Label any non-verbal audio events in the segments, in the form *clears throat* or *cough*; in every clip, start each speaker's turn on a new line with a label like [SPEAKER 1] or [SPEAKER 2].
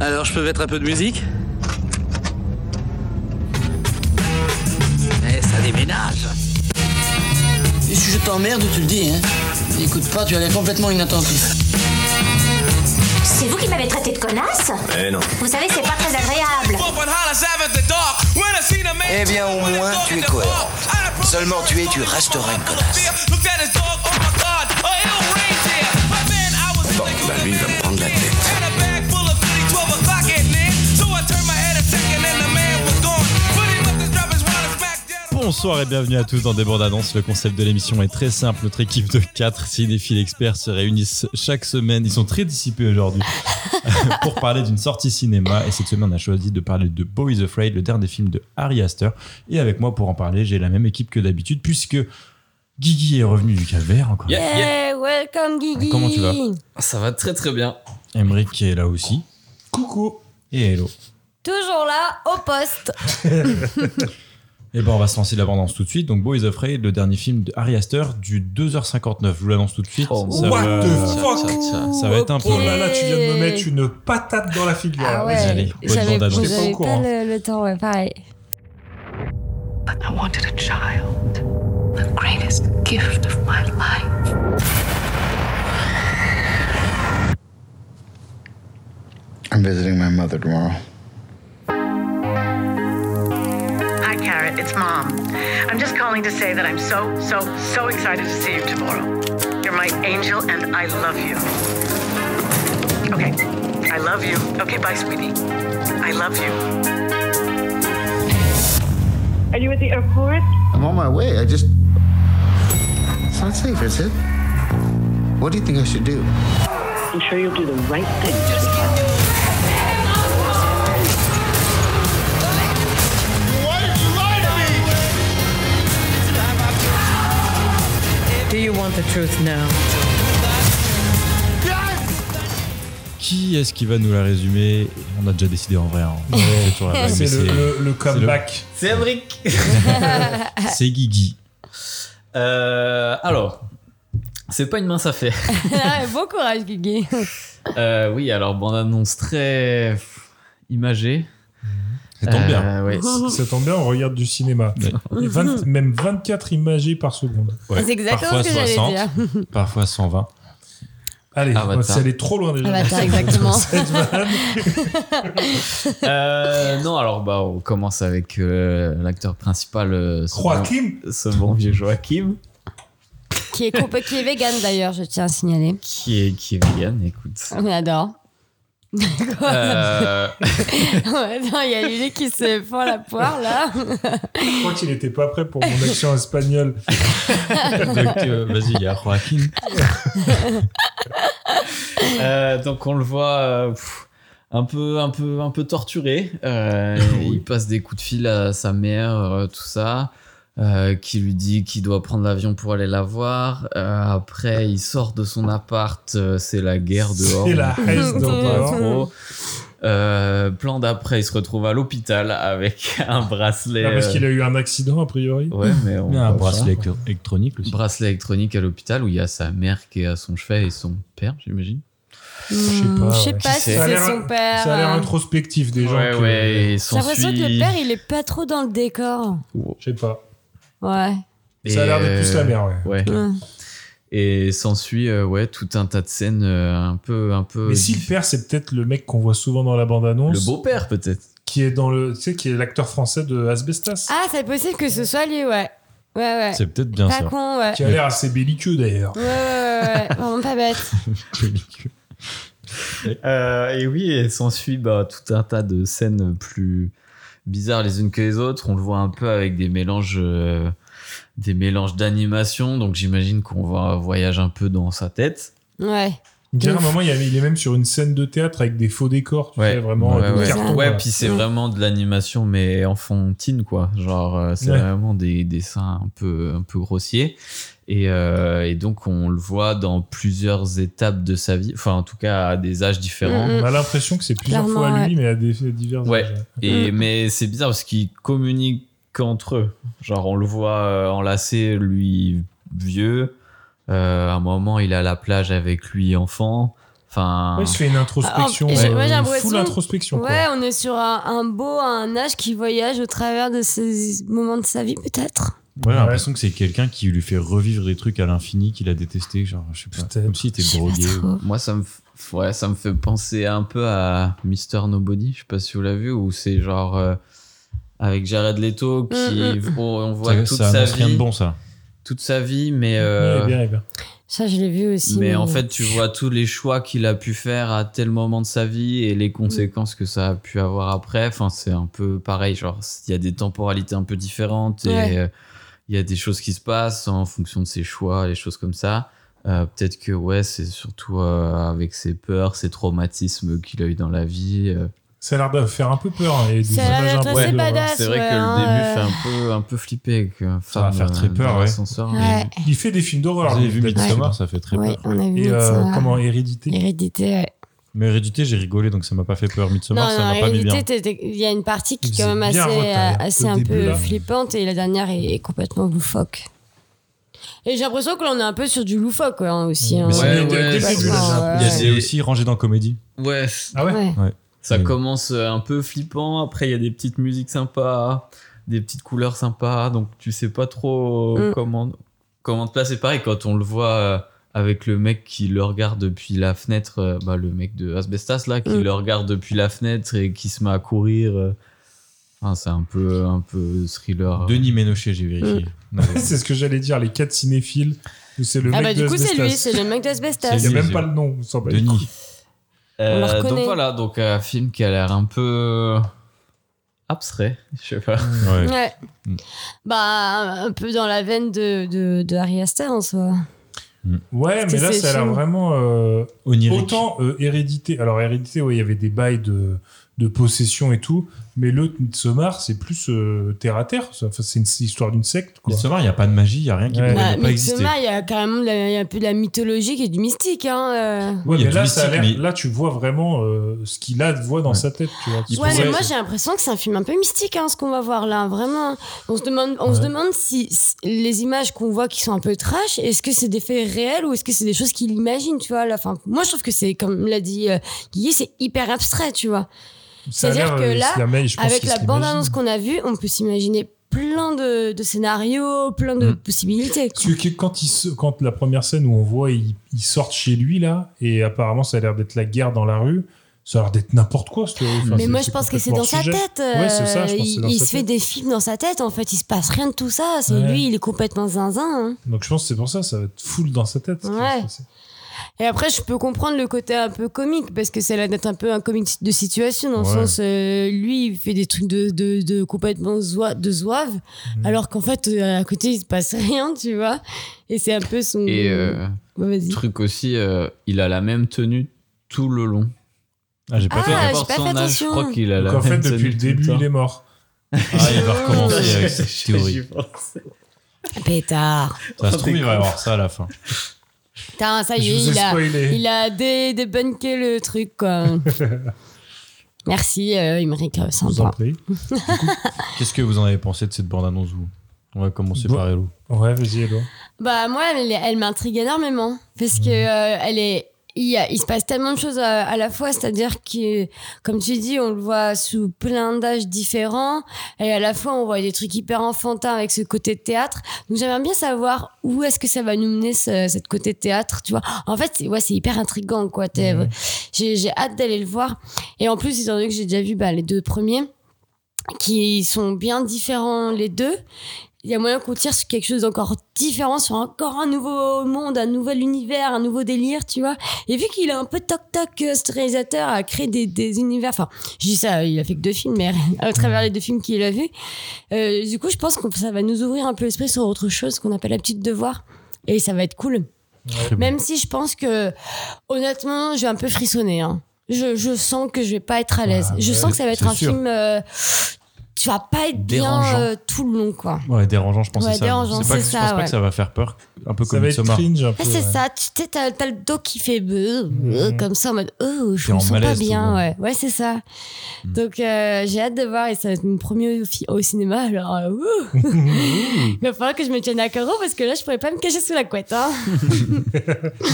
[SPEAKER 1] Alors je peux mettre un peu de musique Eh, ça déménage
[SPEAKER 2] Et si je t'emmerde, tu le dis, hein. Écoute pas, tu as l'air complètement inattentif.
[SPEAKER 3] C'est vous qui m'avez traité de connasse
[SPEAKER 4] Eh non.
[SPEAKER 3] Vous savez, c'est pas très agréable.
[SPEAKER 4] Eh bien, au moins, tu es cohérent. Seulement tu es, tu resteras une connasse. Oh,
[SPEAKER 5] Bon,
[SPEAKER 4] bah lui, il va me prendre la tête.
[SPEAKER 6] Bonsoir et bienvenue à tous dans Des bandes annonces. Le concept de l'émission est très simple. Notre équipe de 4 cinéphiles experts se réunissent chaque semaine. Ils sont très dissipés aujourd'hui *laughs* pour parler d'une sortie cinéma. Et cette semaine, on a choisi de parler de Boy is Afraid, le dernier film de Harry Astor. Et avec moi, pour en parler, j'ai la même équipe que d'habitude puisque Guigui est revenu du calvaire encore.
[SPEAKER 7] Yeah, yeah.
[SPEAKER 8] Hey, Eh, welcome Guigui
[SPEAKER 6] Comment tu vas
[SPEAKER 7] Ça va très très bien.
[SPEAKER 6] Emmerich est là aussi. Coucou Et hello.
[SPEAKER 8] Toujours là, au poste.
[SPEAKER 6] Et ben on va se lancer l'abondance tout de suite. Donc Boys of Ray, le dernier film de Harry Astor du 2h59. Je vous l'annonce tout de suite.
[SPEAKER 7] Oh,
[SPEAKER 6] ça,
[SPEAKER 9] what
[SPEAKER 6] va,
[SPEAKER 9] the fuck
[SPEAKER 6] ça va être un peu.
[SPEAKER 8] Ok.
[SPEAKER 9] Oh là là, tu viens de me mettre une patate dans la figure.
[SPEAKER 8] Ah
[SPEAKER 6] ouais.
[SPEAKER 8] ouais,
[SPEAKER 6] allez, bonne
[SPEAKER 8] j'avais
[SPEAKER 6] bande-annonce.
[SPEAKER 8] j'avais
[SPEAKER 9] J'étais pas au
[SPEAKER 8] pas,
[SPEAKER 9] courant.
[SPEAKER 8] le, le temps, ouais, pareil.
[SPEAKER 10] I wanted a child, the greatest gift of my life.
[SPEAKER 11] I'm visiting my mother tomorrow.
[SPEAKER 10] Hi, Carrot. It's Mom. I'm just calling to say that I'm so, so, so excited to see you tomorrow. You're my angel, and I love you. Okay. I love you. Okay, bye, sweetie. I love you. Are you at the airport?
[SPEAKER 11] I'm on my way. I just. It's not safe, is it? What do you think I should do?
[SPEAKER 10] I'm sure you'll do the right thing. Do you want the truth now?
[SPEAKER 6] Qui est-ce qui va nous la résumer On a déjà décidé en vrai. hein. C'est toujours la même, mais
[SPEAKER 9] C'est le,
[SPEAKER 6] C'est
[SPEAKER 9] le- le comeback.
[SPEAKER 7] C'est Emric.
[SPEAKER 6] *laughs* c'est Guigui.
[SPEAKER 7] Euh, alors, c'est pas une mince affaire.
[SPEAKER 8] Ah, bon courage Guigui.
[SPEAKER 7] Euh, oui, alors bande annonce très pff, imagée.
[SPEAKER 6] Ça tombe
[SPEAKER 7] Euh,
[SPEAKER 6] bien.
[SPEAKER 7] ouais.
[SPEAKER 9] Ça tombe bien, on regarde du cinéma. Et 20 même 24 imagés par seconde.
[SPEAKER 6] Ouais.
[SPEAKER 8] Euh, C'est exactement
[SPEAKER 6] Parfois
[SPEAKER 8] ce que j'allais
[SPEAKER 6] 60,
[SPEAKER 8] dire. Ah
[SPEAKER 6] Parfois 120.
[SPEAKER 9] Allez,
[SPEAKER 7] Avatar.
[SPEAKER 9] ça allait trop loin déjà.
[SPEAKER 8] Avatar, bah, exactement.
[SPEAKER 9] Cette vanne.
[SPEAKER 7] Euh, non, alors bah on commence avec euh, l'acteur principal, euh, ce, bon,
[SPEAKER 9] Joaquin,
[SPEAKER 7] ce bon vieux Joachim,
[SPEAKER 8] qui, est compa- qui est vegan d'ailleurs, je tiens à signaler.
[SPEAKER 7] qui est qui est vegan. Écoute.
[SPEAKER 8] On adore.
[SPEAKER 7] Euh,
[SPEAKER 8] Attends, il y a Lily qui se fend la poire là.
[SPEAKER 9] je crois qu'il n'était pas prêt pour mon action espagnole.
[SPEAKER 6] Donc euh, vas-y, il y a Joaquin.
[SPEAKER 7] Euh, donc on le voit euh, pff, un peu un peu un peu torturé
[SPEAKER 9] *laughs*
[SPEAKER 7] Euh, il passe des coups de fil à sa mère euh, tout ça euh, qui lui dit qu'il doit prendre l'avion pour aller la voir Euh, après il sort de son appart euh, c'est la guerre dehors
[SPEAKER 9] C'est la
[SPEAKER 7] on
[SPEAKER 9] haise
[SPEAKER 7] comprend pas
[SPEAKER 8] *laughs*
[SPEAKER 9] dehors.
[SPEAKER 7] trop. Euh, plan d'après il se retrouve à l'hôpital avec *laughs* un bracelet
[SPEAKER 9] Ah, parce
[SPEAKER 7] euh,
[SPEAKER 9] qu'il a eu un accident, a priori.
[SPEAKER 7] ouais mais on
[SPEAKER 6] Il y a un
[SPEAKER 7] va voir.
[SPEAKER 6] bracelet électro- électronique aussi.
[SPEAKER 7] bracelet électronique à l'hôpital où il y a sa mère qui est à son chevet et son père j'imagine
[SPEAKER 8] Je
[SPEAKER 9] pas,
[SPEAKER 8] Hmm, Je sais
[SPEAKER 9] ouais.
[SPEAKER 8] pas
[SPEAKER 7] Qui
[SPEAKER 8] si
[SPEAKER 7] sait
[SPEAKER 9] Ça a
[SPEAKER 8] c'est
[SPEAKER 9] l'air-
[SPEAKER 8] son père.
[SPEAKER 9] Ça a l'air
[SPEAKER 8] euh,
[SPEAKER 9] introspectif des gens.
[SPEAKER 7] ouais,
[SPEAKER 9] que-
[SPEAKER 7] ouais, et
[SPEAKER 8] J'ai l'impression que
[SPEAKER 7] s'ensuit-
[SPEAKER 8] le père il est pas trop dans le décor.
[SPEAKER 9] Je sais pas.
[SPEAKER 8] Ouais.
[SPEAKER 9] Ça a
[SPEAKER 7] Et, euh,
[SPEAKER 9] l'air d'être plus la mère, ouais.
[SPEAKER 7] Ouais.
[SPEAKER 8] Ouais.
[SPEAKER 7] Et s'ensuit euh, ouais tout un tas de scènes euh, un peu un peu
[SPEAKER 9] Mais si le père, c'est peut-être le mec qu'on voit souvent dans la bande-annonce.
[SPEAKER 7] le beau-père peut-être.
[SPEAKER 9] Qui est dans le. Tu sais, qui est l'acteur français de Asbestas.
[SPEAKER 8] Ah, c'est possible que ce soit lui, ouais. Ouais, ouais.
[SPEAKER 6] C'est peut-être bien
[SPEAKER 8] Pas
[SPEAKER 6] ça.
[SPEAKER 8] con, ouais.
[SPEAKER 9] Qui a l'air assez belliqueux d'ailleurs.
[SPEAKER 8] Ouais, ouais, ouais, ouais. Vraiment pas bête.
[SPEAKER 7] Euh, et oui et s'ensuit bah tout un tas de scènes plus bizarres les unes que les autres. On le voit un peu avec des mélanges euh, des mélanges d'animation donc j'imagine qu'on va voyage un peu dans sa tête. *laughs*
[SPEAKER 8] Ouais.
[SPEAKER 9] On dirait à un
[SPEAKER 8] Ouf.
[SPEAKER 9] moment, il y a- il est même sur une scène de théâtre avec des faux décors, tu sais, vraiment.
[SPEAKER 7] ouais,
[SPEAKER 9] avec des
[SPEAKER 7] ouais.
[SPEAKER 9] cartons,
[SPEAKER 7] Ouais,
[SPEAKER 9] quoi.
[SPEAKER 7] puis c'est
[SPEAKER 8] Ouais.
[SPEAKER 7] vraiment de l'animation mais enfantine quoi. Genre euh, c'est
[SPEAKER 9] Ouais.
[SPEAKER 7] vraiment des dessins un peu un peu grossiers et, euh, et donc on le voit dans plusieurs étapes de sa vie, enfin en tout cas à des âges différents.
[SPEAKER 8] Mm, mm.
[SPEAKER 9] On a l'impression que c'est plusieurs
[SPEAKER 8] Clairement,
[SPEAKER 9] fois à
[SPEAKER 8] ouais.
[SPEAKER 9] lui, mais à des à divers
[SPEAKER 7] Ouais.
[SPEAKER 9] âges.
[SPEAKER 7] Et mais c'est bizarre parce qu'ils communiquent qu'entre eux. Genre on le voit euh, enlacé lui vieux. Euh, à un moment il est à la plage avec lui enfant. Enfin,
[SPEAKER 4] Ouais, il se fait une introspection.
[SPEAKER 8] Ah, en-
[SPEAKER 4] euh,
[SPEAKER 8] j'ai- ouais, j'ai
[SPEAKER 4] une full
[SPEAKER 8] l'impression-
[SPEAKER 4] introspection. quoi.
[SPEAKER 8] Ouais, on est sur un, un beau, un âge qui voyage au travers de ces moments de sa vie, peut-être.
[SPEAKER 6] Ouais, j'ai l'impression que c'est quelqu'un qui lui fait revivre des trucs à l'infini qu'il a détesté, genre, je sais pas,
[SPEAKER 4] Peut-être.
[SPEAKER 6] comme s'il était drogué. ou-
[SPEAKER 7] Moi, ça me, f- ouais, ça me fait penser un peu à Mister Nobody. Je sais pas si vous l'avez vu, où c'est genre euh, avec Jared Leto qui
[SPEAKER 8] Mm,
[SPEAKER 7] on, on voit
[SPEAKER 6] Ça,
[SPEAKER 7] toute
[SPEAKER 6] ça
[SPEAKER 7] sa
[SPEAKER 6] annonce
[SPEAKER 7] vie,
[SPEAKER 6] rien de bon, ça.
[SPEAKER 7] toute sa vie, mais
[SPEAKER 4] Ouais, il
[SPEAKER 7] euh,
[SPEAKER 4] est bien, il est bien.
[SPEAKER 8] Ça, je l'ai vu aussi.
[SPEAKER 7] mais en fait, tu vois tous les choix qu'il a pu faire à tel moment de sa vie et les conséquences que ça a pu avoir après. Enfin, c'est un peu pareil. Genre, il y a des temporalités un peu différentes et
[SPEAKER 8] Ouais.
[SPEAKER 7] euh, il y a des choses qui se passent en fonction de ses choix, les choses comme ça. Euh, Peut-être que, ouais, c'est surtout euh, avec ses peurs, ses traumatismes qu'il a eu dans la vie. euh.
[SPEAKER 4] Ça a l'air de faire un peu peur. hein, et des
[SPEAKER 8] Ça a l'air
[SPEAKER 4] images
[SPEAKER 8] d'être
[SPEAKER 4] un peu
[SPEAKER 8] assez
[SPEAKER 4] de-
[SPEAKER 8] badass.
[SPEAKER 7] C'est vrai
[SPEAKER 8] ouais,
[SPEAKER 7] que le
[SPEAKER 8] hein,
[SPEAKER 7] début
[SPEAKER 8] euh,
[SPEAKER 7] fait un peu, un peu flipper. euh, Que
[SPEAKER 6] Ça va faire très peur, ouais.
[SPEAKER 8] Ouais,
[SPEAKER 4] Il fait des films d'horreur.
[SPEAKER 6] Vous avez
[SPEAKER 4] lui,
[SPEAKER 6] vu
[SPEAKER 4] d'habitude.
[SPEAKER 6] Midsommar, ça fait très
[SPEAKER 8] ouais,
[SPEAKER 6] peur.
[SPEAKER 8] on a vu
[SPEAKER 4] Et euh,
[SPEAKER 8] Midsommar.
[SPEAKER 4] comment Hérédité
[SPEAKER 8] Hérédité, ouais.
[SPEAKER 6] Mais Hérédité, j'ai rigolé, donc ça m'a pas fait peur. Midsommar,
[SPEAKER 8] non,
[SPEAKER 6] ça
[SPEAKER 8] non,
[SPEAKER 6] m'a pas mis bien.
[SPEAKER 8] Hérédité, t'es- t'es- il y a une partie qui est
[SPEAKER 4] Il
[SPEAKER 8] quand même
[SPEAKER 4] faisait
[SPEAKER 8] assez,
[SPEAKER 4] bien retarder,
[SPEAKER 8] euh, assez
[SPEAKER 4] au
[SPEAKER 8] un
[SPEAKER 4] début,
[SPEAKER 8] peu
[SPEAKER 4] là.
[SPEAKER 8] flippante et la dernière est, est complètement loufoque. Et j'ai l'impression que là, on est un peu sur du loufoque quoi, hein, aussi. hein.
[SPEAKER 6] Mais c'est
[SPEAKER 7] Ouais, ouais,
[SPEAKER 4] dès le début, là,
[SPEAKER 6] Il y a
[SPEAKER 7] Ouais.
[SPEAKER 6] des- aussi rangé dans comédie.
[SPEAKER 7] Ouais,
[SPEAKER 4] Ah ouais
[SPEAKER 8] Ouais.
[SPEAKER 7] Ça
[SPEAKER 6] Oui.
[SPEAKER 7] commence euh, un peu flippant, après il y a des petites musiques sympas, des petites couleurs sympas, donc tu sais pas trop
[SPEAKER 8] Mm.
[SPEAKER 7] comment, comment te placer. Pareil, quand on le voit euh, avec le mec qui le regarde depuis la fenêtre, euh, bah, le mec de Asbestas là, qui
[SPEAKER 8] Mm.
[SPEAKER 7] le regarde depuis la fenêtre et qui se met à courir. euh. Enfin, c'est un peu, un peu thriller.
[SPEAKER 6] Denis Ménochet, j'ai vérifié.
[SPEAKER 8] Mm.
[SPEAKER 6] Non, mais-
[SPEAKER 4] C'est ce que j'allais dire, les quatre cinéphiles. où C'est le
[SPEAKER 8] Ah
[SPEAKER 4] mec
[SPEAKER 8] bah du
[SPEAKER 4] de
[SPEAKER 8] coup, c'est lui,
[SPEAKER 4] Asbestas.
[SPEAKER 8] c'est le mec
[SPEAKER 4] Il
[SPEAKER 8] d'Asbestas.
[SPEAKER 4] n'y a
[SPEAKER 6] Denis,
[SPEAKER 4] même
[SPEAKER 6] c'est-
[SPEAKER 4] pas le nom. on s'en bat les couilles.
[SPEAKER 6] Denis.
[SPEAKER 7] Euh,
[SPEAKER 8] On le
[SPEAKER 7] donc
[SPEAKER 8] reconnaît.
[SPEAKER 7] voilà, donc un film qui a l'air un peu abstrait, je sais pas.
[SPEAKER 6] Ouais.
[SPEAKER 8] Ouais.
[SPEAKER 6] Mm.
[SPEAKER 8] Bah, un peu dans la veine de, de, de Harry Aster en soi.
[SPEAKER 4] Ouais,
[SPEAKER 8] Parce
[SPEAKER 4] mais
[SPEAKER 8] que
[SPEAKER 4] là,
[SPEAKER 8] c'est
[SPEAKER 4] ça a l'air
[SPEAKER 8] chaud.
[SPEAKER 4] vraiment. euh,
[SPEAKER 6] Onirique.
[SPEAKER 4] Autant euh, hérédité. Alors hérédité, ouais, il y avait des bails de, de possession et tout, mais l'autre Midsommar, c'est plus euh, terre à terre. ça. Enfin, c'est une c'est l'histoire d'une secte. Quoi.
[SPEAKER 6] Midsommar, il n'y a pas de magie, il n'y a rien qui
[SPEAKER 4] Ouais.
[SPEAKER 6] pourrait
[SPEAKER 8] Bah,
[SPEAKER 6] ne pas exister.
[SPEAKER 8] Midsommar, il y a carrément de la- il y a un peu de la mythologie et du mystique. Hein, euh.
[SPEAKER 4] Ouais,
[SPEAKER 6] Il y a
[SPEAKER 4] mais
[SPEAKER 6] du
[SPEAKER 4] là, ça a
[SPEAKER 6] mystique,
[SPEAKER 4] l'air-
[SPEAKER 6] mais-
[SPEAKER 4] là, tu vois vraiment euh, ce qu'il a voit dans
[SPEAKER 6] Ouais.
[SPEAKER 4] sa tête. Tu vois.
[SPEAKER 6] Il
[SPEAKER 8] Ouais,
[SPEAKER 6] pourrait-
[SPEAKER 8] mais moi j'ai l'impression que c'est un film un peu mystique, hein, ce qu'on va voir là. Vraiment, on se demande, on se
[SPEAKER 4] Ouais.
[SPEAKER 8] demande si, si les images qu'on voit qui sont un peu trash, est-ce que c'est des faits réels ou est-ce que c'est des choses qu'il imagine, tu vois. Là, Enfin, moi je trouve que c'est, comme l'a dit euh, Guy, c'est hyper abstrait, tu vois.
[SPEAKER 4] Ça a l'air,
[SPEAKER 8] c'est-à-dire que
[SPEAKER 4] euh,
[SPEAKER 8] là,
[SPEAKER 4] c'est mais je pense
[SPEAKER 8] Avec
[SPEAKER 4] qu'il
[SPEAKER 8] la
[SPEAKER 4] se
[SPEAKER 8] bande-annonce
[SPEAKER 4] l'imagine.
[SPEAKER 8] qu'on a vue, on peut s'imaginer plein de, de scénarios, plein de
[SPEAKER 6] Mm.
[SPEAKER 8] possibilités. quoi.
[SPEAKER 4] Parce que quand, il se- quand la première scène où on voit, ils ils sortent chez lui là, et apparemment, ça a l'air d'être la guerre dans la rue. Ça a l'air d'être n'importe quoi. cette- enfin,
[SPEAKER 8] Mais
[SPEAKER 4] c'est-
[SPEAKER 8] moi,
[SPEAKER 4] c'est
[SPEAKER 8] je pense que c'est
[SPEAKER 4] complètement
[SPEAKER 8] dans
[SPEAKER 4] hors
[SPEAKER 8] sa
[SPEAKER 4] sujet.
[SPEAKER 8] tête. euh,
[SPEAKER 4] Ouais, c'est ça, je pense que c'est
[SPEAKER 8] il
[SPEAKER 4] dans
[SPEAKER 8] il
[SPEAKER 4] sa
[SPEAKER 8] se fait
[SPEAKER 4] tête.
[SPEAKER 8] des films dans sa tête. En fait, il se passe rien de tout ça. C'est
[SPEAKER 4] Ouais.
[SPEAKER 8] lui, il est complètement zinzin. hein.
[SPEAKER 4] Donc je pense que c'est pour ça, ça va être full dans sa tête. ce qui va
[SPEAKER 8] Ouais.
[SPEAKER 4] se passer.
[SPEAKER 8] Et après, je peux comprendre le côté un peu comique parce que ça a l'air d'être un peu un comique de situation dans
[SPEAKER 4] Ouais.
[SPEAKER 8] le sens, euh, lui, il fait des trucs de, de, de complètement zoi- de zouave,
[SPEAKER 4] Mhm.
[SPEAKER 8] alors qu'en fait, euh, à côté, il se passe *laughs* rien, tu vois. Et c'est un peu son.
[SPEAKER 7] Et. euh,
[SPEAKER 8] Ouais, vas-y.
[SPEAKER 7] Truc aussi, euh, il a la même tenue tout le long.
[SPEAKER 6] Ah, j'ai pas
[SPEAKER 8] Ah,
[SPEAKER 6] fait.
[SPEAKER 8] j'ai
[SPEAKER 7] Importe
[SPEAKER 8] pas fait
[SPEAKER 7] son âge,
[SPEAKER 8] attention.
[SPEAKER 7] je crois qu'il a la
[SPEAKER 4] Donc en fait,
[SPEAKER 7] même tenue
[SPEAKER 4] depuis le
[SPEAKER 7] tout
[SPEAKER 4] début,
[SPEAKER 7] temps.
[SPEAKER 4] il est mort.
[SPEAKER 6] Ah, il va
[SPEAKER 8] *laughs*
[SPEAKER 6] recommencer
[SPEAKER 4] *laughs*
[SPEAKER 6] avec cette théorie.
[SPEAKER 8] Pétard.
[SPEAKER 6] Ça se trouve, il va y avoir ça à la fin.
[SPEAKER 8] Putain, ça y
[SPEAKER 4] Je
[SPEAKER 8] est,
[SPEAKER 4] vous ai
[SPEAKER 8] il a,
[SPEAKER 4] spoilé.
[SPEAKER 8] il a dé- débunké le truc,
[SPEAKER 4] *laughs*
[SPEAKER 8] quoi. Merci, euh, Imric, euh,
[SPEAKER 4] Je vous en
[SPEAKER 8] sympa.
[SPEAKER 4] prie.
[SPEAKER 6] Qu'est-ce que vous en avez pensé de cette bande-annonce, vous On va commencer
[SPEAKER 4] Bon.
[SPEAKER 6] par Hello.
[SPEAKER 4] Ouais, vas-y, Hello.
[SPEAKER 8] Bah moi, elle, elle m'intrigue énormément parce que euh, elle est. Il, y a- il se passe tellement de choses euh, à, à la fois, c'est-à-dire que, comme tu dis, on le voit sous plein d'âges différents, et à la fois on voit des trucs hyper enfantins avec ce côté théâtre. Donc j'aimerais bien savoir où est-ce que ça va nous mener ce, cette côté théâtre, tu vois. En fait, c'est- ouais, c'est hyper intriguant, quoi. T'es-
[SPEAKER 4] Mhm.
[SPEAKER 8] J'ai j'ai hâte d'aller le voir. Et en plus, étant donné que j'ai déjà vu bah, les deux premiers, qui sont bien différents les deux, il y a moyen qu'on tire sur quelque chose d'encore différent, sur encore un nouveau monde, un nouvel univers, un nouveau délire, tu vois. Et vu qu'il a un peu toc-toc, euh, ce réalisateur a créé des, des univers, enfin, je dis ça, il a fait que deux films, mais *laughs* à travers les deux films qu'il a vus, euh, du coup, je pense que ça va nous ouvrir un peu l'esprit sur autre chose qu'on n'a pas l'habitude de voir. Et ça va être cool.
[SPEAKER 6] Mmh. Très bien.
[SPEAKER 8] Même si je pense que, honnêtement, je vais un peu frissonner. hein. Je, je sens que je vais pas être à l'aise.
[SPEAKER 4] Ah,
[SPEAKER 8] je
[SPEAKER 4] ouais,
[SPEAKER 8] sens que ça va être
[SPEAKER 6] Bah, c'est sûr.
[SPEAKER 8] un film euh, tu vas pas être
[SPEAKER 6] Dérangeant.
[SPEAKER 8] bien euh, tout le long, quoi.
[SPEAKER 6] Ouais, dérangeant, je pense
[SPEAKER 8] Ouais,
[SPEAKER 6] que ça.
[SPEAKER 8] dérangeant,
[SPEAKER 6] c'est pas,
[SPEAKER 8] c'est
[SPEAKER 6] que- je
[SPEAKER 8] ça,
[SPEAKER 6] pense pas
[SPEAKER 8] ouais.
[SPEAKER 6] que ça va faire peur. Un peu
[SPEAKER 4] Ça
[SPEAKER 6] comme
[SPEAKER 4] va être
[SPEAKER 6] Midsommar.
[SPEAKER 4] cringe un
[SPEAKER 8] Ah,
[SPEAKER 4] peu.
[SPEAKER 8] c'est
[SPEAKER 4] ouais.
[SPEAKER 8] ça, tu sais, t'as t'as le dos qui fait bleu, bleu, comme ça en mode oh, je
[SPEAKER 6] Mhm. T'es
[SPEAKER 8] me
[SPEAKER 6] en
[SPEAKER 8] sens
[SPEAKER 6] malaise, Mhm.
[SPEAKER 8] pas
[SPEAKER 6] tout le
[SPEAKER 8] bien,
[SPEAKER 6] monde.
[SPEAKER 8] ouais, ouais, c'est ça. Donc euh, j'ai hâte de voir et ça va être mon premier au, fi- au cinéma, alors euh, ouh.
[SPEAKER 6] *laughs* Mhm.
[SPEAKER 8] il va falloir que je me tienne à carreau parce que là je pourrais pas me cacher sous la couette. Hein.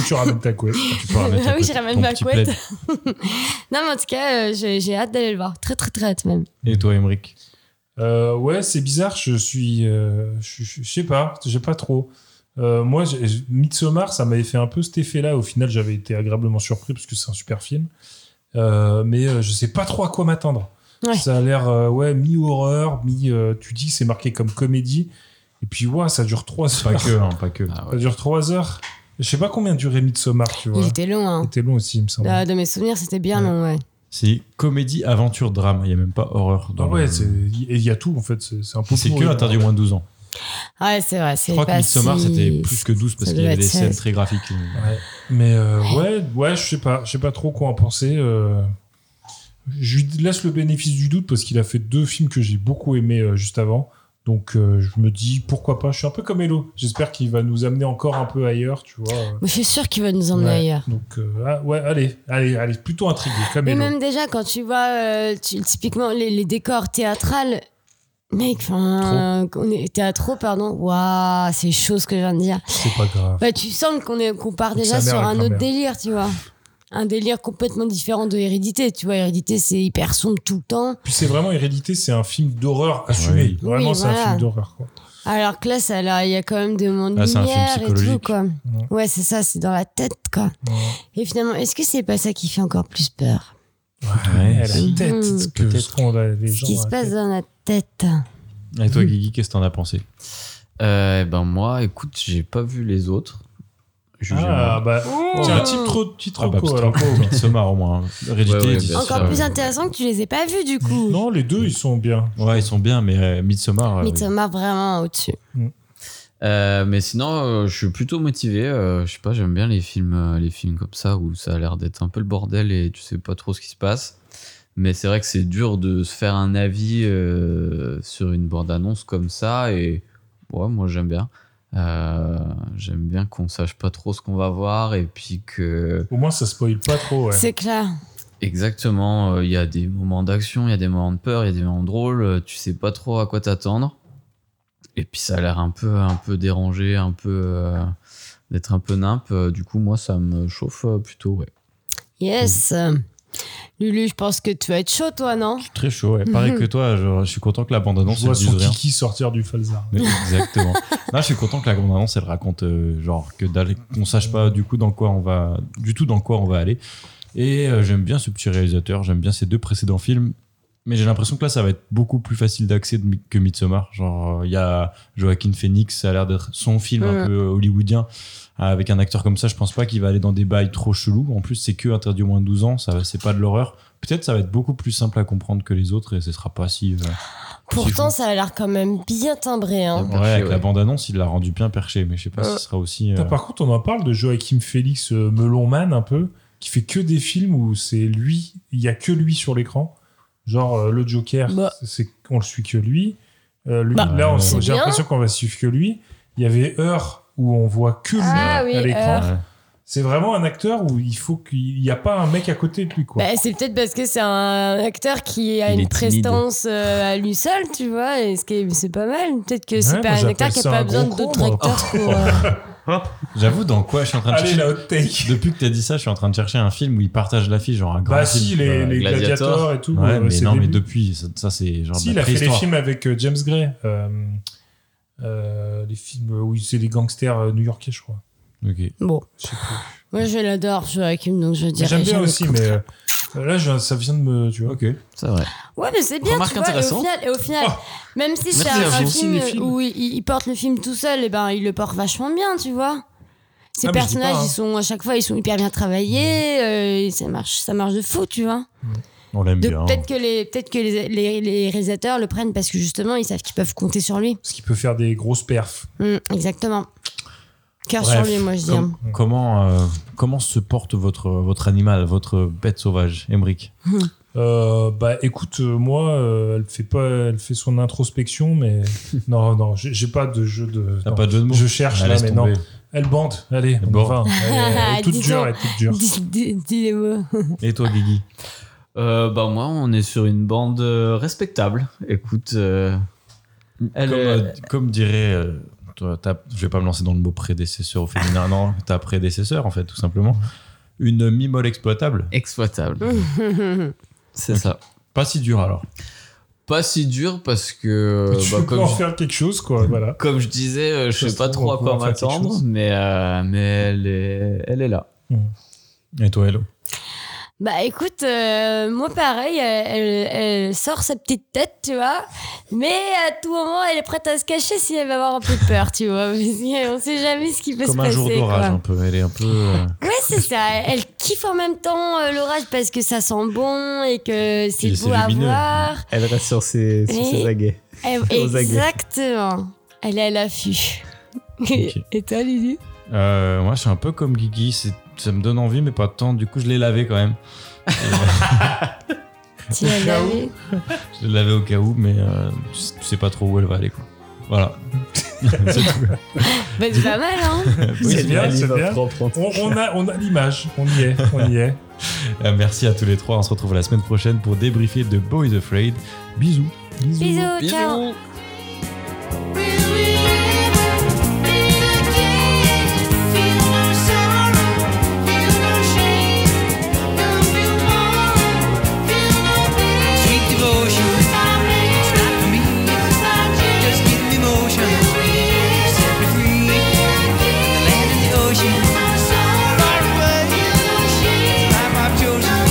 [SPEAKER 4] Tu ramènes ta couette.
[SPEAKER 6] Tu peux
[SPEAKER 8] *laughs*
[SPEAKER 6] remettre
[SPEAKER 8] Ah
[SPEAKER 6] à
[SPEAKER 8] oui, je
[SPEAKER 6] côté
[SPEAKER 8] ramène
[SPEAKER 6] ton
[SPEAKER 8] ma
[SPEAKER 6] petit
[SPEAKER 8] couette. *laughs*
[SPEAKER 6] plaid.
[SPEAKER 8] non, mais en tout cas, euh, j'ai j'ai hâte d'aller le voir, très très très hâte même.
[SPEAKER 6] Et
[SPEAKER 4] *laughs*
[SPEAKER 6] toi, Emric
[SPEAKER 4] Euh, ouais, c'est bizarre. Je suis, euh, je, je- je sais pas, j'ai pas trop. Euh, moi, j'ai- j'ai- Midsommar, ça m'avait fait un peu cet effet-là. Au final, j'avais été agréablement surpris parce que c'est un super film. Euh, mais euh, je sais pas trop à quoi m'attendre.
[SPEAKER 8] Ouais.
[SPEAKER 4] Ça a l'air, euh, ouais, mi-horreur, mi. euh, tu dis que c'est marqué comme comédie. Et puis, ouais, ça dure trois
[SPEAKER 6] Pas
[SPEAKER 4] heures.
[SPEAKER 6] que, hein, pas que.
[SPEAKER 7] Ah
[SPEAKER 4] Ça dure trois heures. Je sais pas combien durait Midsommar, tu vois.
[SPEAKER 8] Il était long, hein.
[SPEAKER 4] C'était long aussi, il me semble.
[SPEAKER 8] Euh, de mes souvenirs, c'était bien
[SPEAKER 4] Ouais.
[SPEAKER 8] long, ouais.
[SPEAKER 6] C'est comédie, aventure, drame. Il n'y a même pas horreur.
[SPEAKER 4] Ah
[SPEAKER 6] Dans
[SPEAKER 4] ouais,
[SPEAKER 6] le-
[SPEAKER 4] c'est- et il y a tout en fait. C'est c'est un peu
[SPEAKER 6] c'est que
[SPEAKER 4] pourri.
[SPEAKER 6] interdit au moins de 12 ans.
[SPEAKER 8] Ouais, c'est vrai,
[SPEAKER 6] Je
[SPEAKER 8] c'est
[SPEAKER 6] crois que
[SPEAKER 8] pas
[SPEAKER 6] Midsommar,
[SPEAKER 8] si-
[SPEAKER 6] c'était plus que 12 parce
[SPEAKER 8] ça
[SPEAKER 6] qu'il y
[SPEAKER 8] doit
[SPEAKER 6] avait des
[SPEAKER 8] être
[SPEAKER 6] scènes
[SPEAKER 8] 16.
[SPEAKER 6] très graphiques.
[SPEAKER 4] Ouais. Mais euh, ouais, ouais, je sais pas, je sais pas trop quoi en penser. euh. Je lui laisse le bénéfice du doute parce qu'il a fait deux films que j'ai beaucoup aimés euh, juste avant. Donc euh, je me dis pourquoi pas. Je suis un peu comme Hello. J'espère qu'il va nous amener encore un peu ailleurs, tu vois. euh.
[SPEAKER 8] Mais je suis sûre qu'il va nous emmener
[SPEAKER 4] Ouais.
[SPEAKER 8] ailleurs.
[SPEAKER 4] Donc euh, ah, ouais, allez, allez, allez, plutôt intrigué comme
[SPEAKER 8] Mais
[SPEAKER 4] Hello.
[SPEAKER 8] même déjà, quand tu vois euh, tu- typiquement les, les décors théâtrales, mec, enfin, on est théâtraux, pardon, waouh, c'est chaud ce que je viens de dire.
[SPEAKER 4] C'est pas grave.
[SPEAKER 8] Bah, tu sens qu'on est- qu'on part
[SPEAKER 4] Donc,
[SPEAKER 8] déjà
[SPEAKER 4] sa mère
[SPEAKER 8] sur
[SPEAKER 4] avec
[SPEAKER 8] un
[SPEAKER 4] la
[SPEAKER 8] autre
[SPEAKER 4] mère.
[SPEAKER 8] délire, tu vois. Un délire complètement différent de Hérédité. Tu vois, Hérédité, c'est hyper sombre tout le temps.
[SPEAKER 4] Puis c'est vraiment hérédité, c'est un film d'horreur assumé.
[SPEAKER 6] Oui.
[SPEAKER 4] Vraiment,
[SPEAKER 8] Oui,
[SPEAKER 4] c'est un
[SPEAKER 8] voilà.
[SPEAKER 4] film d'horreur. quoi.
[SPEAKER 8] Alors que là, ça, là, il y a quand même des moments de
[SPEAKER 6] Ah, c'est un film
[SPEAKER 8] lumière et tout,
[SPEAKER 6] psychologique.
[SPEAKER 8] quoi.
[SPEAKER 4] Ouais.
[SPEAKER 8] Ouais, c'est ça, c'est dans la tête, quoi. Et finalement, est-ce que c'est pas ça qui fait encore plus peur
[SPEAKER 4] Elle a
[SPEAKER 6] Ouais.
[SPEAKER 4] une tête.
[SPEAKER 8] Mhm.
[SPEAKER 4] ce que- ce qu'on a- les
[SPEAKER 8] Ce
[SPEAKER 4] gens euh,
[SPEAKER 8] qui
[SPEAKER 4] ont
[SPEAKER 8] se
[SPEAKER 4] la
[SPEAKER 8] passe
[SPEAKER 4] tête.
[SPEAKER 8] dans la tête.
[SPEAKER 6] Et
[SPEAKER 8] Hmm.
[SPEAKER 6] toi, Guigui, qu'est-ce que t'en as pensé
[SPEAKER 7] Euh, ben moi, écoute, j'ai pas vu les autres.
[SPEAKER 4] Ah
[SPEAKER 7] Jugez-moi.
[SPEAKER 4] bah. Tiens,
[SPEAKER 8] Ouh.
[SPEAKER 4] titre, titre
[SPEAKER 6] Ah bah,
[SPEAKER 4] quoi,
[SPEAKER 6] putain,
[SPEAKER 4] alors.
[SPEAKER 6] Midsommar au moins. hein. Hérédité,
[SPEAKER 7] Ouais, ouais,
[SPEAKER 6] ils disent
[SPEAKER 7] bien
[SPEAKER 6] ça,
[SPEAKER 7] sûr.
[SPEAKER 8] Encore plus
[SPEAKER 7] ouais.
[SPEAKER 8] intéressant que tu les aies pas vus, du coup.
[SPEAKER 4] Non, les deux, ils sont bien.
[SPEAKER 6] Ouais, ils sont bien, mais euh, Midsommar. euh, oui.
[SPEAKER 8] Midsommar vraiment au-dessus.
[SPEAKER 7] Euh, mais sinon, euh, je suis plutôt motivé. euh, je sais pas, j'aime bien les films, euh, les films comme ça où ça a l'air d'être un peu le bordel et tu sais pas trop ce qui se passe. Mais c'est vrai que c'est dur de se faire un avis euh, sur une bande-annonce comme ça. Et ouais, moi j'aime bien. Euh, j'aime bien qu'on sache pas trop ce qu'on va voir et puis que
[SPEAKER 4] Au moins, ça spoil pas trop. Ouais.
[SPEAKER 8] C'est clair.
[SPEAKER 7] Exactement, euh, il y a des moments d'action, il y a des moments de peur, il y a des moments drôles, euh, tu sais pas trop à quoi t'attendre. Et puis ça a l'air un peu un peu dérangé, un peu euh, d'être un peu nimp, Euh, du coup moi ça me chauffe euh, plutôt ouais.
[SPEAKER 8] Yes. Euh, Lulu, je pense que tu vas être chaud, toi, non
[SPEAKER 6] Mmh. Je suis très chaud. ouais. Pareil que toi, je, je suis content que la bande-annonce
[SPEAKER 4] Je
[SPEAKER 6] ne
[SPEAKER 4] vois son
[SPEAKER 6] dise rien.
[SPEAKER 4] kiki sortir du falzar.
[SPEAKER 6] Mais *laughs* Exactement. Là, je suis content que la bande-annonce elle raconte euh, genre que dalle, qu'on sache pas du coup dans quoi on va, du tout dans quoi on va aller. Et euh, j'aime bien ce petit réalisateur. J'aime bien ses deux précédents films. Mais j'ai l'impression que là, ça va être beaucoup plus facile d'accès de- que Midsommar. Genre, il y a Joaquin Phoenix, ça a l'air d'être son film un
[SPEAKER 8] Ouais.
[SPEAKER 6] peu euh, hollywoodien. Avec un acteur comme ça, je pense pas qu'il va aller dans des bails trop chelous. En plus, c'est que interdit au moins de 12 ans, ça va- c'est pas de l'horreur. Peut-être ça va être beaucoup plus simple à comprendre que les autres et ce sera pas si. euh,
[SPEAKER 8] Pourtant,
[SPEAKER 6] fou.
[SPEAKER 8] ça a l'air quand même bien timbré. Hein.
[SPEAKER 6] ouais,
[SPEAKER 7] Ah, Perché,
[SPEAKER 6] avec
[SPEAKER 7] ouais.
[SPEAKER 6] la bande-annonce, il l'a rendu bien perché, mais je sais pas
[SPEAKER 8] Euh.
[SPEAKER 6] si ce sera aussi. euh,
[SPEAKER 4] Putain, Par contre, on en parle de Joachim Félix euh, Melonman, un peu, qui fait que des films où c'est lui, il y a que lui sur l'écran. Genre euh, le Joker,
[SPEAKER 8] Bah.
[SPEAKER 4] c'est on le suit que lui. Euh, lui,
[SPEAKER 6] Bah,
[SPEAKER 4] là, on-
[SPEAKER 6] c'est
[SPEAKER 4] j'ai
[SPEAKER 8] bien.
[SPEAKER 4] l'impression qu'on va suivre que lui. Il y avait Heure où on voit que lui
[SPEAKER 8] Ah oui,
[SPEAKER 4] à l'écran.
[SPEAKER 8] Heure.
[SPEAKER 6] ouais.
[SPEAKER 4] C'est vraiment un acteur où il faut qu'il n'y a pas un mec à côté de lui, quoi.
[SPEAKER 8] Bah, c'est peut-être parce que c'est un acteur qui a
[SPEAKER 7] Il
[SPEAKER 8] une
[SPEAKER 7] est timide.
[SPEAKER 8] prestance euh, à lui seul, tu vois, et ce qui est- c'est pas mal. Peut-être que c'est
[SPEAKER 4] Ouais,
[SPEAKER 8] pas
[SPEAKER 4] moi,
[SPEAKER 8] un acteur
[SPEAKER 4] j'appelle
[SPEAKER 8] qui
[SPEAKER 4] ça
[SPEAKER 8] a pas
[SPEAKER 4] un
[SPEAKER 8] besoin
[SPEAKER 4] gros con,
[SPEAKER 8] d'autres
[SPEAKER 4] moi. *laughs*
[SPEAKER 8] acteurs pour. euh,
[SPEAKER 6] J'avoue, dans quoi je suis en
[SPEAKER 8] Bah.
[SPEAKER 6] train de
[SPEAKER 4] Allez, la
[SPEAKER 6] chercher.
[SPEAKER 4] hot take.
[SPEAKER 6] Depuis que t'as dit ça, je suis en train de chercher un film où ils partagent l'affiche, genre un grand
[SPEAKER 4] Bah,
[SPEAKER 6] film,
[SPEAKER 4] si, les,
[SPEAKER 6] euh,
[SPEAKER 4] les
[SPEAKER 7] Gladiator.
[SPEAKER 4] gladiateurs et tout.
[SPEAKER 6] Ouais,
[SPEAKER 4] euh,
[SPEAKER 6] mais
[SPEAKER 4] c'est
[SPEAKER 6] non,
[SPEAKER 4] le
[SPEAKER 6] mais
[SPEAKER 4] début.
[SPEAKER 6] depuis, ça, ça, c'est genre
[SPEAKER 4] Si,
[SPEAKER 6] de
[SPEAKER 4] il
[SPEAKER 6] la
[SPEAKER 4] a fait les
[SPEAKER 6] préhistoire.
[SPEAKER 4] films avec euh, James Gray. euh, euh, les films où il- c'est des gangsters euh, new-yorkais, je crois.
[SPEAKER 6] Ok.
[SPEAKER 8] Bon,
[SPEAKER 4] Je sais plus.
[SPEAKER 8] moi je l'adore, Joachim, donc je dirais.
[SPEAKER 4] J'aime bien
[SPEAKER 8] jamais
[SPEAKER 4] aussi,
[SPEAKER 8] contre.
[SPEAKER 4] mais euh, là, je- ça vient de me. Tu vois.
[SPEAKER 6] Ok.
[SPEAKER 7] C'est vrai.
[SPEAKER 8] Ouais, mais c'est bien,
[SPEAKER 7] Remarque
[SPEAKER 8] tu vois, et au
[SPEAKER 7] intéressante.
[SPEAKER 8] final, et au final
[SPEAKER 4] Ah.
[SPEAKER 8] même si c'est
[SPEAKER 7] Merci,
[SPEAKER 8] un,
[SPEAKER 7] Argent.
[SPEAKER 8] film
[SPEAKER 7] Cinéphile.
[SPEAKER 8] où il, il porte le film tout seul, et ben il le porte vachement bien, tu vois. Ces
[SPEAKER 4] Ah, mais je dis pas,
[SPEAKER 8] personnages,
[SPEAKER 4] hein.
[SPEAKER 8] ils sont à chaque fois, ils sont hyper bien travaillés, euh, et ça marche, ça marche de fou, tu vois.
[SPEAKER 6] On l'aime
[SPEAKER 8] Donc
[SPEAKER 6] bien. hein.
[SPEAKER 8] peut-être que les, peut-être que les, les, les réalisateurs le prennent parce que justement ils savent qu'ils peuvent compter sur lui.
[SPEAKER 4] Parce qu'il peut faire des grosses perfs.
[SPEAKER 8] Mm, exactement.
[SPEAKER 12] Cœur
[SPEAKER 6] Bref.
[SPEAKER 12] sur lui, moi je dis.
[SPEAKER 6] Com- Comment, euh, comment se porte votre, votre animal, votre bête sauvage, Emmerich
[SPEAKER 4] Euh, bah écoute, euh, moi, euh, elle fait pas, elle fait son introspection, mais non, non, j'ai j'ai pas de jeu de.
[SPEAKER 6] T'as
[SPEAKER 4] Euh, non.
[SPEAKER 6] pas de jeu de mots
[SPEAKER 4] Je cherche
[SPEAKER 6] Ah,
[SPEAKER 4] là,
[SPEAKER 6] laisse
[SPEAKER 4] mais
[SPEAKER 6] tomber.
[SPEAKER 4] non. Elle bande, allez, on
[SPEAKER 6] bande.
[SPEAKER 4] y va. Elle,
[SPEAKER 6] euh,
[SPEAKER 12] *laughs*
[SPEAKER 4] elle est toute
[SPEAKER 12] Dis
[SPEAKER 4] dure,
[SPEAKER 12] donc.
[SPEAKER 4] elle est toute dure.
[SPEAKER 12] Dis, dis- dis les mots.
[SPEAKER 6] Et toi, Guigui
[SPEAKER 7] Euh, bah moi, on est sur une bande euh, respectable. Écoute, euh, elle
[SPEAKER 6] comme,
[SPEAKER 7] est-
[SPEAKER 6] euh, comme dirait. euh, toi, ta- je vais pas me lancer dans le mot prédécesseur au féminin, non, ta prédécesseur, en fait, tout simplement. Une mimole exploitable.
[SPEAKER 7] exploitable. C'est
[SPEAKER 6] Ok.
[SPEAKER 7] ça.
[SPEAKER 6] Pas si dure alors.
[SPEAKER 7] Pas si dur parce
[SPEAKER 6] *laughs*
[SPEAKER 7] que
[SPEAKER 6] Euh,
[SPEAKER 4] tu
[SPEAKER 7] bah,
[SPEAKER 4] peux
[SPEAKER 7] comme,
[SPEAKER 4] en
[SPEAKER 7] je,
[SPEAKER 4] faire quelque chose, quoi, voilà.
[SPEAKER 7] comme je disais, euh, je
[SPEAKER 4] Ça
[SPEAKER 7] sais
[SPEAKER 4] se
[SPEAKER 7] pas
[SPEAKER 4] trouve,
[SPEAKER 7] trop à
[SPEAKER 4] on
[SPEAKER 7] quoi
[SPEAKER 4] pourra faire quelque
[SPEAKER 7] m'attendre,
[SPEAKER 4] chose.
[SPEAKER 7] mais euh, mais elle est elle est là.
[SPEAKER 6] Et toi, Hello
[SPEAKER 12] *laughs* Bah écoute, euh, moi pareil, elle, elle- elle sort sa petite tête, tu vois. Mais à tout moment, elle est prête à se cacher si elle va avoir un peu peur, tu vois. *laughs* Parce qu'on sait jamais ce qui peut se
[SPEAKER 6] Comme un
[SPEAKER 12] passer.
[SPEAKER 6] jour d'orage, hein.
[SPEAKER 12] quoi.
[SPEAKER 6] un peu. Elle est un peu. euh,
[SPEAKER 12] Ouais, c'est ça. Elle kiffe en même temps euh, l'orage parce que ça sent bon et que c'est
[SPEAKER 6] Puis c'est
[SPEAKER 12] beau à
[SPEAKER 6] lumineux.
[SPEAKER 12] voir.
[SPEAKER 7] Elle reste sur ses
[SPEAKER 12] sur ses Et-
[SPEAKER 7] aguets.
[SPEAKER 12] Elle-
[SPEAKER 7] Aux aguets.
[SPEAKER 12] exactement. Elle est à l'affût.
[SPEAKER 8] *laughs*
[SPEAKER 6] Ok.
[SPEAKER 12] Et toi, Lulu
[SPEAKER 6] Euh, moi, je suis un peu comme Guigui. c'est- Ça me donne envie, mais pas tant. Du coup, je l'ai lavé quand même.
[SPEAKER 12] Tu l'as
[SPEAKER 4] Ciao.
[SPEAKER 12] lavé
[SPEAKER 6] Je l'ai lavé au cas où, mais euh, tu sais pas trop où elle va aller. Quoi. Voilà. C'est tout.
[SPEAKER 12] Bah, c'est pas mal, hein
[SPEAKER 6] Oui,
[SPEAKER 4] C'est bien, c'est bien. On, on a, on a l'image, on y est, on y est.
[SPEAKER 6] Euh, Merci à tous les trois. On se retrouve la semaine prochaine pour débriefer de Boys Afraid. Bisous.
[SPEAKER 12] Bisous, ciao
[SPEAKER 2] Sweet devotion, it's not for me. Just give me motion, set me free. The land and the ocean, far away. It's life I've chosen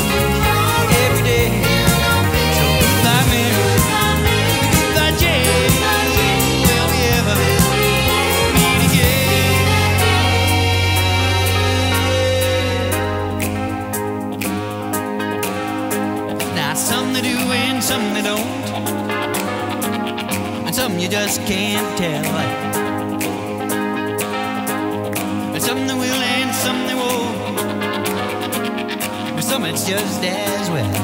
[SPEAKER 2] every day. So with thy mirror, with thy chain, will we ever meet again? Now some they do and some they don't. And some you just can't tell. And some they will and some they won't. But some it's just as well.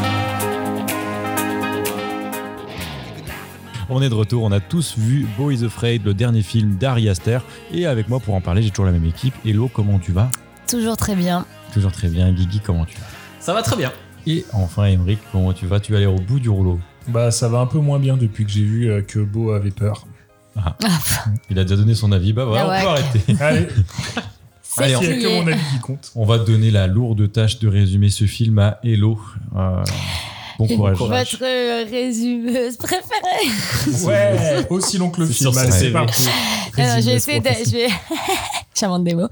[SPEAKER 6] On est de retour. On a tous vu Boys Afraid, le dernier film d'Ari Aster. Et avec moi pour en parler, j'ai toujours la même équipe. Hello, comment tu vas
[SPEAKER 8] Toujours très bien.
[SPEAKER 6] Toujours très bien. Guigui, comment tu vas
[SPEAKER 7] Ça va très bien.
[SPEAKER 6] Et enfin, Emmerich, comment tu vas Tu vas aller au bout du rouleau.
[SPEAKER 4] Bah, ça va un peu moins bien depuis que j'ai vu euh, que Beau avait peur.
[SPEAKER 6] Il a déjà donné son avis. Bah voilà,
[SPEAKER 8] Ah
[SPEAKER 6] on
[SPEAKER 8] ouais.
[SPEAKER 6] peut arrêter. *laughs*
[SPEAKER 4] Allez,
[SPEAKER 12] C'est
[SPEAKER 6] Allez, on-
[SPEAKER 4] il y a
[SPEAKER 12] plié.
[SPEAKER 4] que mon avis qui compte.
[SPEAKER 6] On va donner la lourde tâche de résumer ce film à Hello. Euh, bon courage.
[SPEAKER 12] Votre euh, résumeuse préférée
[SPEAKER 4] Ouais, aussi long que le
[SPEAKER 6] C'est
[SPEAKER 4] film.
[SPEAKER 6] sur
[SPEAKER 4] Allez,
[SPEAKER 6] son
[SPEAKER 4] c'est
[SPEAKER 6] CV.
[SPEAKER 4] parti.
[SPEAKER 8] Alors, je
[SPEAKER 4] Résume,
[SPEAKER 8] vais essayer
[SPEAKER 4] laisse-moi
[SPEAKER 8] d'être- je vais- *laughs* J'invente des mots.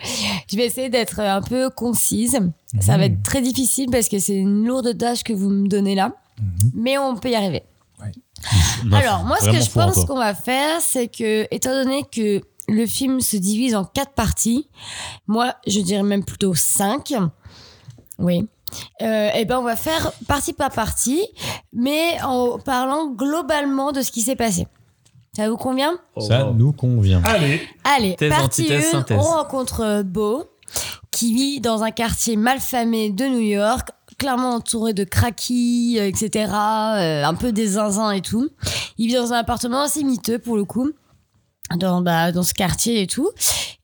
[SPEAKER 8] Je vais essayer d'être un peu concise. Ça va être très difficile parce que c'est une lourde tâche que vous me donnez là. Mais on peut y arriver.
[SPEAKER 6] Non,
[SPEAKER 8] Alors, moi, ce que
[SPEAKER 6] vraiment
[SPEAKER 8] je
[SPEAKER 6] fort,
[SPEAKER 8] pense
[SPEAKER 6] toi.
[SPEAKER 8] qu'on va faire, c'est que, étant donné que le film se divise en quatre parties, moi, je dirais même plutôt cinq. Oui. Euh, eh ben, on va faire partie par partie, mais en parlant globalement de ce qui s'est passé. Ça vous convient
[SPEAKER 6] Ça nous convient.
[SPEAKER 4] Allez,
[SPEAKER 8] Allez,
[SPEAKER 7] Thèse,
[SPEAKER 8] partie
[SPEAKER 7] antithèse,
[SPEAKER 8] 1,
[SPEAKER 7] synthèse.
[SPEAKER 8] on rencontre euh, Beau, qui vit dans un quartier malfamé de New York, clairement entouré de craquis, euh, etc., euh, un peu des zinzins et tout. Il vit dans un appartement assez miteux, pour le coup, dans, bah, dans ce quartier et tout.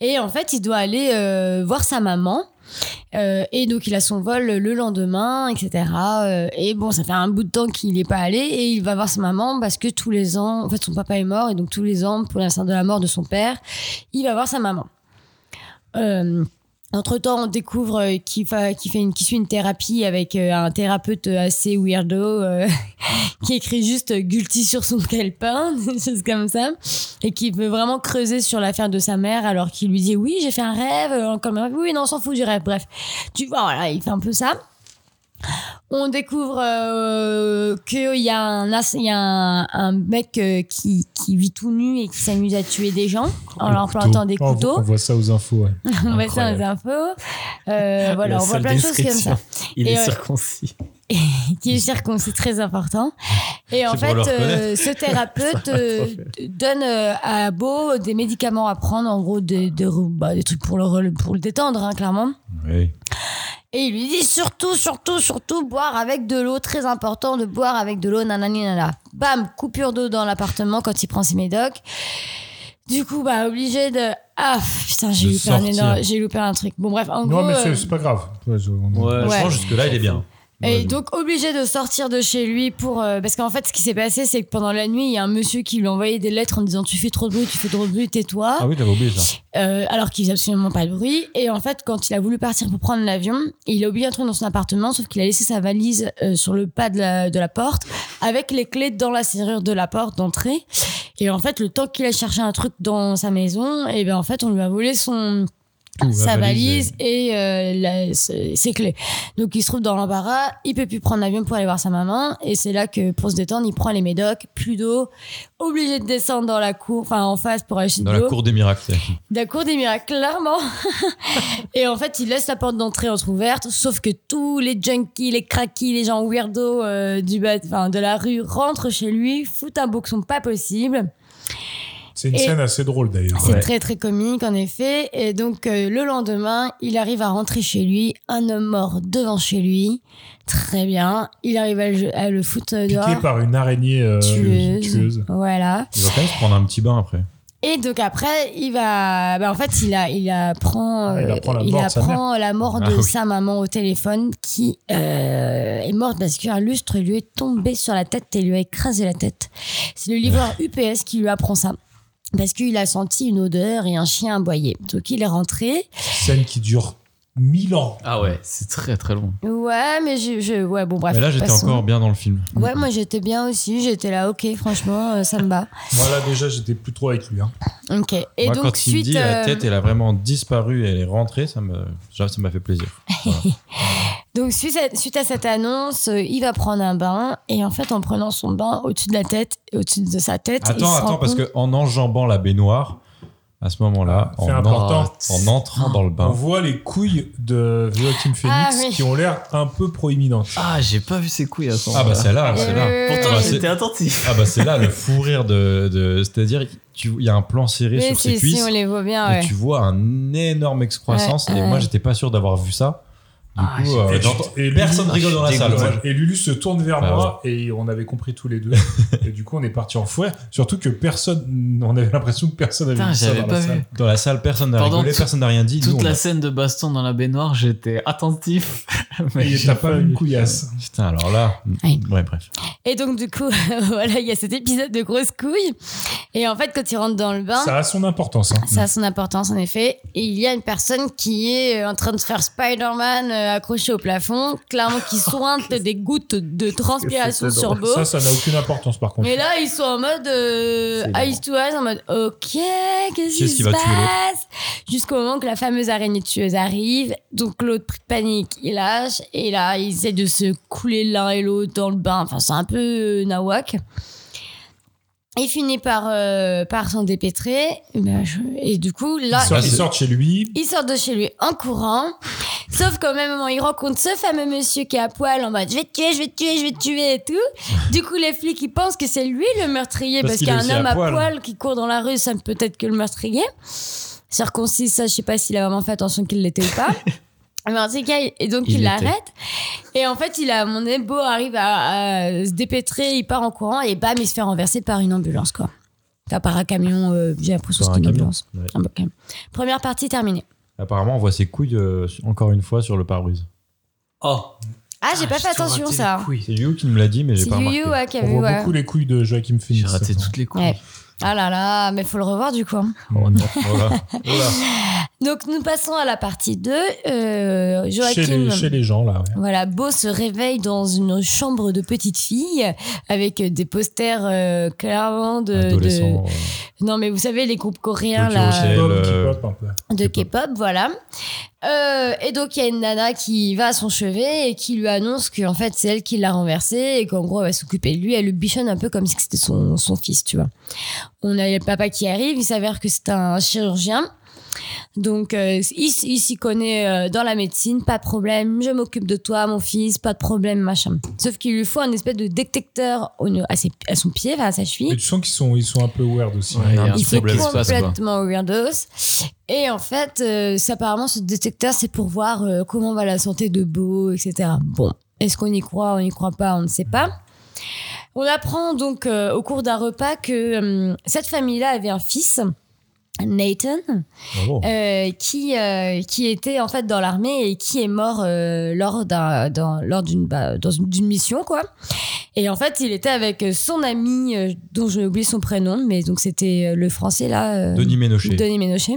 [SPEAKER 8] Et en fait, il doit aller euh, voir sa maman. Euh, et donc, il a son vol le lendemain, etc. Euh, et bon, ça fait un bout de temps qu'il n'est pas allé. Et il va voir sa maman parce que tous les ans, en fait, son papa est mort. Et donc, tous les ans, pour l'instant de la mort de son père, il va voir sa maman. Euh, entre-temps, on découvre euh, qu'il fa- qu'il fait une, qu'il suit une thérapie avec euh, un thérapeute assez weirdo euh, *laughs* qui écrit juste euh, Guilty sur son calepin, *laughs* des choses comme ça, et qui veut vraiment creuser sur l'affaire de sa mère alors qu'il lui dit Oui, j'ai fait un rêve, euh, comme un- oui, non, on s'en fout du rêve. Bref, tu vois, voilà, il fait un peu ça. On découvre euh, qu'il y a un, as- il y a un, un mec euh, qui, qui vit tout nu et qui s'amuse à tuer des gens en
[SPEAKER 4] Au
[SPEAKER 8] Ah, leur
[SPEAKER 4] couteau.
[SPEAKER 8] plantant des
[SPEAKER 4] Oh, on
[SPEAKER 8] couteaux.
[SPEAKER 4] voit- On voit ça aux infos.
[SPEAKER 8] *laughs*
[SPEAKER 4] ouais.
[SPEAKER 6] *laughs*
[SPEAKER 8] On va faire des infos. Euh, voilà, on voit plein de choses comme ça.
[SPEAKER 7] Il
[SPEAKER 8] Et,
[SPEAKER 7] est
[SPEAKER 8] euh,
[SPEAKER 7] circoncis.
[SPEAKER 8] qui est circon, c'est très important. Et en
[SPEAKER 6] C'est pour
[SPEAKER 8] fait,
[SPEAKER 6] le
[SPEAKER 8] euh,
[SPEAKER 6] reconnaître.
[SPEAKER 8] ce
[SPEAKER 6] *laughs*
[SPEAKER 8] thérapeute
[SPEAKER 6] Ça m'a
[SPEAKER 8] euh,
[SPEAKER 6] trop
[SPEAKER 8] donne euh, à Beau des médicaments à prendre, en gros des, des- bah, des trucs pour le, rel- pour le détendre, hein, clairement.
[SPEAKER 6] Oui.
[SPEAKER 8] Et il lui dit surtout, surtout, surtout boire avec de l'eau, très important de boire avec de l'eau, nanani, nanana. Bam, coupure d'eau dans l'appartement quand il prend ses médocs. Du coup, bah, obligé de. Ah, putain, j'ai
[SPEAKER 6] De
[SPEAKER 8] loupé, un
[SPEAKER 6] sortir.
[SPEAKER 8] énorme- j'ai loupé un truc. Bon, bref, en
[SPEAKER 4] Non,
[SPEAKER 8] gros.
[SPEAKER 4] mais c'est-
[SPEAKER 8] euh,
[SPEAKER 4] c'est pas grave. Ouais, je- on-
[SPEAKER 6] Ouais,
[SPEAKER 8] Ouais. Oh.
[SPEAKER 6] je pense jusque-là, il est bien.
[SPEAKER 8] et donc obligé de sortir de chez lui pour euh, parce qu'en fait ce qui s'est passé c'est que pendant la nuit il y a un monsieur qui lui envoyait des lettres en disant tu fais trop de bruit tu fais trop de bruit tais-toi
[SPEAKER 6] Ah oui, j'avais oublié ça.
[SPEAKER 8] Euh, alors qu'il faisait absolument pas de bruit et en fait quand il a voulu partir pour prendre l'avion il a oublié un truc dans son appartement sauf qu'il a laissé sa valise euh, sur le pas de la, de la porte avec les clés dans la serrure de la porte d'entrée et en fait le temps qu'il a cherché un truc dans sa maison et ben en fait on lui a volé son
[SPEAKER 2] Tout, la
[SPEAKER 8] sa
[SPEAKER 2] valise
[SPEAKER 8] valise et euh, la- ses ses clés. Donc il se trouve dans l'embarras, il peut plus prendre l'avion pour aller voir sa maman et c'est là que pour se détendre, il prend les médocs, plus d'eau, obligé de descendre dans la cour, enfin en face pour acheter
[SPEAKER 6] Dans
[SPEAKER 8] de
[SPEAKER 6] la
[SPEAKER 8] l'eau.
[SPEAKER 6] cour des miracles.
[SPEAKER 8] Dans la cour des miracles,
[SPEAKER 6] *laughs*
[SPEAKER 8] clairement. et en fait, il laisse la porte d'entrée entrouverte, sauf que tous les junkies, les craquis, les gens weirdos euh, du bat, enfin, de la rue rentrent chez lui, foutent un boxon pas possible.
[SPEAKER 4] C'est une
[SPEAKER 8] Et-
[SPEAKER 4] scène assez drôle d'ailleurs.
[SPEAKER 8] C'est très très comique en effet. Et donc euh, le lendemain, il arrive à rentrer chez lui, un homme mort devant chez lui. Très bien. Il arrive à le, à le foutre
[SPEAKER 4] Piqué
[SPEAKER 8] dehors.
[SPEAKER 4] par une araignée euh,
[SPEAKER 8] Tueuse.
[SPEAKER 4] tueuse.
[SPEAKER 8] Voilà.
[SPEAKER 6] Il va quand même se prendre un petit bain après.
[SPEAKER 8] Et donc après, il va, bah, en fait, il a, il apprend,
[SPEAKER 6] Ah, il
[SPEAKER 8] euh,
[SPEAKER 6] apprend la
[SPEAKER 8] il
[SPEAKER 6] mort de sa
[SPEAKER 8] apprend
[SPEAKER 6] mère.
[SPEAKER 8] la mort de
[SPEAKER 6] Ah oui.
[SPEAKER 8] sa maman au téléphone, qui euh, est morte parce qu'un lustre lui est tombé sur la tête et lui a écrasé la tête. C'est le livreur UPS qui lui apprend ça. Parce qu'il a senti une odeur et un chien aboyer. Donc il est rentré.
[SPEAKER 4] Scène qui dure mille
[SPEAKER 8] *laughs*
[SPEAKER 4] ans.
[SPEAKER 7] Ah ouais, c'est très très long.
[SPEAKER 8] Ouais, mais je, je- ouais, bon bref.
[SPEAKER 6] Mais là, j'étais
[SPEAKER 8] passons.
[SPEAKER 6] encore bien dans le film.
[SPEAKER 8] Ouais, moi j'étais bien aussi. J'étais là, ok, franchement, euh, ça me bat.
[SPEAKER 4] Moi là déjà j'étais plus trop avec lui. hein.
[SPEAKER 8] Ok. Et
[SPEAKER 6] Moi,
[SPEAKER 8] donc
[SPEAKER 6] quand il me
[SPEAKER 8] suite.
[SPEAKER 6] dit la
[SPEAKER 8] euh,
[SPEAKER 6] tête, elle a vraiment disparu et elle est rentrée, ça me, genre, ça m'a fait
[SPEAKER 8] *laughs*
[SPEAKER 6] plaisir.
[SPEAKER 8] Donc suite à, suite à cette annonce, euh, il va prendre un bain et en fait en prenant son bain au-dessus de la tête, au-dessus de sa tête, il
[SPEAKER 6] Attends,
[SPEAKER 8] se rend
[SPEAKER 6] attends, parce
[SPEAKER 8] compte-
[SPEAKER 6] que en enjambant la baignoire, à ce moment-là,
[SPEAKER 4] C'est
[SPEAKER 6] en,
[SPEAKER 7] Ah,
[SPEAKER 4] important.
[SPEAKER 6] en- en entrant dans le
[SPEAKER 4] On
[SPEAKER 6] bain,
[SPEAKER 4] voit les couilles de Joaquin Phoenix
[SPEAKER 8] Ah, oui.
[SPEAKER 4] qui ont l'air un peu proéminentes.
[SPEAKER 7] Ah j'ai pas vu ses couilles à ce
[SPEAKER 6] Ah bah
[SPEAKER 7] moment-là.
[SPEAKER 6] c'est là, c'est là.
[SPEAKER 8] Euh,
[SPEAKER 7] oui, oui,
[SPEAKER 6] Ah
[SPEAKER 7] oui.
[SPEAKER 6] bah,
[SPEAKER 7] J'étais
[SPEAKER 6] c'est-
[SPEAKER 7] attentif.
[SPEAKER 6] Ah bah c'est là le fou rire de, de- c'est-à-dire tu il y a un plan serré
[SPEAKER 8] Mais
[SPEAKER 6] sur ses
[SPEAKER 8] si,
[SPEAKER 6] cuisses
[SPEAKER 8] si, on les voit bien,
[SPEAKER 6] et
[SPEAKER 8] ouais.
[SPEAKER 6] tu vois un énorme excroissance
[SPEAKER 8] Ouais,
[SPEAKER 6] et
[SPEAKER 8] ouais.
[SPEAKER 6] moi j'étais pas sûr d'avoir vu ça. Du coup, euh,
[SPEAKER 4] Et
[SPEAKER 6] j'entends-
[SPEAKER 4] tu- Ah et Lulu-
[SPEAKER 6] personne rigole dans la
[SPEAKER 4] et
[SPEAKER 6] salle.
[SPEAKER 4] Lulu-
[SPEAKER 6] moi.
[SPEAKER 4] Et Lulu se tourne vers
[SPEAKER 6] Bah
[SPEAKER 4] moi et on avait compris tous
[SPEAKER 6] *laughs*
[SPEAKER 4] les deux. et du coup, on est parti en fouet. Surtout que personne, on avait l'impression que personne avait
[SPEAKER 7] Putain,
[SPEAKER 4] vu ça
[SPEAKER 7] j'avais
[SPEAKER 4] dans
[SPEAKER 7] pas
[SPEAKER 4] la
[SPEAKER 7] vu.
[SPEAKER 4] salle.
[SPEAKER 6] Dans la salle, personne n'a
[SPEAKER 7] Pendant
[SPEAKER 6] rigolé,
[SPEAKER 7] tout-
[SPEAKER 6] personne n'a rien dit.
[SPEAKER 7] Toute
[SPEAKER 6] Nous, on
[SPEAKER 7] la
[SPEAKER 6] a-
[SPEAKER 7] scène de baston dans la baignoire, j'étais attentif. *laughs*
[SPEAKER 4] Et
[SPEAKER 7] j'ai
[SPEAKER 4] t'as pas
[SPEAKER 7] pas
[SPEAKER 4] vu une
[SPEAKER 7] vu.
[SPEAKER 4] couillasse.
[SPEAKER 6] Putain, alors là,
[SPEAKER 8] Ouais.
[SPEAKER 6] ouais, bref.
[SPEAKER 8] Et donc du coup, *laughs* voilà, il y a cet épisode de grosses couilles. Et en fait, quand il rentre dans le bain,
[SPEAKER 4] Ça a son importance. hein.
[SPEAKER 8] ça a son importance en effet. Et il y a une personne qui est euh, en train de faire Spider-Man euh, accroché au plafond, clairement
[SPEAKER 6] *laughs*
[SPEAKER 8] qui sointe des gouttes de transpiration
[SPEAKER 4] C'est
[SPEAKER 8] sur
[SPEAKER 4] drôle.
[SPEAKER 8] Beau.
[SPEAKER 4] Ça, ça n'a aucune importance par contre.
[SPEAKER 8] Et là, ils sont en mode euh,
[SPEAKER 4] C'est
[SPEAKER 8] eyes to eyes, en mode ok, qu'est-ce qui
[SPEAKER 4] Qu'est-ce
[SPEAKER 8] se
[SPEAKER 4] qui va
[SPEAKER 8] passe
[SPEAKER 4] tuer
[SPEAKER 8] Jusqu'au moment que la fameuse araignée tueuse arrive. Donc l'autre pris de panique, il lâche. Et là, ils essaient de se couler l'un et l'autre dans le bain. Enfin, c'est un peu euh, nawak. Il finit par, euh, par s'en dépêtrer. Et, ben, je- et du coup, là.
[SPEAKER 7] Ah,
[SPEAKER 4] il, sort, il sort de chez lui.
[SPEAKER 8] Il sort de chez lui en courant. Sauf qu'au même moment, il rencontre ce fameux monsieur qui est à poil en mode je vais te tuer, je vais te tuer, je vais te tuer et tout. Du coup, les flics, ils pensent que c'est lui le meurtrier
[SPEAKER 2] Parce
[SPEAKER 8] parce,
[SPEAKER 2] qu'il
[SPEAKER 8] qu'il y
[SPEAKER 2] est
[SPEAKER 8] a un
[SPEAKER 2] aussi
[SPEAKER 8] homme
[SPEAKER 2] à
[SPEAKER 8] à poil.
[SPEAKER 2] poil.
[SPEAKER 8] qui court dans la rue, ça peut être que le meurtrier. Circoncis, ça, je sais pas s'il a vraiment fait attention qu'il l'était
[SPEAKER 2] *laughs*
[SPEAKER 8] ou pas. Mais en tout cas, il- et donc
[SPEAKER 2] Il
[SPEAKER 8] il
[SPEAKER 2] l'était.
[SPEAKER 8] l'arrête. Et en fait, il a mon beau arrive à, à se dépêtrer, il part en courant et bam, il se fait renverser par une ambulance, quoi. Enfin, par un camion, euh, j'ai l'impression que
[SPEAKER 6] Par
[SPEAKER 8] c'était
[SPEAKER 6] un
[SPEAKER 8] une
[SPEAKER 6] camion,
[SPEAKER 8] ambulance.
[SPEAKER 6] ouais.
[SPEAKER 8] Un camion. Première partie terminée.
[SPEAKER 6] Apparemment, on voit ses couilles euh, encore une fois sur le pare-brise.
[SPEAKER 7] Oh.
[SPEAKER 8] Ah, j'ai pas fait attention ça.
[SPEAKER 6] C'est You qui me l'a dit, mais j'ai
[SPEAKER 8] C'est
[SPEAKER 6] pas
[SPEAKER 8] You,
[SPEAKER 6] remarqué.
[SPEAKER 8] ouais, qui a On vu, voit ouais. beaucoup
[SPEAKER 4] les couilles de Joachim Phoenix.
[SPEAKER 6] J'ai raté
[SPEAKER 7] toutes les
[SPEAKER 8] Ouais. Ah là là, mais faut le revoir du coup. hein.
[SPEAKER 6] Oh non, *laughs* voilà. Voilà.
[SPEAKER 8] Donc nous passons à la partie 2. Euh, Joachim.
[SPEAKER 4] Chez les, chez les gens là. ouais.
[SPEAKER 8] Voilà, Beau se réveille dans une chambre de petite fille avec des posters euh, clairement de, de.
[SPEAKER 6] Adolescent, euh,
[SPEAKER 8] Non, mais vous savez, les groupes coréens
[SPEAKER 6] Tokyo
[SPEAKER 8] là.
[SPEAKER 6] Hotel,
[SPEAKER 4] Pop,
[SPEAKER 6] euh,
[SPEAKER 4] K-pop, un peu.
[SPEAKER 8] de K-pop, voilà. Euh, et donc il y a une nana qui va à son chevet et qui lui annonce qu'en fait c'est elle qui l'a renversé et qu'en gros elle va s'occuper de lui, elle le bichonne un peu comme si c'était son, son fils, tu vois. On a le papa qui arrive, il s'avère que c'est un chirurgien Donc, euh, il, s- il s'y connaît euh, dans la médecine, pas de problème, je m'occupe de toi, mon fils, pas de problème, machin. Sauf qu'il lui faut un espèce de détecteur au, neu- à, ses- à son pied, enfin, à sa cheville.
[SPEAKER 6] Mais tu sens qu'ils sont, ils sont un peu weird aussi.
[SPEAKER 7] Ouais, il y a un
[SPEAKER 8] Il
[SPEAKER 7] petit
[SPEAKER 8] fait
[SPEAKER 7] problème. qui se passe, quoi.
[SPEAKER 8] complètement weirdos. Et en fait, euh, ça, apparemment, ce détecteur, c'est pour voir euh, comment va la santé de Beau, etc. Bon, est-ce qu'on y croit, on n'y croit pas, on ne sait pas. On apprend donc euh, au cours d'un repas que hum, cette famille-là avait un fils, Nathan,
[SPEAKER 13] Bravo.
[SPEAKER 8] euh, qui, euh, qui était en fait dans l'armée et qui est mort euh, lors d'un, dans, lors d'une, bah, dans une, d'une mission, quoi. Et en fait, il était avec son ami, euh, dont j'ai oublié son prénom, mais donc c'était euh, le français là. euh,
[SPEAKER 13] Denis Ménochet.
[SPEAKER 8] Denis Ménochet,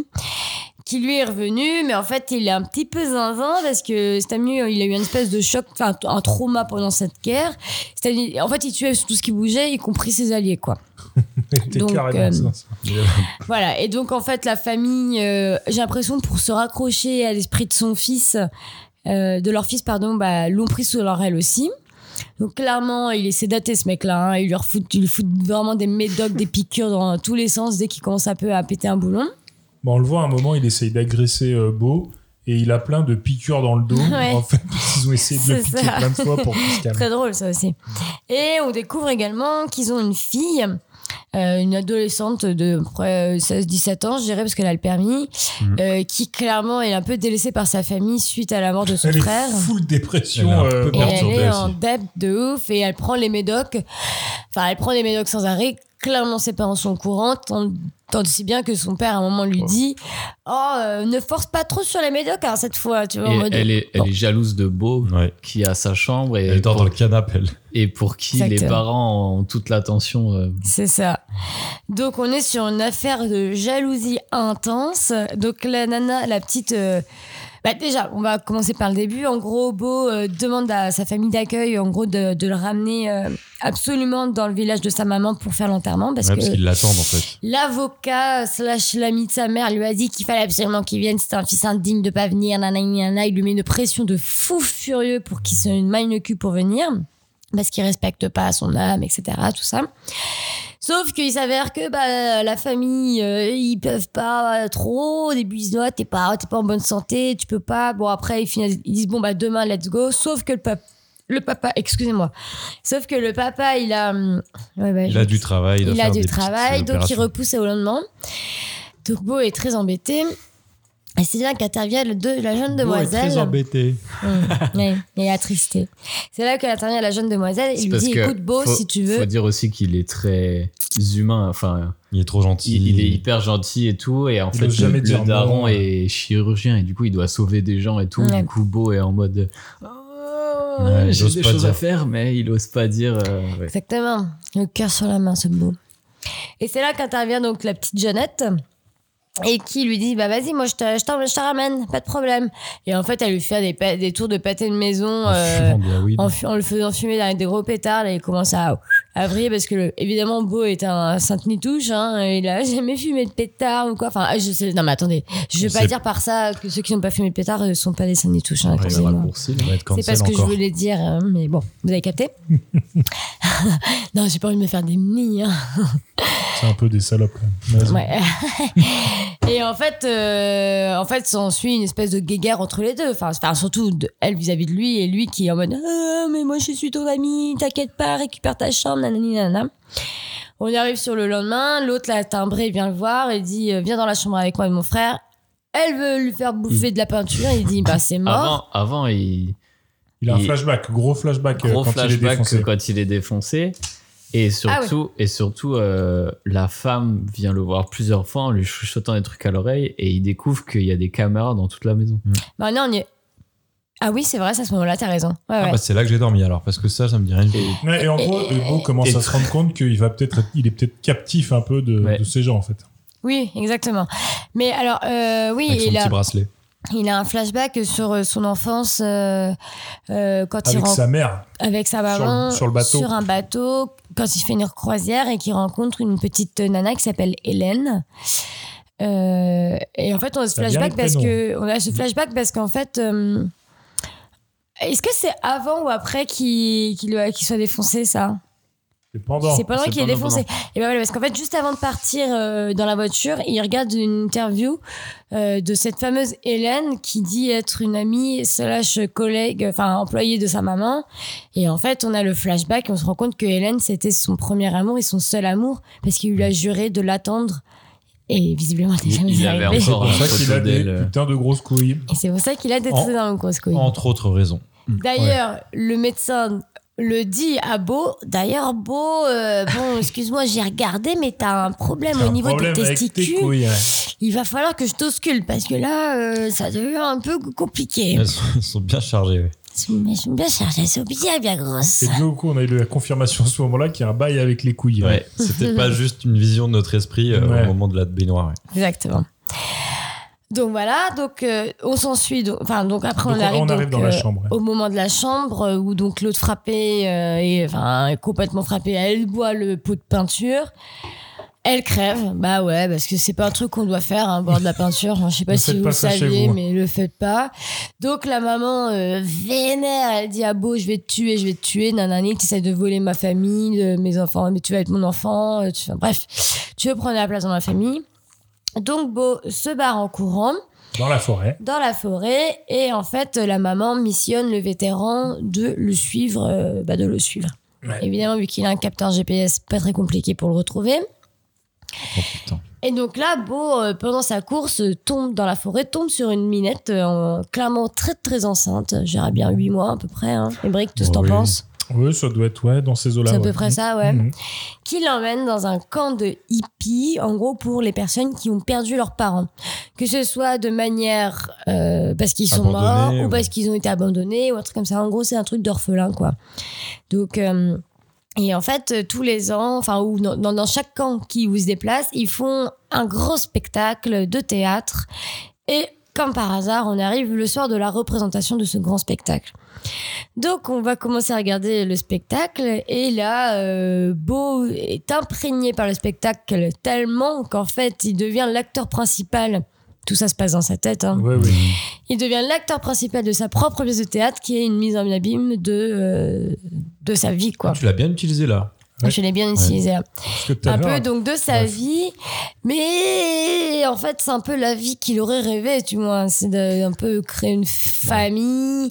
[SPEAKER 8] Qui lui est revenu, mais en fait, il est un petit peu zinzin parce que cet ami, euh, il a eu une espèce de choc, enfin, un trauma pendant cette guerre. C'est-à-dire, en fait, il tuait tout ce qui bougeait, y compris ses alliés, quoi.
[SPEAKER 6] T'es
[SPEAKER 8] Donc,
[SPEAKER 6] carrément
[SPEAKER 8] euh,
[SPEAKER 6] ça, ça.
[SPEAKER 8] Voilà, et donc en fait, la famille, euh, j'ai l'impression, pour se raccrocher à l'esprit de son fils, euh, de leur fils, pardon, bah, l'ont pris sous leur aile aussi. Donc clairement, il est sédaté ce mec-là, hein. il leur fout, il lui fout vraiment des médocs, des piqûres dans tous les sens dès qu'il commence un peu à péter un boulon.
[SPEAKER 6] Bah, on le voit à un moment, il essaye d'agresser euh, Beau et il a plein de piqûres dans le dos.
[SPEAKER 8] *laughs* Ouais.
[SPEAKER 6] En fait, parce qu'ils ont essayé de le
[SPEAKER 8] C'est
[SPEAKER 6] piquer
[SPEAKER 8] ça.
[SPEAKER 6] plein de fois pour
[SPEAKER 8] *laughs*
[SPEAKER 6] qu'il se calme.
[SPEAKER 8] Très drôle ça aussi. Et on découvre également qu'ils ont une fille, euh, une adolescente de à peu près 16-17 ans, je dirais, parce qu'elle a le permis,
[SPEAKER 6] Mm.
[SPEAKER 8] euh, qui clairement est un peu délaissée par sa famille suite à la mort de son
[SPEAKER 6] Elle
[SPEAKER 8] frère.
[SPEAKER 6] est full dépression.
[SPEAKER 13] Elle est un
[SPEAKER 6] euh,
[SPEAKER 13] peu
[SPEAKER 8] Et elle
[SPEAKER 13] perturbée
[SPEAKER 8] est en
[SPEAKER 13] aussi.
[SPEAKER 8] dette de ouf et elle prend les médocs. Enfin, elle prend les médocs sans arrêt. Clairement, ses parents sont au courant. Tant, tant si bien que son père, à un moment, lui dit Oh, euh, ne force pas trop sur les médocs hein, cette fois. Tu vois, en
[SPEAKER 7] Et
[SPEAKER 8] mode-
[SPEAKER 7] elle, est, elle est jalouse de Beau
[SPEAKER 13] Ouais.
[SPEAKER 7] qui a sa chambre et,
[SPEAKER 13] Elle dort dans
[SPEAKER 7] pour,
[SPEAKER 13] le canapé. elle.
[SPEAKER 7] et pour qui les
[SPEAKER 8] Exactement.
[SPEAKER 7] parents ont toute l'attention. euh,
[SPEAKER 8] C'est ça. Donc on est sur une affaire de jalousie intense. Donc la nana, la petite... euh, bah déjà, on va commencer par le début. En gros, Beau euh, demande à sa famille d'accueil, en gros, de, de le ramener euh, absolument dans le village de sa maman pour faire l'enterrement. Parce
[SPEAKER 13] Ouais,
[SPEAKER 8] que
[SPEAKER 13] parce qu'ils l'attendent en fait.
[SPEAKER 8] l'avocat slash l'ami de sa mère lui a dit qu'il fallait absolument qu'il vienne. C'était un fils indigne de pas venir. Nanana, nanana. Il lui met une pression de fou furieux pour qu'il se maille le cul pour venir. Parce qu'il respecte pas son âme, etc. Tout ça. Sauf qu'il s'avère que bah, la famille, euh, ils peuvent pas euh, trop. Au début, ils disent Ouais, t'es pas, t'es pas en bonne santé, tu peux pas. Bon, après, ils, finissent- ils disent Bon, bah, demain, let's go. Sauf que le papa. Le papa, excusez-moi. Sauf que le papa, il a. hum, ouais, bah,
[SPEAKER 13] Il
[SPEAKER 8] je-
[SPEAKER 13] a du travail. doit
[SPEAKER 8] il a
[SPEAKER 13] faire
[SPEAKER 8] du
[SPEAKER 13] des petites
[SPEAKER 8] travail, donc il
[SPEAKER 13] opérations.
[SPEAKER 8] repousse au lendemain. Donc Beau est très embêté. Et c'est là qu'intervient le deux- la jeune
[SPEAKER 13] Beau est
[SPEAKER 8] demoiselle.
[SPEAKER 13] très embêté.
[SPEAKER 8] Mmh, ouais, et attristée. C'est là qu'intervient la jeune demoiselle et
[SPEAKER 7] c'est
[SPEAKER 8] lui
[SPEAKER 7] parce
[SPEAKER 8] dit
[SPEAKER 7] que
[SPEAKER 8] écoute Beau,
[SPEAKER 7] faut-
[SPEAKER 8] si tu
[SPEAKER 7] faut
[SPEAKER 8] veux.
[SPEAKER 7] dire aussi qu'il est très humain. Enfin,
[SPEAKER 13] Il est trop gentil.
[SPEAKER 7] il, il est hyper gentil et tout. Et en
[SPEAKER 6] Il
[SPEAKER 7] fait,
[SPEAKER 6] ose jamais
[SPEAKER 7] le, le
[SPEAKER 6] dire non. hein.
[SPEAKER 7] daron est chirurgien et du coup, il doit sauver des gens et tout.
[SPEAKER 8] Ouais.
[SPEAKER 7] Du coup, Beau est en mode. Ah,
[SPEAKER 13] Ouais, il
[SPEAKER 7] J'ai
[SPEAKER 13] ose
[SPEAKER 7] des
[SPEAKER 13] pas
[SPEAKER 7] choses à
[SPEAKER 13] dire.
[SPEAKER 7] faire, mais il ose pas dire. euh, ouais.
[SPEAKER 8] Exactement. Le cœur sur la main, ce Beau. Et c'est là qu'intervient donc la petite Jeannette. Et qui lui dit, bah vas-y, moi je te, je t'en- je te ramène, pas de problème. Et en fait, elle lui fait des, pa- des tours de pâté de maison.
[SPEAKER 13] Oh,
[SPEAKER 8] euh,
[SPEAKER 13] Fumant de la weed.
[SPEAKER 8] en, fu- en le faisant fumer avec des gros pétards, là, il commence à, à vriller parce que, le- évidemment, Beau est un sainte nitouche, hein, il a *laughs* jamais fumé de pétard ou quoi. Enfin, ah, je sais, non, mais attendez, je vais
[SPEAKER 13] C'est-
[SPEAKER 8] pas dire par ça que ceux qui n'ont pas fumé de pétard ne sont pas des sainte nitouches. hein,
[SPEAKER 13] Ouais,
[SPEAKER 8] excusez-moi.
[SPEAKER 13] il va raccourcir, il va être
[SPEAKER 8] c'est pas ce
[SPEAKER 13] cancel
[SPEAKER 8] que je
[SPEAKER 13] encore.
[SPEAKER 8] voulais dire, hein, mais bon, vous avez capté. *laughs* non, j'ai pas envie de me faire des nids. hein.
[SPEAKER 6] C'est un peu des salopes quand même. Mais vas-y.
[SPEAKER 8] Ouais. *laughs* et en fait, euh, en fait, s'ensuit une espèce de guéguerre entre les deux. Enfin, enfin, surtout de- elle vis-à-vis de lui et lui qui est en mode Ah, mais moi je suis ton ami, t'inquiète pas, récupère ta chambre, nanani nanana. On arrive sur le lendemain, l'autre l'a timbré, vient le voir et dit euh, viens dans la chambre avec moi et mon frère. Elle veut lui faire bouffer de la peinture, il dit bah c'est mort.
[SPEAKER 7] Avant, avant, il.
[SPEAKER 6] Il a un
[SPEAKER 7] il-
[SPEAKER 6] flashback, gros flashback euh,
[SPEAKER 7] gros
[SPEAKER 6] quand il est
[SPEAKER 7] flashback
[SPEAKER 6] défoncé.
[SPEAKER 7] quand il est défoncé. Et surtout, et surtout euh, la femme vient le voir plusieurs fois en lui chuchotant des trucs à l'oreille et il découvre qu'il y a des caméras dans toute la maison.
[SPEAKER 8] Maintenant Bah, on y est. Ah oui c'est vrai, c'est à ce moment-là t'as raison. Ouais,
[SPEAKER 13] Ah
[SPEAKER 8] ouais.
[SPEAKER 13] bah c'est là que j'ai dormi alors, parce que ça, ça me dit rien.
[SPEAKER 7] Et
[SPEAKER 6] Ouais, et en gros,
[SPEAKER 8] Et-
[SPEAKER 6] Beau commence
[SPEAKER 7] et-
[SPEAKER 6] à se rendre compte qu'il va peut-être, être- il est peut-être captif un peu de,
[SPEAKER 7] Ouais.
[SPEAKER 6] de ces gens en fait.
[SPEAKER 8] Oui exactement. Mais alors euh, oui
[SPEAKER 13] Avec son
[SPEAKER 8] il a
[SPEAKER 13] petit bracelet.
[SPEAKER 8] Il a un flashback sur euh, son enfance euh, euh, quand il
[SPEAKER 6] Avec
[SPEAKER 8] rencontre
[SPEAKER 6] sa mère.
[SPEAKER 8] avec sa
[SPEAKER 6] sur le-
[SPEAKER 8] maman
[SPEAKER 6] sur le bateau.
[SPEAKER 8] sur un bateau quand il fait une croisière et qu'il rencontre une petite nana qui s'appelle Hélène. Euh, et en fait, on a ce
[SPEAKER 6] T'as bien
[SPEAKER 8] flashback
[SPEAKER 6] les
[SPEAKER 8] parce que
[SPEAKER 6] prénoms.
[SPEAKER 8] on a ce flashback parce qu'en fait, euh, est-ce que c'est avant ou après qu'il qu'il qu'il soit défoncé ça
[SPEAKER 6] Je
[SPEAKER 4] C'est pendant.
[SPEAKER 8] C'est pendant qu'il est défoncé. Et ben voilà, parce qu'en fait, juste avant de partir euh, dans la voiture, il regarde une interview euh, de cette fameuse Hélène qui dit être une amie slash collègue, enfin employée de sa maman. Et en fait, on a le flashback et on se rend compte que Hélène, c'était son premier amour et son seul amour parce qu'il lui a juré de l'attendre. Et visiblement, elle n'est jamais
[SPEAKER 7] il avait
[SPEAKER 8] arrivée.
[SPEAKER 7] encore
[SPEAKER 4] C'est
[SPEAKER 7] un
[SPEAKER 4] pour ça qu'il a
[SPEAKER 7] photo
[SPEAKER 4] des
[SPEAKER 7] d'elle. euh,
[SPEAKER 4] putains de grosses couilles.
[SPEAKER 8] Et c'est pour ça qu'il a des très énormes grosses couilles.
[SPEAKER 6] Entre autres raisons.
[SPEAKER 8] D'ailleurs, le médecin le dit à Beau. D'ailleurs, Beau, euh,
[SPEAKER 4] *laughs*
[SPEAKER 8] bon, excuse-moi, j'ai regardé, mais t'as un problème
[SPEAKER 4] T'as
[SPEAKER 8] au
[SPEAKER 4] un
[SPEAKER 8] niveau des
[SPEAKER 4] problème avec tes
[SPEAKER 8] testicules.
[SPEAKER 4] couilles, ouais.
[SPEAKER 8] Il va falloir que je t'auscule parce que là, euh, ça devient un peu compliqué.
[SPEAKER 6] Elles sont, elles sont bien chargées. ouais.
[SPEAKER 8] Elles sont- elles sont bien chargées, elles sont bien, bien grosses.
[SPEAKER 4] Et du coup, on a eu la confirmation à ce moment-là qu'il y a un bail avec les couilles.
[SPEAKER 6] Ouais, c'était pas juste une vision de notre esprit euh,
[SPEAKER 4] Ouais.
[SPEAKER 6] au moment de la baignoire. ouais.
[SPEAKER 8] Exactement. Donc voilà, donc euh, on s'ensuit. donc- Enfin, donc après
[SPEAKER 4] Donc,
[SPEAKER 8] on arrive,
[SPEAKER 4] on arrive
[SPEAKER 8] donc, euh,
[SPEAKER 4] dans la chambre, ouais.
[SPEAKER 8] au moment de la chambre euh, où donc l'autre frappée euh, est enfin est complètement frappée. Elle boit le pot de peinture. Elle crève, bah ouais, parce que c'est pas un truc qu'on doit faire, hein, boire de la peinture. Je sais pas
[SPEAKER 4] Ne
[SPEAKER 8] si
[SPEAKER 4] faites
[SPEAKER 8] vous
[SPEAKER 4] pas
[SPEAKER 8] le
[SPEAKER 4] ça chez
[SPEAKER 8] saviez,
[SPEAKER 4] vous.
[SPEAKER 8] mais le faites pas. Donc la maman euh, vénère, elle dit à Beau, je vais te tuer, je vais te tuer, nanani, tu essaies de voler ma famille, de mes enfants, mais tu vas être mon enfant, euh, tu... enfin, bref, tu veux prendre la place dans ma famille. Donc Beau se barre en courant
[SPEAKER 4] Dans la forêt.
[SPEAKER 8] dans la forêt et en fait la maman missionne le vétéran de le suivre, euh, bah, de le suivre.
[SPEAKER 4] Ouais.
[SPEAKER 8] Évidemment vu qu'il a un capteur GPS, pas très compliqué pour le retrouver.
[SPEAKER 6] Oh putain.
[SPEAKER 8] Et donc là, Beau, euh, pendant sa course, euh, tombe dans la forêt, tombe sur une minette, euh, clairement très très enceinte, j'irais bien 8 mois à peu près. Hein. Ébrick, tout ce que t'en
[SPEAKER 4] Oui.
[SPEAKER 8] penses
[SPEAKER 4] Oui, ça doit être ouais, dans ces eaux-là.
[SPEAKER 8] C'est à peu
[SPEAKER 4] ouais.
[SPEAKER 8] près ça, ouais.
[SPEAKER 4] Mhm.
[SPEAKER 8] Qui l'emmène dans un camp de hippies, en gros pour les personnes qui ont perdu leurs parents. Que ce soit de manière euh, parce qu'ils sont morts
[SPEAKER 6] Abandonnés,
[SPEAKER 8] ou
[SPEAKER 6] ou-
[SPEAKER 8] parce qu'ils ont été abandonnés ou un truc comme ça. En gros, c'est un truc d'orphelin, quoi. Donc. euh, et en fait, euh, tous les ans, enfin, ou dans, dans- dans chaque camp qui vous se déplace, ils font un gros spectacle de théâtre. Et comme par hasard, on arrive le soir de la représentation de ce grand spectacle. Donc, on va commencer à regarder le spectacle. Et là, euh, Beau est imprégné par le spectacle tellement qu'en fait, il devient l'acteur principal. Tout ça se passe dans sa tête. hein.
[SPEAKER 6] Ah,
[SPEAKER 4] Ouais, ouais.
[SPEAKER 8] Il devient l'acteur principal de sa propre pièce de théâtre qui est une mise en abîme de, euh, de sa vie, quoi.
[SPEAKER 6] Ah, Tu l'as bien utilisé là.
[SPEAKER 4] Ouais.
[SPEAKER 8] Je l'ai bien utilisé. hein. là
[SPEAKER 4] Parce que tout à
[SPEAKER 8] un peu
[SPEAKER 4] l'heure,
[SPEAKER 8] donc de sa
[SPEAKER 4] Bref.
[SPEAKER 8] vie mais en fait c'est un peu la vie qu'il aurait rêvé tu vois hein. c'est de- un peu créer une famille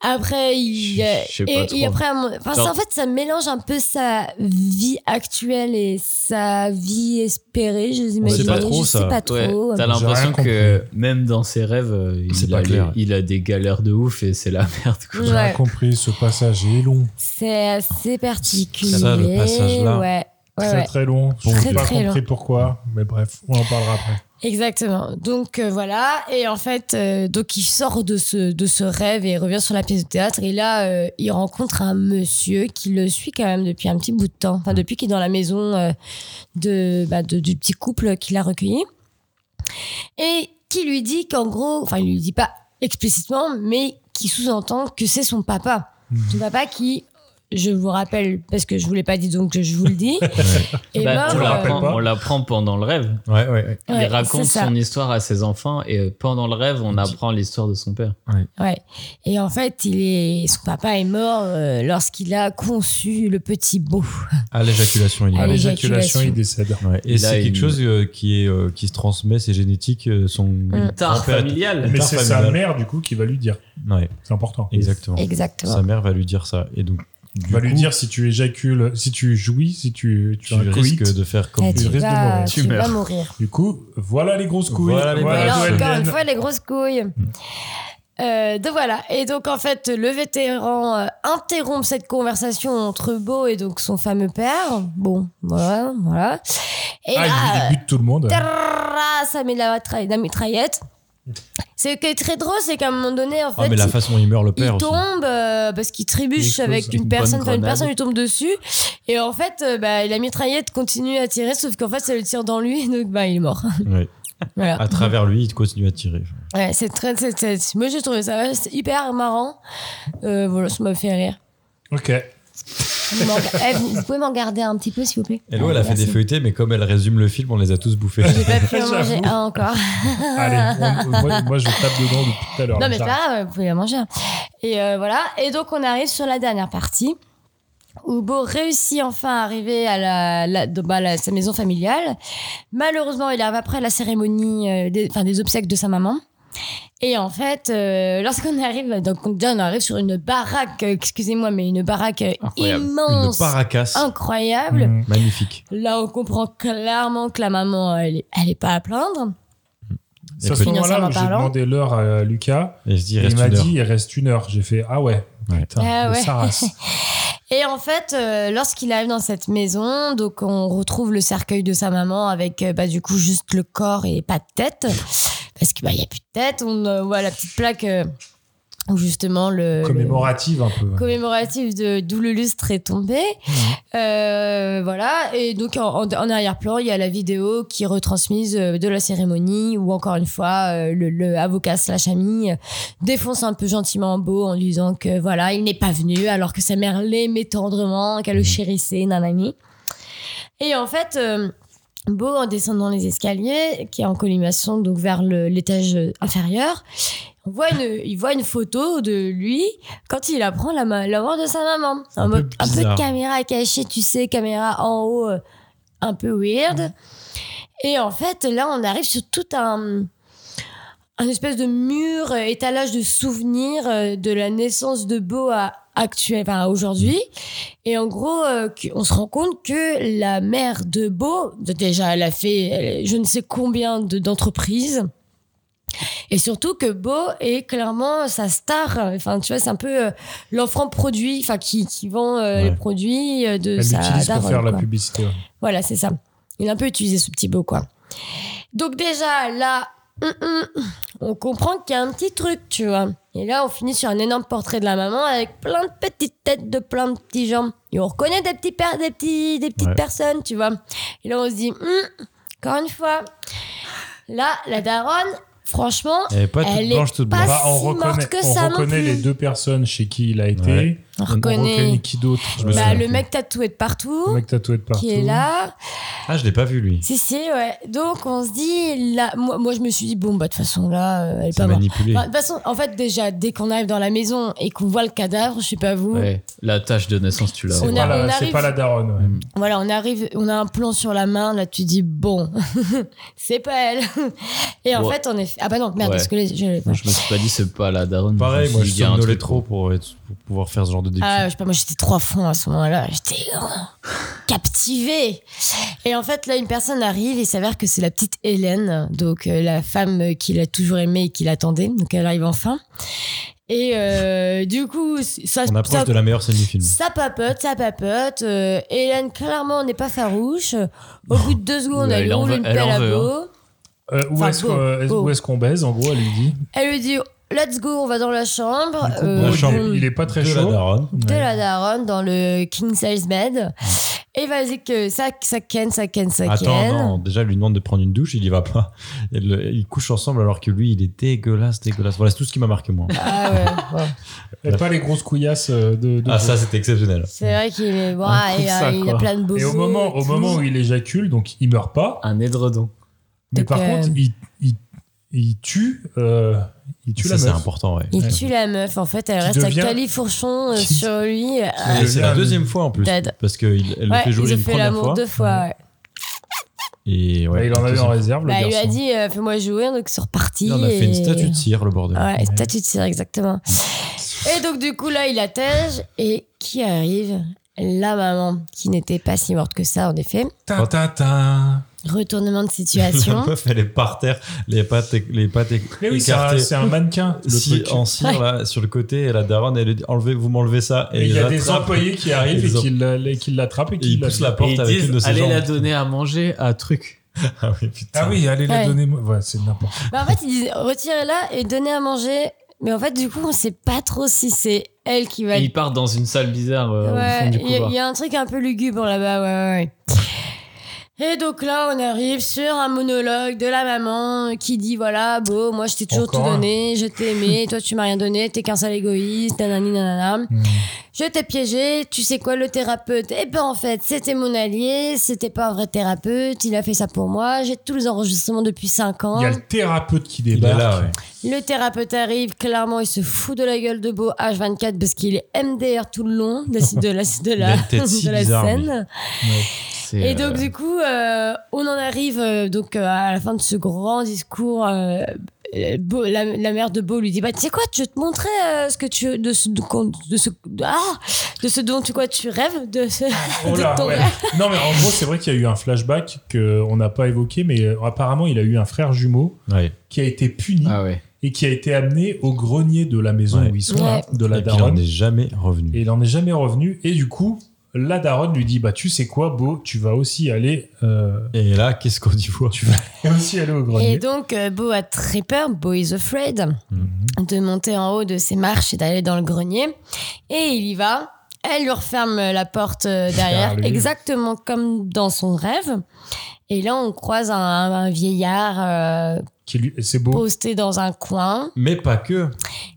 [SPEAKER 8] après il
[SPEAKER 7] Je- je sais pas
[SPEAKER 8] et,
[SPEAKER 7] trop.
[SPEAKER 8] et après à mon- enfin,
[SPEAKER 7] Genre-
[SPEAKER 8] ça, en fait ça mélange un peu sa vie actuelle et sa vie espérée je les imagine
[SPEAKER 6] pas trop,
[SPEAKER 8] je sais
[SPEAKER 6] ça.
[SPEAKER 8] pas trop euh.
[SPEAKER 7] Ouais, t'as
[SPEAKER 4] J'ai rien
[SPEAKER 7] l'impression
[SPEAKER 4] compris.
[SPEAKER 7] que même dans ses rêves, euh,
[SPEAKER 6] C'est
[SPEAKER 7] il
[SPEAKER 6] pas
[SPEAKER 7] a,
[SPEAKER 6] clair.
[SPEAKER 7] il a des galères de ouf et c'est la *laughs* merde. quoi.
[SPEAKER 4] J'ai rien
[SPEAKER 8] Ouais.
[SPEAKER 4] compris, ce passage est long.
[SPEAKER 8] c'est assez particulier
[SPEAKER 6] Ça, le passage-là.
[SPEAKER 8] ouais Ouais,
[SPEAKER 4] très
[SPEAKER 8] ouais.
[SPEAKER 4] très long. J'ai
[SPEAKER 8] Très,
[SPEAKER 4] pas
[SPEAKER 8] très
[SPEAKER 4] compris pourquoi, mais bref, on en parlera après.
[SPEAKER 8] Exactement. Donc euh, voilà, et en fait, euh, donc il sort de ce, de ce rêve et il revient sur la pièce de théâtre. Et là, euh, il rencontre un monsieur qui le suit quand même depuis un petit bout de temps, enfin depuis qu'il est dans la maison euh, de, bah, de- du petit couple qu'il a recueilli. Et qui lui dit qu'en gros, enfin il lui dit pas explicitement, mais qui sous-entend que c'est son papa.
[SPEAKER 7] Mmh.
[SPEAKER 8] Son papa qui, je vous rappelle, parce que je vous l'ai pas dit donc que je vous
[SPEAKER 7] *laughs*
[SPEAKER 8] le dis, est
[SPEAKER 7] Bah,
[SPEAKER 8] mort,
[SPEAKER 7] on,
[SPEAKER 4] le rappelles
[SPEAKER 7] l'apprend,
[SPEAKER 4] pas
[SPEAKER 7] on l'apprend pendant le rêve.
[SPEAKER 6] Ouais, ouais, ouais.
[SPEAKER 8] euh, ouais,
[SPEAKER 7] il raconte
[SPEAKER 8] c'est ça.
[SPEAKER 7] son histoire à ses enfants et euh, pendant le rêve, on apprend l'histoire de son père.
[SPEAKER 8] Ouais. Et en fait, il est... son papa est mort euh, lorsqu'il a conçu le petit beau.
[SPEAKER 6] À Ah, l'éjaculation, il y
[SPEAKER 8] À
[SPEAKER 4] À
[SPEAKER 6] a.
[SPEAKER 4] l'éjaculation,
[SPEAKER 8] l'éjaculation.
[SPEAKER 4] il décède.
[SPEAKER 6] Ouais. Et
[SPEAKER 7] Il a
[SPEAKER 6] c'est quelque
[SPEAKER 7] une-
[SPEAKER 6] chose euh, qui, est, euh, qui se transmet, c'est génétique. euh, son...
[SPEAKER 7] Une tare
[SPEAKER 6] grand-père est-
[SPEAKER 7] familiale.
[SPEAKER 4] Mais
[SPEAKER 6] Tard
[SPEAKER 4] c'est
[SPEAKER 6] familial.
[SPEAKER 4] sa mère, du coup, qui va lui dire.
[SPEAKER 6] Ouais,
[SPEAKER 4] C'est important.
[SPEAKER 6] exactement.
[SPEAKER 8] Exactement.
[SPEAKER 6] Sa mère va lui dire ça. Et donc, du
[SPEAKER 4] va lui
[SPEAKER 6] coup,
[SPEAKER 4] dire si tu éjacules, si tu jouis, si tu, tu,
[SPEAKER 6] tu
[SPEAKER 4] as un coït.
[SPEAKER 6] risques de faire comme
[SPEAKER 8] Eh, tu
[SPEAKER 4] risque de
[SPEAKER 8] vas,
[SPEAKER 4] mourir.
[SPEAKER 8] tu
[SPEAKER 7] Tu meurs.
[SPEAKER 8] vas mourir.
[SPEAKER 4] Du coup, voilà les grosses couilles.
[SPEAKER 6] Voilà les
[SPEAKER 8] Et là,
[SPEAKER 4] d'où elles
[SPEAKER 8] encore une
[SPEAKER 4] viennent.
[SPEAKER 8] fois, les grosses
[SPEAKER 4] Mm.
[SPEAKER 8] couilles. Euh, donc voilà, et donc en fait le vétéran euh, interrompt cette conversation entre Beau et donc son fameux père. Bon, voilà, voilà. Et
[SPEAKER 4] Ah,
[SPEAKER 8] là,
[SPEAKER 4] il débute tout le monde.
[SPEAKER 8] tarrrra, ça met la, tra- la mitraillette. Ce qui est très drôle, c'est qu'à un moment donné, en
[SPEAKER 6] Ah,
[SPEAKER 8] fait,
[SPEAKER 6] mais la
[SPEAKER 8] il-
[SPEAKER 6] façon dont il meurt le père
[SPEAKER 8] il
[SPEAKER 6] aussi.
[SPEAKER 8] tombe euh, parce qu'il
[SPEAKER 4] Il
[SPEAKER 8] trébuche
[SPEAKER 4] explose
[SPEAKER 8] avec
[SPEAKER 4] avec
[SPEAKER 8] une
[SPEAKER 7] une
[SPEAKER 8] personne,
[SPEAKER 7] bonne
[SPEAKER 8] enfin une
[SPEAKER 7] grenade.
[SPEAKER 8] personne lui tombe dessus et en fait euh, bah, la mitraillette continue à tirer sauf qu'en fait ça le tire dans lui *laughs* donc bah il est mort.
[SPEAKER 6] Ouais.
[SPEAKER 8] Voilà.
[SPEAKER 6] À travers lui, il continue à tirer.
[SPEAKER 8] Ouais, c'est très, c'est- c'est- moi j'ai trouvé ça ouais, c'est hyper marrant. Euh, voilà, ça m'a fait rire.
[SPEAKER 4] Ok.
[SPEAKER 8] Vous, m'en- eh, vous- vous pouvez m'en garder un petit peu s'il vous plaît.
[SPEAKER 6] Hello, elle a fait
[SPEAKER 8] Merci.
[SPEAKER 6] des feuilletés, mais comme elle résume le film, on les a tous bouffés.
[SPEAKER 8] J'ai pas
[SPEAKER 6] *laughs*
[SPEAKER 8] pu en
[SPEAKER 4] J'avoue.
[SPEAKER 8] manger un encore.
[SPEAKER 4] Allez, on- moi, moi, je tape dedans depuis tout à l'heure.
[SPEAKER 8] Non, mais c'est
[SPEAKER 4] J'arrête.
[SPEAKER 8] pas grave, vous pouvez la manger. hein. Et euh, voilà. Et donc, on arrive sur la dernière partie où Beau réussit enfin à arriver à la, la- dans- bah, la- sa maison familiale. Malheureusement, il arrive après la cérémonie euh, des, enfin, des obsèques de sa maman. Et en fait, euh, lorsqu'on arrive, donc on, déjà, on arrive sur une baraque, euh, excusez-moi, mais une baraque euh,
[SPEAKER 6] Incroyable.
[SPEAKER 8] immense,
[SPEAKER 6] Une baracasse. Mm.
[SPEAKER 8] incroyable.
[SPEAKER 4] Mm.
[SPEAKER 6] Magnifique.
[SPEAKER 8] Là, on comprend clairement que la maman, elle est, elle est pas à plaindre.
[SPEAKER 4] C'est à ce moment-là,
[SPEAKER 8] Financièrement
[SPEAKER 4] j'ai
[SPEAKER 8] parlant.
[SPEAKER 4] demandé l'heure à Lucas.
[SPEAKER 6] Et je dis, il
[SPEAKER 4] il
[SPEAKER 6] reste
[SPEAKER 4] m'a
[SPEAKER 6] une heure.
[SPEAKER 4] dit, il reste une heure. J'ai fait, ah ouais, putain,
[SPEAKER 8] Ah
[SPEAKER 4] le
[SPEAKER 8] ouais. *laughs*
[SPEAKER 4] Saras.
[SPEAKER 8] Et en fait, euh, lorsqu'il arrive dans cette maison, donc on retrouve le cercueil de sa maman avec euh, bah, du coup juste le corps et pas de tête, parce qu'il bah, n'y a plus de tête. On euh, voit la petite plaque euh, où justement le
[SPEAKER 4] Commémorative un peu.
[SPEAKER 8] le- commémoratif de d'où le lustre est tombé. Euh, voilà. Et donc en, en- en arrière-plan, il y a la vidéo qui est retransmise euh, de la cérémonie où encore une fois euh, le, le avocat slash ami euh, défonce un peu gentiment Beau en lui disant que voilà, il n'est pas venu alors que sa mère l'aimait tendrement, qu'elle le chérissait, nanani. Et en fait, euh, Beau, en descendant les escaliers, qui est en collimation donc vers le- l'étage euh, inférieur, on voit une, il voit une photo de lui quand il apprend la, ma- la mort de sa maman. En
[SPEAKER 6] Un peu
[SPEAKER 8] mode- un peu de
[SPEAKER 6] bizarre.
[SPEAKER 8] caméra cachée, tu sais, caméra en haut, euh, un peu weird. Et en fait, là, on arrive sur tout un un espèce de mur, euh, étalage de souvenirs euh, de la naissance de Beau à actuel, enfin, à aujourd'hui. Et en gros, euh, qu- on se rend compte que la mère de Beau, de- déjà, elle a fait elle, je ne sais combien de- d'entreprises. et surtout que Beau est clairement sa star. Enfin, tu vois, c'est un peu euh, l'enfant produit, enfin, qui, qui vend euh,
[SPEAKER 4] Ouais.
[SPEAKER 8] les produits euh, de
[SPEAKER 4] Elle
[SPEAKER 8] sa
[SPEAKER 4] l'utilise pour
[SPEAKER 8] daronne,
[SPEAKER 4] faire la
[SPEAKER 8] quoi.
[SPEAKER 4] publicité.
[SPEAKER 8] Voilà, c'est ça. Il a un peu utilisé ce petit beau, quoi. Donc déjà, là, hum, hum, on comprend qu'il y a un petit truc, tu vois. Et là, on finit sur un énorme portrait de la maman avec plein de petites têtes, de plein de petits jambes. Et on reconnaît des, petits per- des, petits, des petites
[SPEAKER 6] Ouais.
[SPEAKER 8] personnes, tu vois. Et là, on se dit, hum, encore une fois, là, la daronne, franchement,
[SPEAKER 6] Elle est pas toute
[SPEAKER 8] elle
[SPEAKER 6] blanche, toute
[SPEAKER 8] est pas
[SPEAKER 6] blonde.
[SPEAKER 4] Bah, on
[SPEAKER 8] si
[SPEAKER 4] reconnaît,
[SPEAKER 8] morte que
[SPEAKER 4] on
[SPEAKER 8] ça non
[SPEAKER 4] reconnaît
[SPEAKER 8] plus.
[SPEAKER 4] les deux personnes chez qui il a été.
[SPEAKER 6] Ouais.
[SPEAKER 8] On reconnaît.
[SPEAKER 4] qui d'autre
[SPEAKER 6] Je me
[SPEAKER 4] Euh,
[SPEAKER 8] Bah,
[SPEAKER 6] souviens
[SPEAKER 8] le
[SPEAKER 6] plus.
[SPEAKER 8] mec tatoué de partout,
[SPEAKER 4] Le mec tatoué de partout.
[SPEAKER 8] qui est là.
[SPEAKER 6] Ah, je l'ai pas vu, lui.
[SPEAKER 8] Si, si, ouais. Donc, on se dit, là, moi, moi, je me suis dit, bon, bah, de toute façon, là, euh, elle est
[SPEAKER 6] C'est
[SPEAKER 8] pas morte.
[SPEAKER 6] manipulé.
[SPEAKER 8] Enfin,
[SPEAKER 4] Bah,
[SPEAKER 8] De toute façon, en fait, déjà, dès qu'on arrive dans la maison et qu'on voit le cadavre, je sais pas vous,
[SPEAKER 7] Ouais, la tâche de naissance, tu l'as.
[SPEAKER 4] C'est
[SPEAKER 8] On
[SPEAKER 4] pas,
[SPEAKER 8] a-
[SPEAKER 4] la-
[SPEAKER 8] on
[SPEAKER 4] c'est
[SPEAKER 8] arrive-
[SPEAKER 4] pas la daronne. ouais.
[SPEAKER 6] Mm.
[SPEAKER 8] voilà, on arrive, on a un plan sur la main, là, tu dis, bon, *laughs* c'est pas elle. Et en
[SPEAKER 7] Ouais.
[SPEAKER 8] fait, en effet. Ah, bah non, merde,
[SPEAKER 7] Ouais.
[SPEAKER 8] parce que là, je.
[SPEAKER 7] Moi, je me suis pas dit, c'est pas la daronne.
[SPEAKER 6] Pareil, moi, je
[SPEAKER 7] suis dit, il y a un
[SPEAKER 6] somnolais
[SPEAKER 7] truc.
[SPEAKER 6] trop pour, être- pour pouvoir faire ce genre de début.
[SPEAKER 8] Ah, je sais pas, moi j'étais trois fonds à ce moment-là. J'étais euh, captivée. Et en fait, là, une personne arrive et il s'avère que c'est la petite Hélène, donc euh, la femme euh, qu'il a toujours aimée et qu'il attendait. Donc elle arrive enfin. Et euh, du coup, c- ça,
[SPEAKER 6] on approche
[SPEAKER 8] ça,
[SPEAKER 6] de la meilleure scène du film.
[SPEAKER 8] ça papote, ça papote. Euh, Hélène, clairement, n'est pas farouche. Au bout de deux secondes,
[SPEAKER 7] Ouais,
[SPEAKER 8] elle,
[SPEAKER 7] elle en
[SPEAKER 8] roule
[SPEAKER 7] veut-
[SPEAKER 8] une
[SPEAKER 7] elle en
[SPEAKER 8] pelle à
[SPEAKER 7] veut,
[SPEAKER 8] beau.
[SPEAKER 6] hein.
[SPEAKER 4] Euh, où
[SPEAKER 8] Enfin,
[SPEAKER 4] est-ce
[SPEAKER 8] beau,
[SPEAKER 4] qu'on est-ce-
[SPEAKER 8] beau.
[SPEAKER 4] où est-ce qu'on baise En gros, elle lui dit.
[SPEAKER 8] Elle lui dit Let's go, on va dans la chambre.
[SPEAKER 4] Du coup,
[SPEAKER 8] Euh,
[SPEAKER 4] bon,
[SPEAKER 6] La
[SPEAKER 4] il-
[SPEAKER 6] chambre
[SPEAKER 4] il est pas très
[SPEAKER 6] de la
[SPEAKER 8] Oh.
[SPEAKER 4] chaud.
[SPEAKER 6] daronne.
[SPEAKER 8] de
[SPEAKER 4] Ouais.
[SPEAKER 8] la daronne dans le king size bed. Et vas-y que ça, ça ken, ça ken, ça
[SPEAKER 6] Attends,
[SPEAKER 8] ken.
[SPEAKER 6] non, déjà, elle lui demande de prendre une douche, il y va pas. Elle- ils couchent ensemble alors que lui, il est dégueulasse, dégueulasse. Voilà, c'est tout ce qui m'a marqué, moi.
[SPEAKER 8] Ah ouais, ouais.
[SPEAKER 4] Et pas les grosses couillasses euh, de. de
[SPEAKER 6] Ah, ça, c'était exceptionnel.
[SPEAKER 8] c'est vrai qu'il est, ouais,
[SPEAKER 7] Un truc
[SPEAKER 8] il, a,
[SPEAKER 7] ça,
[SPEAKER 8] il a
[SPEAKER 7] quoi.
[SPEAKER 8] plein de beaux
[SPEAKER 4] Et au moment, au moment où il éjacule, donc il meurt pas.
[SPEAKER 7] Un édredon.
[SPEAKER 4] Mais
[SPEAKER 8] Donc,
[SPEAKER 4] par
[SPEAKER 8] euh,
[SPEAKER 4] contre, il, il, il tue. euh, il tue
[SPEAKER 6] Ça, c'est
[SPEAKER 4] la meuf.
[SPEAKER 6] important, ouais.
[SPEAKER 8] il tue la meuf, en fait, elle
[SPEAKER 4] Qui
[SPEAKER 8] reste
[SPEAKER 4] devient-
[SPEAKER 8] à califourchon euh,
[SPEAKER 4] Qui-
[SPEAKER 8] sur lui. Ah,
[SPEAKER 6] Et c'est la deuxième fois en plus.
[SPEAKER 8] Dead.
[SPEAKER 6] Parce qu'elle elle le
[SPEAKER 8] ouais,
[SPEAKER 6] fait jouer
[SPEAKER 8] ils ont
[SPEAKER 6] une
[SPEAKER 8] fait
[SPEAKER 6] première
[SPEAKER 8] l'amour
[SPEAKER 6] fois.
[SPEAKER 8] deux fois. ouais.
[SPEAKER 6] Et ouais,
[SPEAKER 4] Bah, il en avait en réserve,
[SPEAKER 8] Bah,
[SPEAKER 4] Oh, le
[SPEAKER 8] il lui a
[SPEAKER 4] garçon.
[SPEAKER 8] dit euh, fais-moi jouer, donc c'est reparti.
[SPEAKER 6] Il en a fait
[SPEAKER 8] et-
[SPEAKER 6] une statue de cire, le bordel.
[SPEAKER 8] Ouais, une statue de cire, exactement. Et donc, du coup, là, il attège. Et qui arrive La maman, qui n'était pas si morte que ça, en effet.
[SPEAKER 4] Tin, tin, tin.
[SPEAKER 8] Retournement
[SPEAKER 7] *laughs*
[SPEAKER 6] La
[SPEAKER 8] de
[SPEAKER 7] Hein
[SPEAKER 8] situation.
[SPEAKER 6] meuf, elle est par terre, les pattes, les pattes é-
[SPEAKER 4] Mais oui, c'est un,
[SPEAKER 6] écartées.
[SPEAKER 4] c'est un mannequin. le
[SPEAKER 6] Si-
[SPEAKER 4] truc.
[SPEAKER 6] en cire, là, sur le côté, et la daronne, elle lui dit Enlevez, vous m'enlevez ça. Et
[SPEAKER 4] Et il y a
[SPEAKER 6] elle
[SPEAKER 4] des
[SPEAKER 6] attrape.
[SPEAKER 4] employés qui arrivent et
[SPEAKER 6] Ils ont-
[SPEAKER 4] qui l'a- les- qui l'attrapent et
[SPEAKER 6] Et
[SPEAKER 4] qui
[SPEAKER 6] il
[SPEAKER 4] la
[SPEAKER 6] pousse la porte
[SPEAKER 7] Et ils
[SPEAKER 6] avec
[SPEAKER 7] disent,
[SPEAKER 6] une de ses
[SPEAKER 7] allez
[SPEAKER 6] jambes.
[SPEAKER 7] la donner à manger à truc.
[SPEAKER 6] *laughs* Ah oui, putain.
[SPEAKER 4] Ah oui, allez
[SPEAKER 8] Ouais.
[SPEAKER 4] la donner. Ouais, c'est n'importe quoi.
[SPEAKER 8] Bah, en fait, il disait retirez-la et donnez à manger. Mais en fait, du coup, on sait pas trop si c'est elle qui va.
[SPEAKER 7] Et ils partent dans une salle bizarre euh, au
[SPEAKER 8] Ouais,
[SPEAKER 7] fond du
[SPEAKER 8] il y a-
[SPEAKER 7] couloir.
[SPEAKER 8] il y, a un truc un peu lugubre là-bas, ouais, ouais, ouais. Et donc là, on arrive sur un monologue de la maman qui dit voilà, beau, moi je t'ai toujours
[SPEAKER 12] Encore
[SPEAKER 8] tout
[SPEAKER 12] un.
[SPEAKER 8] donné, je t'ai aimé, toi tu m'as rien donné, t'es qu'un sale égoïste, nanani nanana. Je t'ai piégé, tu sais quoi, le thérapeute Eh ben en fait, c'était mon allié, c'était pas un vrai thérapeute, il a fait ça pour moi, j'ai tous les enregistrements depuis 5 ans.
[SPEAKER 4] Il y a le thérapeute qui débarque.
[SPEAKER 8] Le thérapeute arrive, clairement, il se fout de la gueule de Beau H24 parce qu'il est MDR tout le long de la, de la, de la,
[SPEAKER 2] Il a une tête si
[SPEAKER 8] *laughs* de la
[SPEAKER 2] bizarre,
[SPEAKER 8] scène.
[SPEAKER 7] C'est,
[SPEAKER 8] Et donc,
[SPEAKER 7] euh,
[SPEAKER 8] du coup, euh, on en arrive euh, donc, euh, à la fin de ce grand discours. euh, euh, Beau- la, la mère de Beau lui dit bah tu sais quoi je vais te montrer euh, ce que tu de ce qu'on- de ce ah, de ce dont tu quoi tu rêves de ce *laughs*
[SPEAKER 4] Oh
[SPEAKER 8] de
[SPEAKER 4] là,
[SPEAKER 8] ton
[SPEAKER 4] ouais.
[SPEAKER 8] rêve.
[SPEAKER 4] Non, mais en gros, c'est vrai qu'il y a eu un flashback qu'on n'a pas évoqué, mais euh, apparemment, il a eu un frère jumeau qui a été
[SPEAKER 6] Ah
[SPEAKER 4] puni
[SPEAKER 7] ah
[SPEAKER 4] et qui a été amené au grenier de la maison
[SPEAKER 6] Ouais.
[SPEAKER 4] où ils sont,
[SPEAKER 6] Ouais.
[SPEAKER 4] là, de la
[SPEAKER 6] Et puis, il
[SPEAKER 4] daronne.
[SPEAKER 6] en est jamais revenu.
[SPEAKER 4] Et il en est jamais revenu. Et du coup, la daronne lui dit Bah, tu sais quoi, Beau, tu vas aussi aller. euh,
[SPEAKER 6] Et là, qu'est-ce qu'on y voit
[SPEAKER 4] Tu vas *laughs* aussi aller au grenier.
[SPEAKER 8] Et donc, euh, Beau a très peur, Beau is afraid,
[SPEAKER 4] Mhm.
[SPEAKER 8] de monter en haut de ses marches et d'aller dans le grenier. Et il y va. Elle lui referme la porte euh, derrière,
[SPEAKER 2] Derrière lui.
[SPEAKER 8] exactement comme dans son rêve. Et là, on croise un, un vieillard euh,
[SPEAKER 4] Qui lui- et C'est beau.
[SPEAKER 8] posté dans un coin.
[SPEAKER 6] Mais pas que.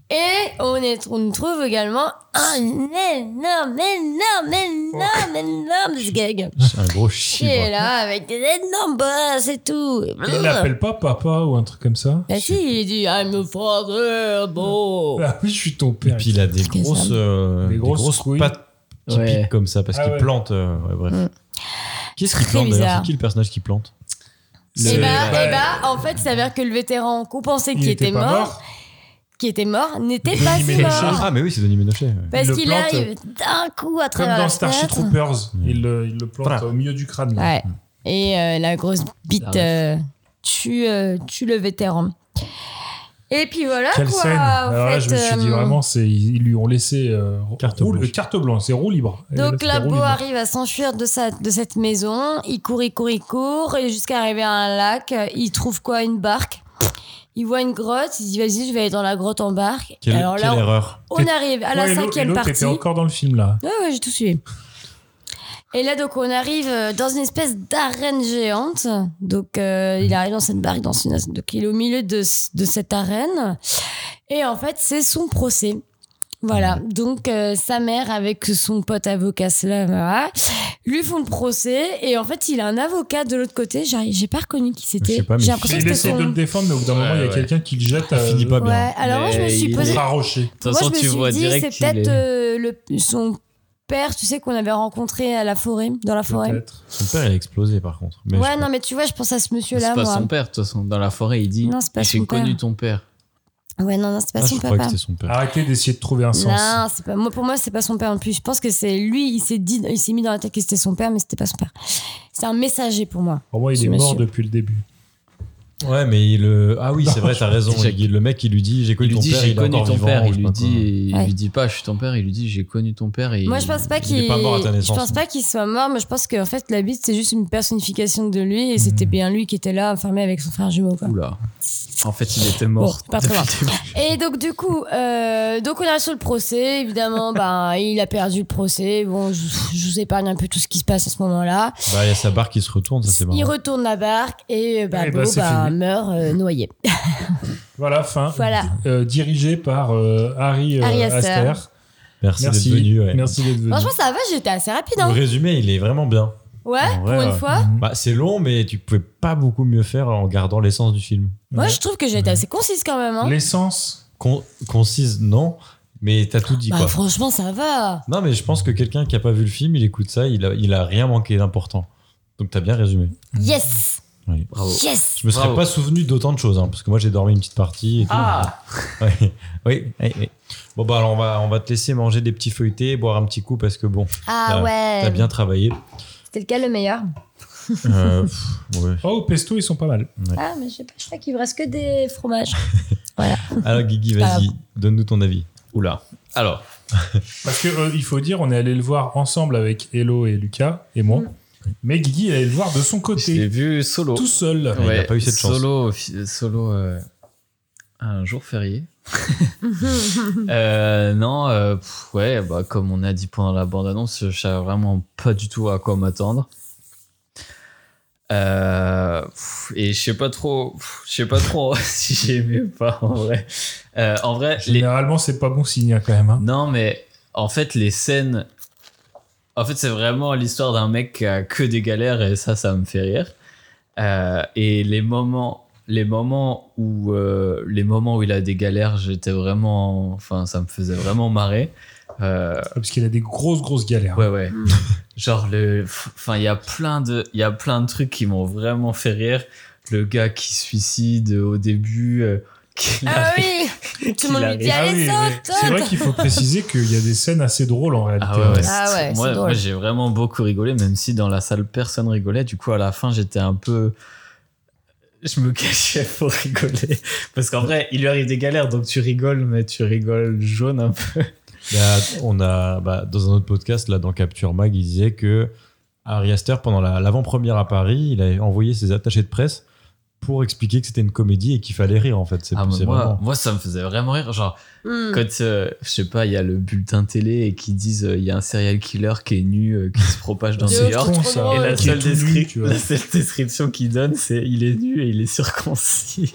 [SPEAKER 8] Et on, est, on trouve également un énorme, énorme, énorme, énorme sgeg
[SPEAKER 4] Un gros
[SPEAKER 8] qui est là avec des énormes bosses et tout.
[SPEAKER 4] Il l'appelle pas papa ou un truc comme ça
[SPEAKER 8] Bah si, il dit I'm a father, beau.
[SPEAKER 4] *laughs* Ah oui, je suis ton père.
[SPEAKER 6] Et puis il a des
[SPEAKER 8] que
[SPEAKER 6] grosses,
[SPEAKER 8] ça
[SPEAKER 6] euh,
[SPEAKER 4] Des
[SPEAKER 6] des
[SPEAKER 4] grosses
[SPEAKER 6] grosses
[SPEAKER 4] couilles.
[SPEAKER 6] pattes qui
[SPEAKER 7] Ouais.
[SPEAKER 6] piquent comme ça parce
[SPEAKER 7] Ah
[SPEAKER 6] qu'il
[SPEAKER 7] ouais.
[SPEAKER 6] plante. euh, ouais, bref.
[SPEAKER 8] Mm.
[SPEAKER 6] Qu'est-ce qu'il
[SPEAKER 8] Très
[SPEAKER 6] plante d'ailleurs
[SPEAKER 8] bizarre.
[SPEAKER 6] C'est qui le personnage qui plante
[SPEAKER 8] Et bah, eh bah, en fait, il s'avère que le vétéran qu'on pensait
[SPEAKER 6] Il
[SPEAKER 8] qui
[SPEAKER 6] était
[SPEAKER 8] était,
[SPEAKER 6] pas
[SPEAKER 8] mort,
[SPEAKER 6] mort.
[SPEAKER 8] qui était mort, n'était pas si mort.
[SPEAKER 6] Ah mais oui, c'est Denis Ménochet. ouais.
[SPEAKER 8] Parce
[SPEAKER 4] Il le
[SPEAKER 8] qu'il
[SPEAKER 4] plante
[SPEAKER 8] arrive d'un coup à
[SPEAKER 4] Comme
[SPEAKER 8] travers
[SPEAKER 4] dans
[SPEAKER 8] la
[SPEAKER 4] Starship
[SPEAKER 8] fenêtre.
[SPEAKER 4] Troopers, Mm. il, le- il le plante
[SPEAKER 6] Voilà.
[SPEAKER 4] au milieu du crâne. là.
[SPEAKER 8] Ouais. Et euh, la grosse bite
[SPEAKER 4] Arrête.
[SPEAKER 8] euh, tue, euh, tue le vétéran. Et puis voilà
[SPEAKER 4] Quelle
[SPEAKER 8] Ah, quoi.
[SPEAKER 4] scène
[SPEAKER 8] en
[SPEAKER 4] Alors là,
[SPEAKER 8] fait,
[SPEAKER 4] je me suis dit
[SPEAKER 8] euh,
[SPEAKER 4] vraiment, c'est ils ils lui ont laissé euh, carte, roule, blanche. carte blanche, c'est roue libre. Et là,
[SPEAKER 8] Donc
[SPEAKER 4] c'était
[SPEAKER 8] là,
[SPEAKER 4] roue
[SPEAKER 8] Beau
[SPEAKER 4] libre.
[SPEAKER 8] arrive à s'enfuir de, sa- de cette maison. Il court, il court, il court. Et jusqu'à arriver à un lac, Euh, il trouve quoi Une barque. Il voit une grotte. Il se dit Vas-y, je vais aller dans la grotte en barque.
[SPEAKER 4] Quelle-
[SPEAKER 8] Alors là,
[SPEAKER 4] quelle
[SPEAKER 8] on,
[SPEAKER 4] erreur.
[SPEAKER 8] on arrive à la
[SPEAKER 4] Ouais, et l'autre-
[SPEAKER 8] cinquième
[SPEAKER 4] et l'autre
[SPEAKER 8] partie.
[SPEAKER 4] était encore dans le film là.
[SPEAKER 8] Ouais, ouais, j'ai tout suivi. Et là, donc, on arrive euh, dans une espèce d'arène géante. Donc, euh, il arrive dans cette barque, dans une... donc, il est au milieu de, ce- de cette arène. Et en fait, c'est son procès. Voilà. Donc, euh, sa mère, avec son pote avocat, cela va, lui font le procès. Et en fait, il a un avocat de l'autre côté. J'ai j'ai pas reconnu qui c'était. J'ai l'impression que
[SPEAKER 4] il
[SPEAKER 8] c'était
[SPEAKER 4] essaie
[SPEAKER 8] son...
[SPEAKER 4] de le défendre, mais au bout d'un moment, il y a
[SPEAKER 7] ouais.
[SPEAKER 4] quelqu'un qui le jette. euh, à finit
[SPEAKER 6] pas
[SPEAKER 8] bien. Ouais, alors moi, je me Mais suis il posé- est-
[SPEAKER 4] Raroché.
[SPEAKER 8] Moi, je me suis dit, c'est peut-être euh, le- son père, tu sais, qu'on avait rencontré à la forêt, dans la forêt.
[SPEAKER 6] Son père il a explosé par contre. Mais
[SPEAKER 8] ouais, non, mais tu vois, je pense à ce monsieur-là,
[SPEAKER 7] C'est pas
[SPEAKER 8] moi.
[SPEAKER 7] son père, de toute façon. Dans la forêt, il dit
[SPEAKER 8] Non, c'est pas son
[SPEAKER 7] J'ai connu
[SPEAKER 8] père.
[SPEAKER 7] ton père.
[SPEAKER 8] Ouais, non, non, c'est pas Ah,
[SPEAKER 7] Ah,
[SPEAKER 8] son papa.
[SPEAKER 4] Arrêtez d'essayer de trouver un sens.
[SPEAKER 8] Non, c'est pas, moi, pour moi, c'est pas son père en plus. Je pense que c'est lui, il s'est dit, il s'est mis dans la tête que c'était son père, mais c'était pas son père. C'est un messager pour moi.
[SPEAKER 4] Pour moi, il
[SPEAKER 8] ce
[SPEAKER 4] est mort
[SPEAKER 8] monsieur.
[SPEAKER 4] depuis le début.
[SPEAKER 6] Ouais, mais il. euh, Ah oui, c'est
[SPEAKER 7] Non,
[SPEAKER 6] vrai, t'as
[SPEAKER 7] je-
[SPEAKER 6] raison.
[SPEAKER 7] déjà-
[SPEAKER 6] il- Le mec, il lui dit J'ai connu
[SPEAKER 7] Il lui
[SPEAKER 6] ton
[SPEAKER 7] dit
[SPEAKER 6] père,
[SPEAKER 7] J'ai
[SPEAKER 6] il est
[SPEAKER 7] connu
[SPEAKER 6] encore
[SPEAKER 7] ton
[SPEAKER 6] vivant.
[SPEAKER 7] père.
[SPEAKER 6] je hein.
[SPEAKER 7] Il
[SPEAKER 6] sais
[SPEAKER 7] lui
[SPEAKER 6] pas
[SPEAKER 7] dit
[SPEAKER 8] Ouais.
[SPEAKER 7] Il lui dit pas Je suis ton père. Il lui dit J'ai connu ton père. et
[SPEAKER 8] Moi, je pense pas
[SPEAKER 7] il est
[SPEAKER 8] qu'il.
[SPEAKER 7] pas mort à ta
[SPEAKER 8] Je
[SPEAKER 7] naissance.
[SPEAKER 8] pense pas qu'il soit mort, mais je pense qu'en fait, la bite, c'est juste une personnification de lui, et
[SPEAKER 7] Mmh.
[SPEAKER 8] c'était bien lui qui était là, enfermé avec son frère jumeau, quoi.
[SPEAKER 7] Oula. En fait, il était
[SPEAKER 8] Bon,
[SPEAKER 7] mort.
[SPEAKER 8] pas très
[SPEAKER 7] depuis
[SPEAKER 8] loin.
[SPEAKER 7] le début.
[SPEAKER 8] Et donc du coup, euh, donc on arrive sur le
[SPEAKER 6] *laughs*
[SPEAKER 8] procès. Évidemment, ben il a perdu le procès. Bon, je, je vous épargne un peu tout ce qui se passe à ce moment-là.
[SPEAKER 6] quoi. Bah, il y a sa barre qui se retourne, ça c'est marrant.
[SPEAKER 8] Il retourne la barque et euh, bah,
[SPEAKER 4] Eh
[SPEAKER 8] Beau,
[SPEAKER 4] ben, c'est
[SPEAKER 8] bah,
[SPEAKER 4] fini.
[SPEAKER 8] meurt euh, noyé.
[SPEAKER 4] Voilà, fin.
[SPEAKER 8] Voilà.
[SPEAKER 4] Euh, dirigé par euh, Harry, euh,
[SPEAKER 8] Harry Aster.
[SPEAKER 4] Aster.
[SPEAKER 6] Merci d'être venu, ouais.
[SPEAKER 4] Merci d'être venu.
[SPEAKER 8] Franchement, ça va, j'étais assez rapide.
[SPEAKER 6] Le
[SPEAKER 8] Hein.
[SPEAKER 6] résumé, il est vraiment bien.
[SPEAKER 8] Ouais,
[SPEAKER 6] En vrai,
[SPEAKER 8] pour une
[SPEAKER 6] euh,
[SPEAKER 8] fois.
[SPEAKER 6] bah, c'est long, mais tu pouvais pas beaucoup mieux faire en gardant l'essence du film.
[SPEAKER 8] Moi, je trouve que j'ai été assez concise quand même. Hein.
[SPEAKER 4] L'essence
[SPEAKER 6] Con- Concise, non, mais t'as tout dit
[SPEAKER 8] Bah,
[SPEAKER 6] quoi.
[SPEAKER 8] franchement, ça va.
[SPEAKER 6] Non, mais je pense que quelqu'un qui a pas vu le film, il écoute ça, il a, il a rien manqué d'important. Donc t'as bien résumé.
[SPEAKER 8] Yes.
[SPEAKER 6] Oui.
[SPEAKER 7] Bravo.
[SPEAKER 8] Yes.
[SPEAKER 6] Je me serais
[SPEAKER 7] Bravo.
[SPEAKER 6] pas souvenu d'autant de choses, hein, parce que moi j'ai dormi une petite partie. Et tout.
[SPEAKER 7] Ah.
[SPEAKER 6] *laughs* Ouais. oui, oui, oui. Bon bah alors on va, on va te laisser manger des petits feuilletés, boire un petit coup parce que bon,
[SPEAKER 8] Ah
[SPEAKER 6] t'as-
[SPEAKER 8] ouais.
[SPEAKER 6] t'as bien travaillé.
[SPEAKER 8] C'était le cas le meilleur.
[SPEAKER 6] Euh, pff, ouais.
[SPEAKER 4] Oh, pesto, ils sont pas mal.
[SPEAKER 8] Ah, mais je sais pas, je crois qu'il me reste que des fromages.
[SPEAKER 6] Alors Guigui,
[SPEAKER 8] C'est pas
[SPEAKER 6] vas-y,
[SPEAKER 8] grave.
[SPEAKER 6] donne-nous ton avis.
[SPEAKER 7] Oula. Alors.
[SPEAKER 4] Parce que euh, il faut dire, on est allé le voir ensemble avec Hello et Lucas et moi.
[SPEAKER 6] Mm.
[SPEAKER 4] Mais Guigui est allé le voir de son côté.
[SPEAKER 7] Je l'ai vu solo.
[SPEAKER 4] Tout seul.
[SPEAKER 7] Ouais, Solo, fi- solo euh, un jour
[SPEAKER 8] *laughs*
[SPEAKER 7] férié. Euh, non, euh, pff, ouais, bah, comme on a dit pendant la bande-annonce, je savais vraiment pas du tout à quoi m'attendre. Euh, pff, et je sais pas trop, pff, je sais pas trop *laughs* si j'ai aimé ou pas en vrai. Euh, en vrai, les-
[SPEAKER 4] Généralement, c'est pas bon signe hein, quand même. hein.
[SPEAKER 7] non mais en fait les scènes, en fait c'est vraiment l'histoire d'un mec qui a que des galères et ça ça me fait rire. Euh, et les moments, les moments où euh, les moments où il a des galères, j'étais vraiment, enfin ça me faisait vraiment marrer. Euh,
[SPEAKER 4] Parce qu'il a des grosses, grosses galères.
[SPEAKER 7] Ouais, ouais. Genre, le. Enfin, il y a plein de. Il y a plein de trucs qui m'ont vraiment fait rire. Le gars qui se suicide au début. euh, qui
[SPEAKER 8] Ah
[SPEAKER 7] l'arrête.
[SPEAKER 8] oui Tout
[SPEAKER 7] Qu'il
[SPEAKER 8] le monde lui
[SPEAKER 7] arrive.
[SPEAKER 8] dit
[SPEAKER 7] Ah
[SPEAKER 8] allez
[SPEAKER 7] oui,
[SPEAKER 8] saute,
[SPEAKER 7] oui.
[SPEAKER 4] C'est
[SPEAKER 8] saute
[SPEAKER 4] vrai qu'il faut préciser qu'il y a des scènes assez drôles en réalité.
[SPEAKER 7] Ah ouais, ouais,
[SPEAKER 8] Ah
[SPEAKER 7] c'est-
[SPEAKER 8] ouais, c'est
[SPEAKER 7] moi,
[SPEAKER 8] drôle.
[SPEAKER 7] moi, j'ai vraiment beaucoup rigolé, même si dans la salle personne rigolait. Du coup, à la fin, j'étais un peu. Je me *laughs* cachais pour rigoler. Parce qu'en vrai, il lui arrive des galères, donc tu rigoles, mais tu rigoles jaune un peu.
[SPEAKER 6] Bah, on a, bah, dans un autre podcast, là, dans Capture Mag, il disait que Harry Astor, pendant la- l'avant-première à Paris, il a envoyé ses attachés de presse pour expliquer que c'était une comédie et qu'il fallait rire, en fait. C'est
[SPEAKER 7] Ah, mais
[SPEAKER 6] c'est
[SPEAKER 7] moi,
[SPEAKER 6] vraiment.
[SPEAKER 7] moi, ça me faisait vraiment rire. Genre,
[SPEAKER 8] Hmm.
[SPEAKER 7] Quand, euh, je sais pas, il y a le bulletin télé et qui disent euh, il y a un serial killer qui est nu, euh, qui se propage dans
[SPEAKER 8] De
[SPEAKER 7] New York.
[SPEAKER 4] con,
[SPEAKER 8] trop
[SPEAKER 4] ça.
[SPEAKER 8] drôle.
[SPEAKER 7] Et la
[SPEAKER 4] Qui
[SPEAKER 7] seule,
[SPEAKER 4] est tout nu,
[SPEAKER 7] descrip-
[SPEAKER 4] tu vois.
[SPEAKER 7] la seule description qu'il donne, c'est il est nu et il est *laughs* circoncis.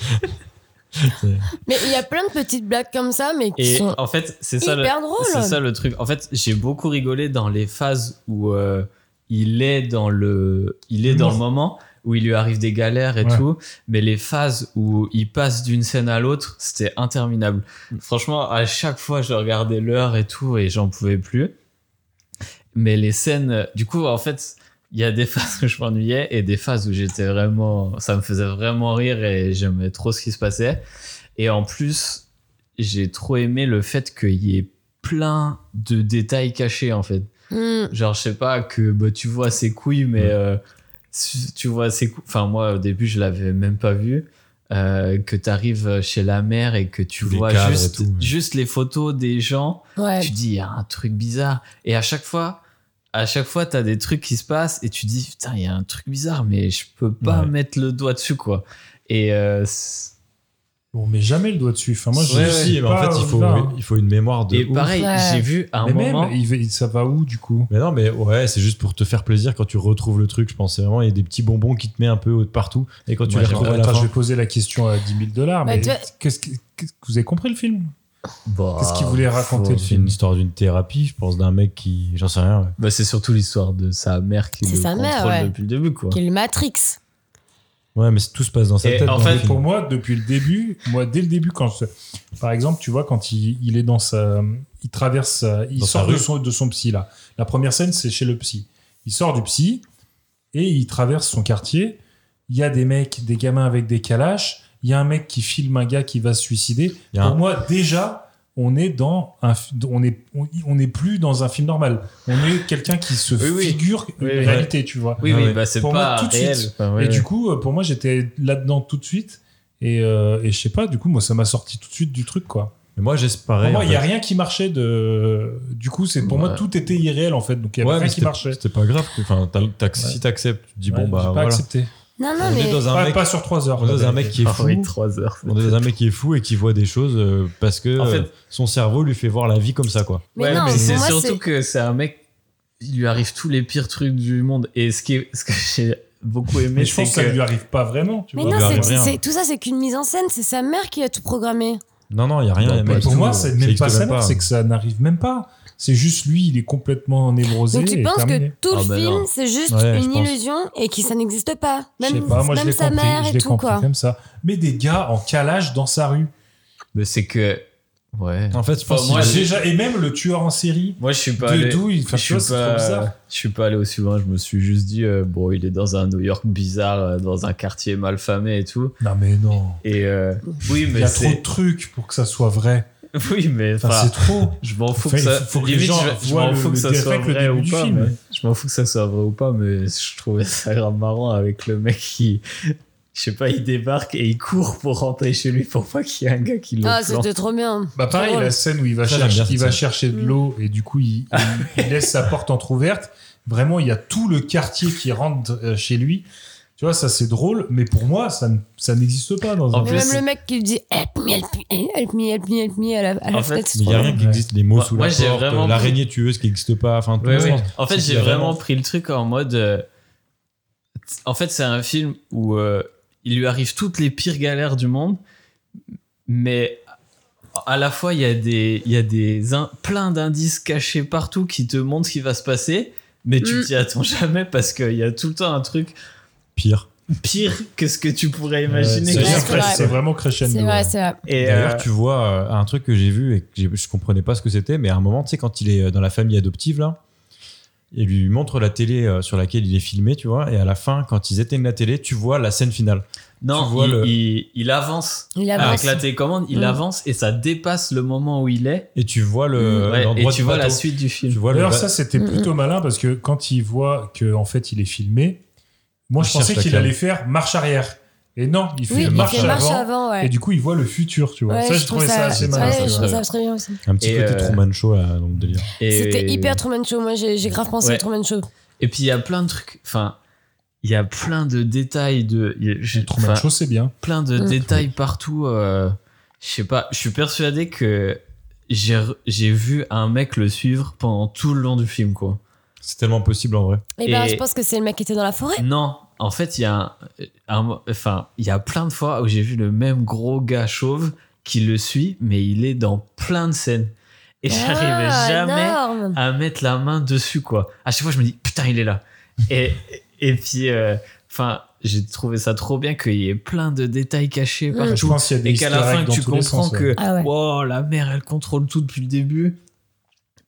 [SPEAKER 8] Mais il y a plein de petites blagues comme ça, mais qui
[SPEAKER 7] Et
[SPEAKER 8] sont
[SPEAKER 7] en fait, c'est ça, le,
[SPEAKER 8] hyper drôles.
[SPEAKER 7] c'est ça le truc. En fait, j'ai beaucoup rigolé dans les phases où euh, il est dans le, il est dans le
[SPEAKER 4] L'humour.
[SPEAKER 7] moment où il lui arrive des galères et
[SPEAKER 4] Ouais.
[SPEAKER 7] tout, mais les phases où il passe d'une scène à l'autre, c'était interminable. Franchement, à chaque fois, je regardais l'heure et tout et j'en pouvais plus. Mais les scènes, euh, du coup, en fait, il y a des *laughs* phases où je m'ennuyais et des phases où j'étais vraiment, ça me faisait vraiment rire et j'aimais trop ce qui se passait. Et en plus, j'ai trop aimé le fait qu'il y ait plein de détails cachés en fait.
[SPEAKER 8] Hmm.
[SPEAKER 7] Genre, je sais pas, que bah, tu vois ses couilles, mais euh, tu vois ses couilles. Enfin, moi, au début, je l'avais même pas vu. Euh, que tu arrives chez la mère et que tu
[SPEAKER 6] Tous les
[SPEAKER 7] vois
[SPEAKER 6] cadres et
[SPEAKER 7] juste,
[SPEAKER 6] tout, ouais.
[SPEAKER 7] juste les photos des gens
[SPEAKER 8] Ouais.
[SPEAKER 7] tu dis, il y a un truc bizarre. Et à chaque fois, à chaque fois, t'as des trucs qui se passent et tu dis, putain, il y a un truc bizarre, mais je peux pas
[SPEAKER 6] Ouais.
[SPEAKER 7] mettre le doigt dessus, quoi. Et euh, c'est-
[SPEAKER 4] On met jamais le doigt dessus. Enfin, moi, je
[SPEAKER 6] Ouais,
[SPEAKER 4] sais
[SPEAKER 6] si, mais bah, en
[SPEAKER 4] pas
[SPEAKER 6] fait, il
[SPEAKER 4] où
[SPEAKER 6] faut,
[SPEAKER 4] va, hein.
[SPEAKER 6] il faut une mémoire de.
[SPEAKER 7] et
[SPEAKER 6] ouf.
[SPEAKER 7] pareil,
[SPEAKER 8] Ouais.
[SPEAKER 7] j'ai vu à un
[SPEAKER 4] Mais
[SPEAKER 7] moment.
[SPEAKER 4] même, il va- il- ça va où du coup
[SPEAKER 6] Mais non, mais ouais, c'est juste pour te faire plaisir quand tu retrouves le truc, je pense. C'est vraiment, il y a des petits bonbons qui te met un peu partout. Et quand tu
[SPEAKER 7] Moi,
[SPEAKER 6] les
[SPEAKER 7] j'aime
[SPEAKER 6] retrouves à la
[SPEAKER 4] Attends, je
[SPEAKER 6] fin.
[SPEAKER 4] vais poser la question à 10 000 dollars.
[SPEAKER 8] Bah,
[SPEAKER 4] Mais
[SPEAKER 8] tu vois-
[SPEAKER 4] qu'est-ce que, qu'est-ce que- vous avez compris le film
[SPEAKER 7] Bah,
[SPEAKER 4] Qu'est-ce qu'il voulait raconter le
[SPEAKER 6] C'est une
[SPEAKER 4] film
[SPEAKER 6] histoire d'une thérapie, je pense, d'un mec qui. J'en sais rien, ouais.
[SPEAKER 7] bah, c'est surtout l'histoire de sa mère qui
[SPEAKER 8] C'est
[SPEAKER 7] le
[SPEAKER 8] sa
[SPEAKER 7] contrôle
[SPEAKER 8] mère, ouais.
[SPEAKER 7] depuis le début, quoi.
[SPEAKER 8] Qui est le Matrix.
[SPEAKER 6] Ouais, mais tout se passe dans sa
[SPEAKER 7] Et
[SPEAKER 6] tête.
[SPEAKER 7] en
[SPEAKER 6] dans le
[SPEAKER 7] fait,
[SPEAKER 6] film.
[SPEAKER 4] Pour moi, depuis le début, moi, dès le début, quand je- par exemple, tu vois, quand il, il est dans sa, il traverse, sa- il
[SPEAKER 6] Dans sa
[SPEAKER 4] sort de
[SPEAKER 6] rue.
[SPEAKER 4] son, de son psy là. La première scène, c'est chez le psy. Il sort du psy et il traverse son quartier. Il y a des mecs, des gamins avec des calaches. Il y a un mec qui filme un gars qui va se suicider.
[SPEAKER 6] Il y a
[SPEAKER 4] Pour
[SPEAKER 6] un-
[SPEAKER 4] moi, déjà, on est dans un, fi- on est, on, on est plus dans un film normal. On est quelqu'un qui se
[SPEAKER 7] Oui, oui.
[SPEAKER 4] figure une
[SPEAKER 7] Oui, oui.
[SPEAKER 4] réalité, tu vois.
[SPEAKER 7] Oui,
[SPEAKER 6] Ah
[SPEAKER 7] oui,
[SPEAKER 6] ouais.
[SPEAKER 7] bah, c'est
[SPEAKER 4] Pour moi,
[SPEAKER 7] pas
[SPEAKER 4] tout de
[SPEAKER 7] réel.
[SPEAKER 4] suite.
[SPEAKER 7] Enfin, ouais,
[SPEAKER 4] Et du
[SPEAKER 7] ouais.
[SPEAKER 4] coup, euh, pour moi, j'étais là-dedans tout de suite. Et, euh, et je sais pas, du coup, moi, ça m'a sorti tout de suite du truc, quoi.
[SPEAKER 6] Mais moi,
[SPEAKER 4] Pour
[SPEAKER 6] j'espérais.
[SPEAKER 4] moi,
[SPEAKER 6] en
[SPEAKER 4] il n'y a
[SPEAKER 6] fait.
[SPEAKER 4] rien qui marchait de. Du coup, c'est pour moi,
[SPEAKER 7] Ouais.
[SPEAKER 4] tout était irréel, en fait. Donc, il n'y avait
[SPEAKER 6] Ouais,
[SPEAKER 4] rien
[SPEAKER 6] mais
[SPEAKER 4] qui
[SPEAKER 6] c'était-
[SPEAKER 4] marchait.
[SPEAKER 6] C'était pas grave. que- Enfin, t'as- t'as- si
[SPEAKER 4] Ouais.
[SPEAKER 6] t'acceptes, tu dis
[SPEAKER 4] Ouais,
[SPEAKER 6] bon, bah
[SPEAKER 4] J'ai pas
[SPEAKER 6] voilà.
[SPEAKER 4] accepté.
[SPEAKER 8] Non,
[SPEAKER 6] On
[SPEAKER 8] non, mais.
[SPEAKER 6] est dans un
[SPEAKER 4] Pas,
[SPEAKER 6] mec.
[SPEAKER 4] pas sur 3 heures.
[SPEAKER 6] On est dans un mec qui est
[SPEAKER 7] Ah
[SPEAKER 6] fou.
[SPEAKER 7] oui, trois heures.
[SPEAKER 6] On est dans un mec qui est fou et qui voit des choses euh, parce que
[SPEAKER 7] En fait-
[SPEAKER 6] euh, son cerveau lui fait voir la vie comme ça, quoi.
[SPEAKER 8] Mais
[SPEAKER 7] ouais,
[SPEAKER 8] non,
[SPEAKER 7] mais
[SPEAKER 8] pour
[SPEAKER 7] c'est
[SPEAKER 8] moi,
[SPEAKER 7] surtout que c'est un mec, il lui arrive tous les pires trucs du monde. Et ce, qui est- ce que j'ai beaucoup aimé,
[SPEAKER 4] Mais je
[SPEAKER 7] c'est
[SPEAKER 4] pense que ça
[SPEAKER 7] que.
[SPEAKER 4] lui arrive pas vraiment, tu
[SPEAKER 8] Mais
[SPEAKER 4] vois.
[SPEAKER 6] il
[SPEAKER 8] non,
[SPEAKER 6] lui
[SPEAKER 8] c'est-
[SPEAKER 6] arrive rien.
[SPEAKER 8] c'est- tout ça, c'est qu'une mise en scène. C'est sa mère qui a tout programmé.
[SPEAKER 6] Non, non, il y a rien.
[SPEAKER 7] Non,
[SPEAKER 6] y a
[SPEAKER 7] pas
[SPEAKER 6] même
[SPEAKER 7] du
[SPEAKER 4] Pour
[SPEAKER 6] tout,
[SPEAKER 4] moi,
[SPEAKER 6] euh,
[SPEAKER 4] c'est
[SPEAKER 6] ça
[SPEAKER 4] même
[SPEAKER 6] existe
[SPEAKER 4] pas ça,
[SPEAKER 6] même
[SPEAKER 4] non, c'est que ça n'arrive même pas. C'est juste lui, il est complètement névrosé.
[SPEAKER 8] Donc tu
[SPEAKER 4] et
[SPEAKER 8] penses
[SPEAKER 4] terminé.
[SPEAKER 8] que tout
[SPEAKER 7] Ah
[SPEAKER 8] le
[SPEAKER 7] bah non.
[SPEAKER 8] film, c'est juste
[SPEAKER 6] Ouais, je
[SPEAKER 8] une
[SPEAKER 6] pense.
[SPEAKER 8] illusion et que ça n'existe pas.
[SPEAKER 4] Je sais
[SPEAKER 8] Même,
[SPEAKER 4] pas, moi, je
[SPEAKER 8] même
[SPEAKER 4] l'ai
[SPEAKER 8] sa
[SPEAKER 4] compris.
[SPEAKER 8] mère
[SPEAKER 4] Je
[SPEAKER 8] et
[SPEAKER 4] l'ai
[SPEAKER 8] tout,
[SPEAKER 4] compris
[SPEAKER 8] quoi.
[SPEAKER 4] comme ça. Mais des gars en calage dans sa rue.
[SPEAKER 7] Mais bah, c'est que. Ouais.
[SPEAKER 6] En fait, je pense
[SPEAKER 7] Enfin, moi,
[SPEAKER 6] qu'il-
[SPEAKER 7] j'ai-
[SPEAKER 4] Déjà, et même le tueur en série.
[SPEAKER 7] Moi, je suis pas
[SPEAKER 4] De
[SPEAKER 7] allé.
[SPEAKER 4] d'où il
[SPEAKER 7] Je
[SPEAKER 4] fait
[SPEAKER 7] suis, pas, je suis pas allé aussi loin, je me suis juste dit, euh, bon, il est dans un New York bizarre, euh, dans un quartier mal famé et tout.
[SPEAKER 4] Non mais non.
[SPEAKER 7] Et euh, oui,
[SPEAKER 4] Il y
[SPEAKER 7] mais
[SPEAKER 4] a trop de
[SPEAKER 7] c'est. *laughs*
[SPEAKER 4] trucs pour que ça soit vrai.
[SPEAKER 7] Oui, mais
[SPEAKER 4] Enfin,
[SPEAKER 7] enfin,
[SPEAKER 4] c'est trop.
[SPEAKER 7] je m'en fous
[SPEAKER 4] Enfin,
[SPEAKER 7] que
[SPEAKER 4] il
[SPEAKER 7] ça.
[SPEAKER 4] faut- faut que les
[SPEAKER 7] limite,
[SPEAKER 4] gens
[SPEAKER 7] je- je,
[SPEAKER 4] voient
[SPEAKER 7] m'en
[SPEAKER 4] le-
[SPEAKER 7] fous que
[SPEAKER 4] le
[SPEAKER 7] ça soit
[SPEAKER 4] direct, le
[SPEAKER 7] vrai
[SPEAKER 4] début
[SPEAKER 7] ou
[SPEAKER 4] du
[SPEAKER 7] pas.
[SPEAKER 4] film. hein.
[SPEAKER 7] mais- je m'en fous que ça soit vrai ou pas, mais *laughs* je trouvais ça grave marrant avec le mec qui. Je sais pas, il débarque et il court pour rentrer chez lui pour pas qu'il y ait un gars qui le
[SPEAKER 8] Ah,
[SPEAKER 7] plante.
[SPEAKER 8] c'était trop bien.
[SPEAKER 4] *laughs* Bah pareil,
[SPEAKER 8] Trop
[SPEAKER 4] la
[SPEAKER 8] drôle.
[SPEAKER 4] scène où il va,
[SPEAKER 6] Ça, j'aime
[SPEAKER 4] chercher,
[SPEAKER 6] bien cette
[SPEAKER 4] il va
[SPEAKER 6] scène.
[SPEAKER 4] chercher de l'eau et du coup il, *laughs* il- il laisse sa porte entrouverte. Vraiment, il y a tout le quartier qui rentre euh, chez lui. Tu vois, ça c'est drôle, mais pour moi, ça, ne- ça n'existe pas dans un
[SPEAKER 7] En
[SPEAKER 8] Mais
[SPEAKER 7] plus,
[SPEAKER 8] même
[SPEAKER 7] c'est-
[SPEAKER 8] le mec qui lui dit Help me, help me, help me, help me, help me à la, à la
[SPEAKER 7] En fait,
[SPEAKER 8] fenêtre. c'est
[SPEAKER 6] Mais il
[SPEAKER 8] trop
[SPEAKER 6] n'y a
[SPEAKER 8] bien.
[SPEAKER 6] rien qui existe. Les mots
[SPEAKER 7] Moi-
[SPEAKER 6] sous
[SPEAKER 7] moi,
[SPEAKER 6] la
[SPEAKER 7] j'ai
[SPEAKER 6] porte,
[SPEAKER 7] vraiment-
[SPEAKER 6] l'araignée tueuse qui n'existe pas. Enfin, tout
[SPEAKER 7] Ouais,
[SPEAKER 6] le
[SPEAKER 7] ouais.
[SPEAKER 6] monde.
[SPEAKER 7] En fait,
[SPEAKER 6] Il y
[SPEAKER 7] j'ai
[SPEAKER 6] a
[SPEAKER 7] vraiment pris le truc en mode. euh, en fait, c'est un film où euh, il lui arrive toutes les pires galères du monde, mais à la fois, il y a, des, il y a des in- plein d'indices cachés partout qui te montrent ce qui va se passer, mais tu
[SPEAKER 14] Mm.
[SPEAKER 7] t'y attends jamais parce qu'il y a tout le temps un truc
[SPEAKER 4] pire.
[SPEAKER 7] Pire que ce que tu pourrais imaginer.
[SPEAKER 4] c'est
[SPEAKER 7] qui
[SPEAKER 4] vrai,
[SPEAKER 7] se
[SPEAKER 4] c'est
[SPEAKER 7] passe.
[SPEAKER 4] vrai. C'est vraiment crescendo,
[SPEAKER 8] C'est vrai, c'est vrai.
[SPEAKER 7] Et,
[SPEAKER 4] D'ailleurs,
[SPEAKER 7] euh,
[SPEAKER 4] tu vois euh, un truc que j'ai vu et que j'ai- je comprenais pas ce que c'était, mais à un moment, tu sais, quand il est euh, dans la famille adoptive, là, il lui montre la télé euh, sur laquelle il est filmé, tu vois, et à la fin, quand ils éteignent la télé, tu vois la scène finale.
[SPEAKER 7] Non,
[SPEAKER 4] Tu vois
[SPEAKER 7] il,
[SPEAKER 4] le-
[SPEAKER 7] il- il avance.
[SPEAKER 8] Il
[SPEAKER 4] avance.
[SPEAKER 7] Avec la télécommande, il
[SPEAKER 4] Mm.
[SPEAKER 7] avance et ça dépasse le moment où il est. Mm,
[SPEAKER 4] Et tu vois le.
[SPEAKER 7] Ouais, et
[SPEAKER 4] l'endroit
[SPEAKER 7] tu
[SPEAKER 4] du
[SPEAKER 7] vois la
[SPEAKER 4] bateau.
[SPEAKER 7] suite du film.
[SPEAKER 4] Tu vois le
[SPEAKER 6] D'ailleurs,
[SPEAKER 4] va-
[SPEAKER 6] ça, c'était plutôt malin parce que quand il voit que en fait, il est filmé, moi,
[SPEAKER 4] Il
[SPEAKER 6] je pensais
[SPEAKER 4] cherche la
[SPEAKER 6] qu'il
[SPEAKER 4] cam.
[SPEAKER 6] allait faire marche arrière. Et non, il fait
[SPEAKER 8] Oui, il fait
[SPEAKER 6] marche
[SPEAKER 8] marche
[SPEAKER 6] avant.
[SPEAKER 8] avant, ouais.
[SPEAKER 6] Et du coup, il voit le futur, tu vois.
[SPEAKER 8] Ouais,
[SPEAKER 6] ça, je
[SPEAKER 8] trouve
[SPEAKER 6] trouvais ça assez malin.
[SPEAKER 8] ouais,
[SPEAKER 6] ça,
[SPEAKER 8] je trouve
[SPEAKER 6] ouais.
[SPEAKER 8] ça très bien aussi.
[SPEAKER 4] Un petit
[SPEAKER 7] Et,
[SPEAKER 4] côté
[SPEAKER 7] euh,
[SPEAKER 4] Truman Show là, dans le délire.
[SPEAKER 8] C'était
[SPEAKER 7] Et-
[SPEAKER 8] hyper Truman Show. Moi, j'ai j'ai grave pensé
[SPEAKER 7] Ouais.
[SPEAKER 8] à Truman Show.
[SPEAKER 7] Et puis il y a plein de trucs. Enfin, il y a plein de détails de. il y a- j'ai-
[SPEAKER 6] Truman
[SPEAKER 7] enfin,
[SPEAKER 6] Show, c'est bien.
[SPEAKER 7] Plein de
[SPEAKER 6] Mm.
[SPEAKER 7] détails partout. euh, je sais pas. Je suis persuadé que j'ai re- j'ai vu un mec le suivre pendant tout le long du film, quoi.
[SPEAKER 4] C'est tellement possible en vrai.
[SPEAKER 8] Et, ben, je pense que c'est le mec qui était dans la forêt.
[SPEAKER 7] Non, en fait, il y a un- un- enfin, il y a plein de fois où j'ai vu le même gros gars chauve qui le suit, mais il est dans plein de scènes. Et *laughs* j'arrivais
[SPEAKER 8] Ah,
[SPEAKER 7] jamais
[SPEAKER 8] énorme.
[SPEAKER 7] à mettre la main dessus, quoi. À chaque fois, je me dis, putain, il est là. Et, et puis, euh, enfin, j'ai trouvé ça trop bien qu'il y ait plein de détails cachés
[SPEAKER 6] Mm.
[SPEAKER 7] partout.
[SPEAKER 6] Je pense qu'il y a des
[SPEAKER 7] et qu'à la
[SPEAKER 6] easter
[SPEAKER 7] fin,
[SPEAKER 6] eggs dans
[SPEAKER 7] tu
[SPEAKER 6] tous les
[SPEAKER 7] comprends
[SPEAKER 6] sens, ouais.
[SPEAKER 7] que,
[SPEAKER 6] Ah ouais.
[SPEAKER 7] wow, la mère, elle contrôle tout depuis le début.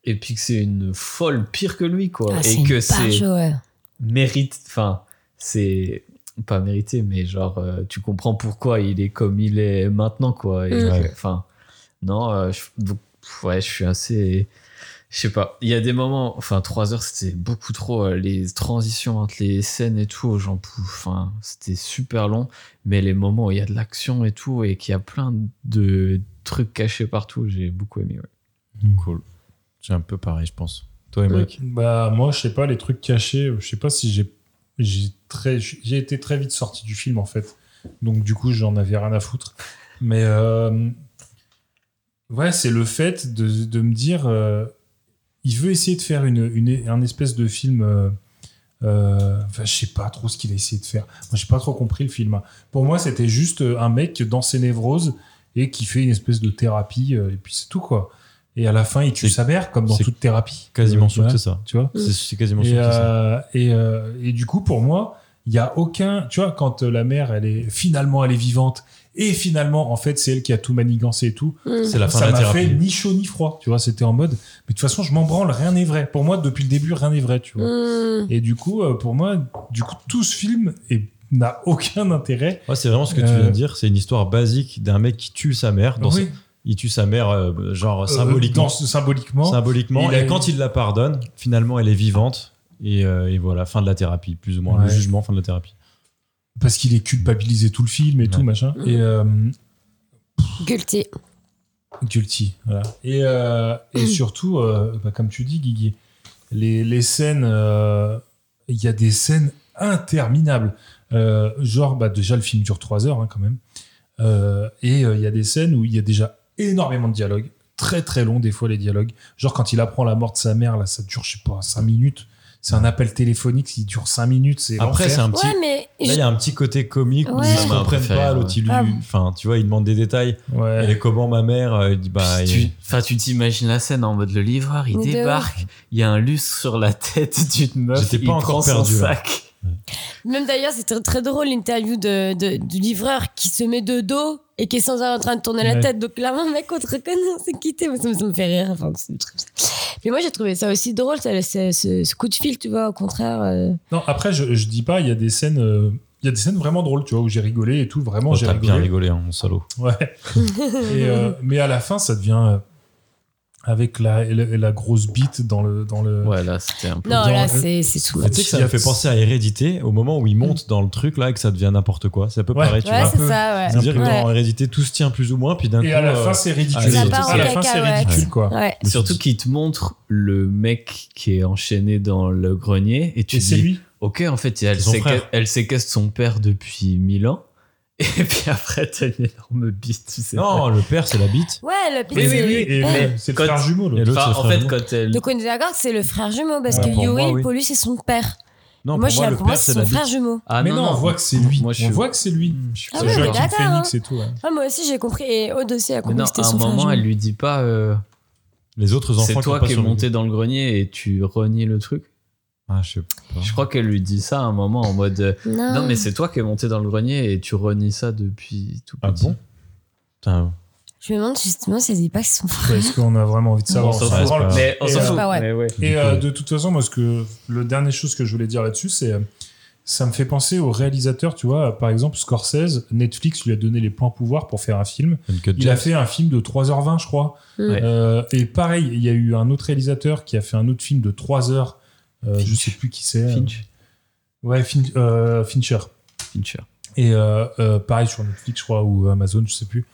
[SPEAKER 7] Et puis que c'est une folle pire que lui, quoi.
[SPEAKER 8] Ah, c'est
[SPEAKER 7] et
[SPEAKER 8] une
[SPEAKER 7] que
[SPEAKER 8] barge,
[SPEAKER 7] c'est
[SPEAKER 8] ouais.
[SPEAKER 7] mérite, enfin, c'est pas mérité, mais genre, euh, tu comprends pourquoi il est comme il est maintenant, quoi. Et,
[SPEAKER 8] Mm.
[SPEAKER 4] Ouais.
[SPEAKER 7] Enfin, non, euh, je, donc, ouais, je suis assez. Je sais pas. Il y a des moments, enfin, 3 heures, c'était beaucoup trop. euh, les transitions entre les scènes et tout, j'en pouf. Enfin, c'était super long, mais les moments où il y a de l'action et tout, et qu'il y a plein de trucs cachés partout, j'ai beaucoup aimé, ouais.
[SPEAKER 6] Mm.
[SPEAKER 4] Cool. J'ai un peu pareil, je pense. Toi, Emmerich
[SPEAKER 6] Bah moi, je sais pas les trucs cachés. Je sais pas si j'ai j'ai très j'ai été très vite sorti du film en fait. Donc du coup, j'en avais rien à foutre. Mais euh, ouais, c'est le fait de, de me dire, euh, il veut essayer de faire une, une un espèce de film. euh, euh, enfin, je sais pas trop ce qu'il a essayé de faire. Moi, j'ai pas trop compris le film. Pour moi, c'était juste euh, un mec dans ses névroses et qui fait une espèce de thérapie euh, et puis c'est tout quoi. Et à la fin, il tue sa mère comme dans
[SPEAKER 4] c'est
[SPEAKER 6] toute thérapie.
[SPEAKER 4] Quasiment sûr que
[SPEAKER 6] Ouais,
[SPEAKER 4] c'est ça.
[SPEAKER 6] Tu vois
[SPEAKER 4] C'est- C'est quasiment sûr
[SPEAKER 6] et,
[SPEAKER 4] que c'est ça.
[SPEAKER 6] euh, et, euh, et du coup, pour moi, il n'y a aucun. Tu vois, quand euh, la mère, elle est finalement, elle est vivante, et finalement, en fait, c'est elle qui a tout manigancé et tout.
[SPEAKER 4] Mm. C'est la fin
[SPEAKER 6] ça
[SPEAKER 4] de la
[SPEAKER 6] m'a
[SPEAKER 4] thérapie.
[SPEAKER 6] fait ni chaud ni froid. Tu vois, c'était en mode. Mais de toute façon, je m'en branle, rien n'est vrai. Pour moi, depuis le début, rien n'est vrai. Tu vois.
[SPEAKER 8] Mm.
[SPEAKER 6] Et du coup, euh, pour moi, du coup, tout ce film est- n'a aucun intérêt.
[SPEAKER 4] Ouais, c'est vraiment ce que tu
[SPEAKER 6] Euh,
[SPEAKER 4] viens de dire. C'est une histoire basique d'un mec qui tue sa mère. Dans
[SPEAKER 6] Oui.
[SPEAKER 4] sa- Il tue sa mère, euh, genre
[SPEAKER 6] euh,
[SPEAKER 4] symboliquement.
[SPEAKER 6] dans ce- symboliquement.
[SPEAKER 4] symboliquement.
[SPEAKER 6] Il a
[SPEAKER 4] et
[SPEAKER 6] eu-
[SPEAKER 4] quand il la pardonne, finalement, elle est vivante. Et, euh, et voilà, fin de la thérapie, plus ou moins. Le
[SPEAKER 6] Ouais.
[SPEAKER 4] jugement, fin de la thérapie.
[SPEAKER 6] Parce qu'il est culpabilisé tout le film et tout, machin. Et. euh,
[SPEAKER 8] Guilty.
[SPEAKER 6] Guilty, voilà. Et, euh,
[SPEAKER 8] *clears throat*
[SPEAKER 6] et surtout, euh, bah, comme tu dis, Guigui, les, les scènes, euh, il y a des scènes interminables. Euh, genre, bah, déjà, le film dure 3 heures hein, quand même. Euh, et euh, il y a des scènes où il y a déjà énormément de dialogues, très très longs des fois les dialogues. Genre quand il apprend la mort de sa mère, là, ça dure, je sais pas, 5 minutes. C'est un appel téléphonique, il dure 5 minutes. c'est
[SPEAKER 4] Après,
[SPEAKER 6] l'enfer.
[SPEAKER 4] c'est un petit.
[SPEAKER 8] Ouais, mais
[SPEAKER 4] Là, il y a un petit côté comique où
[SPEAKER 8] Ouais.
[SPEAKER 4] ils
[SPEAKER 8] C'est
[SPEAKER 4] se
[SPEAKER 8] ma
[SPEAKER 4] comprennent
[SPEAKER 7] préférée,
[SPEAKER 4] pas.
[SPEAKER 7] ouais.
[SPEAKER 4] L'autre, il lui-
[SPEAKER 8] Ah bon.
[SPEAKER 4] Enfin, tu vois, il demande des détails.
[SPEAKER 6] Ouais.
[SPEAKER 4] Elle est comment ma mère Euh, Il dit bah.
[SPEAKER 7] Puis
[SPEAKER 4] il-
[SPEAKER 7] tu, enfin, tu t'imagines la scène en mode le livreur, il
[SPEAKER 8] De
[SPEAKER 7] débarque, il y a un lustre sur la tête d'une meuf,
[SPEAKER 4] J'étais pas
[SPEAKER 7] il
[SPEAKER 4] encore
[SPEAKER 7] prend son
[SPEAKER 4] perdu, hein. là.
[SPEAKER 7] sac.
[SPEAKER 8] Même d'ailleurs, c'était très drôle l'interview de, de- du livreur qui se met de dos et qui est sans arrêt en train de tourner la
[SPEAKER 14] Ouais.
[SPEAKER 8] tête. Donc clairement, mec, on te reconnaît, c'est quitté. Moi, ça, me- ça me fait rire. Enfin, c'est un truc. Mais moi, j'ai trouvé ça aussi drôle, ça, ce, ce- ce coup de fil, tu vois, au contraire. euh.
[SPEAKER 6] Non, après, je, je dis pas, il y a des scènes. euh, il y a des scènes vraiment drôles, tu vois, où j'ai rigolé et tout, vraiment
[SPEAKER 4] Oh,
[SPEAKER 6] j'ai
[SPEAKER 4] T'as
[SPEAKER 6] rigolé.
[SPEAKER 4] bien rigolé, hein, mon salaud.
[SPEAKER 6] Ouais.
[SPEAKER 8] *laughs*
[SPEAKER 6] Et, euh, mais à la fin, ça devient euh, avec la, la, la grosse bite dans le dans le.
[SPEAKER 7] Ouais, là, c'était un
[SPEAKER 4] peu-
[SPEAKER 8] Non,
[SPEAKER 4] Dans-
[SPEAKER 8] là, c'est c'est
[SPEAKER 4] Tu
[SPEAKER 8] sous
[SPEAKER 4] sais que ça me fait penser à Hérédité au moment où il monte dans le truc là et que ça devient n'importe quoi. C'est un peu
[SPEAKER 6] Ouais.
[SPEAKER 4] pareil, tu
[SPEAKER 8] Ouais,
[SPEAKER 4] vois.
[SPEAKER 8] c'est ça, ouais.
[SPEAKER 4] C'est-à-dire que
[SPEAKER 8] Ouais.
[SPEAKER 4] dans Hérédité, tout se tient plus ou moins, puis d'un coup.
[SPEAKER 6] Et à la
[SPEAKER 4] euh,
[SPEAKER 6] fin, c'est ridicule.
[SPEAKER 4] allez,
[SPEAKER 8] Ça part en
[SPEAKER 6] à la fin, c'est
[SPEAKER 8] cacahuète.
[SPEAKER 6] ridicule, quoi.
[SPEAKER 8] Ouais.
[SPEAKER 7] Surtout qu'il te montre le mec qui est enchaîné dans le grenier et tu
[SPEAKER 6] Et
[SPEAKER 7] te
[SPEAKER 6] c'est
[SPEAKER 7] dis,
[SPEAKER 6] lui.
[SPEAKER 7] ok, en fait, elle,
[SPEAKER 4] C'est son
[SPEAKER 7] séquestre-
[SPEAKER 4] frère.
[SPEAKER 7] elle séquestre son père depuis mille ans. *laughs* Et puis après, t'as une énorme bite, tu sais.
[SPEAKER 4] Non, oh, le père, c'est la bite.
[SPEAKER 8] Ouais, le
[SPEAKER 7] Oui, oui, oui.
[SPEAKER 6] Et
[SPEAKER 7] Mais
[SPEAKER 6] c'est le
[SPEAKER 7] quand-
[SPEAKER 6] frère jumeau. l'autre.
[SPEAKER 4] Et l'autre,
[SPEAKER 7] Enfin,
[SPEAKER 4] c'est le
[SPEAKER 7] en
[SPEAKER 4] frère
[SPEAKER 7] fait,
[SPEAKER 4] jumeau.
[SPEAKER 7] quand elle
[SPEAKER 8] Donc on est d'accord que c'est le frère jumeau parce
[SPEAKER 4] Ouais,
[SPEAKER 8] que
[SPEAKER 4] pour
[SPEAKER 8] Yuri,
[SPEAKER 4] moi, oui.
[SPEAKER 8] pour lui, c'est son père.
[SPEAKER 4] Non,
[SPEAKER 8] moi,
[SPEAKER 4] pour
[SPEAKER 8] je
[SPEAKER 4] moi,
[SPEAKER 8] suis
[SPEAKER 4] le
[SPEAKER 8] pour moi,
[SPEAKER 4] père,
[SPEAKER 8] c'est
[SPEAKER 4] c'est
[SPEAKER 8] son
[SPEAKER 4] la
[SPEAKER 8] frère
[SPEAKER 4] vie.
[SPEAKER 8] jumeau.
[SPEAKER 4] Ah,
[SPEAKER 6] mais
[SPEAKER 4] non,
[SPEAKER 6] non,
[SPEAKER 4] non.
[SPEAKER 6] on voit que c'est lui.
[SPEAKER 4] Moi, je suis-
[SPEAKER 6] on voit que c'est lui.
[SPEAKER 8] Ah
[SPEAKER 6] C'est
[SPEAKER 8] ouais, mais
[SPEAKER 6] Joaquin
[SPEAKER 8] d'accord,
[SPEAKER 6] Phoenix et tout. hein. ouais.
[SPEAKER 8] Ah, moi aussi, j'ai compris. Et Aude aussi a
[SPEAKER 7] Mais
[SPEAKER 8] compris
[SPEAKER 7] non,
[SPEAKER 8] que Ah c'était
[SPEAKER 7] à un
[SPEAKER 8] son frère
[SPEAKER 7] moment,
[SPEAKER 8] jumeau.
[SPEAKER 7] elle lui dit pas. euh,
[SPEAKER 4] Les autres enfants
[SPEAKER 7] C'est toi
[SPEAKER 4] qui ont pas
[SPEAKER 7] qui es
[SPEAKER 4] survécu.
[SPEAKER 7] monté dans le grenier et tu renies le truc.
[SPEAKER 4] Ah, je sais pas.
[SPEAKER 7] Je crois qu'elle lui dit ça à un moment en mode. euh,
[SPEAKER 8] Non.
[SPEAKER 7] Non, mais c'est toi qui es monté dans le grenier et tu renies ça depuis tout
[SPEAKER 4] Ah
[SPEAKER 7] petit.
[SPEAKER 4] bon Putain,
[SPEAKER 8] Je me demande justement si elle dit pas que c'est son frère.
[SPEAKER 6] Est-ce qu'on a vraiment envie de savoir
[SPEAKER 7] On s'en
[SPEAKER 6] ça
[SPEAKER 7] fout.
[SPEAKER 6] branle.
[SPEAKER 7] Mais on
[SPEAKER 6] Et,
[SPEAKER 7] s'en
[SPEAKER 6] euh,
[SPEAKER 7] fout.
[SPEAKER 8] pas, ouais.
[SPEAKER 7] Mais ouais.
[SPEAKER 6] Et euh, de toute façon, moi, ce que le dernière chose que je voulais dire là-dessus, c'est euh, ça me fait penser au réalisateur, tu vois, par exemple Scorsese, Netflix lui a donné les pleins pouvoirs pour faire un film.
[SPEAKER 4] une queue de
[SPEAKER 6] Il a
[SPEAKER 4] Jack.
[SPEAKER 6] fait un film de 3h20, je crois.
[SPEAKER 8] Ouais.
[SPEAKER 6] Euh, et pareil, il y a eu un autre réalisateur qui a fait un autre film de 3h. Euh, je sais plus qui c'est.
[SPEAKER 7] Finch.
[SPEAKER 6] Ouais, Fin- euh, Fincher.
[SPEAKER 7] Fincher.
[SPEAKER 6] Et euh, euh, pareil sur Netflix, je crois, ou Amazon, je sais plus.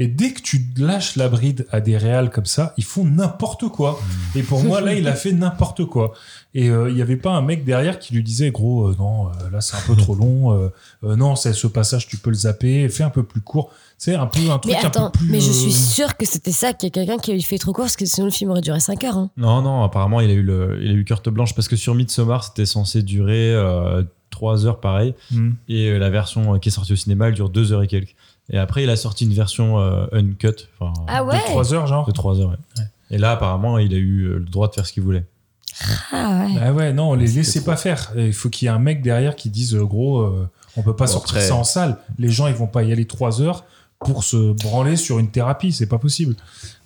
[SPEAKER 6] Et dès que tu lâches la bride à des réals comme ça, ils font n'importe quoi. Et pour moi, là, il a fait n'importe quoi. Et euh, il n'y avait pas un mec derrière qui lui disait, gros, euh, non, euh, là, c'est un peu trop long. euh, euh, non, c'est ce passage, tu peux le zapper. Fais un peu plus court. C'est un peu un truc
[SPEAKER 8] Mais
[SPEAKER 6] un
[SPEAKER 8] attends,
[SPEAKER 6] peu plus.
[SPEAKER 8] mais je suis
[SPEAKER 6] euh,
[SPEAKER 8] sûre que c'était ça, qu'il y a quelqu'un qui lui fait trop court, parce que sinon le film aurait duré 5 heures. hein.
[SPEAKER 4] Non, non, apparemment, il a eu, le, il a eu carte blanche parce que sur Midsommar, c'était censé durer 3 heures pareil.
[SPEAKER 6] hmm.
[SPEAKER 4] Et euh, la version euh, qui est sortie au cinéma, elle dure 2 heures et quelques. Et après, il a sorti une version euh, uncut, enfin,
[SPEAKER 8] Ah ouais
[SPEAKER 6] Deux, trois heures, genre.
[SPEAKER 4] de 3 heures. ouais. Et là, apparemment, il a eu euh, le droit de faire ce qu'il voulait.
[SPEAKER 8] Ah ouais.
[SPEAKER 6] Ah ouais, non, les laissez pas faire. Il faut qu'il y ait un mec derrière qui dise, euh, gros, euh, on peut pas
[SPEAKER 7] Bon,
[SPEAKER 6] sortir
[SPEAKER 7] après-
[SPEAKER 6] ça en salle. Les gens, ils vont pas y aller trois heures pour se branler sur une thérapie. C'est pas possible.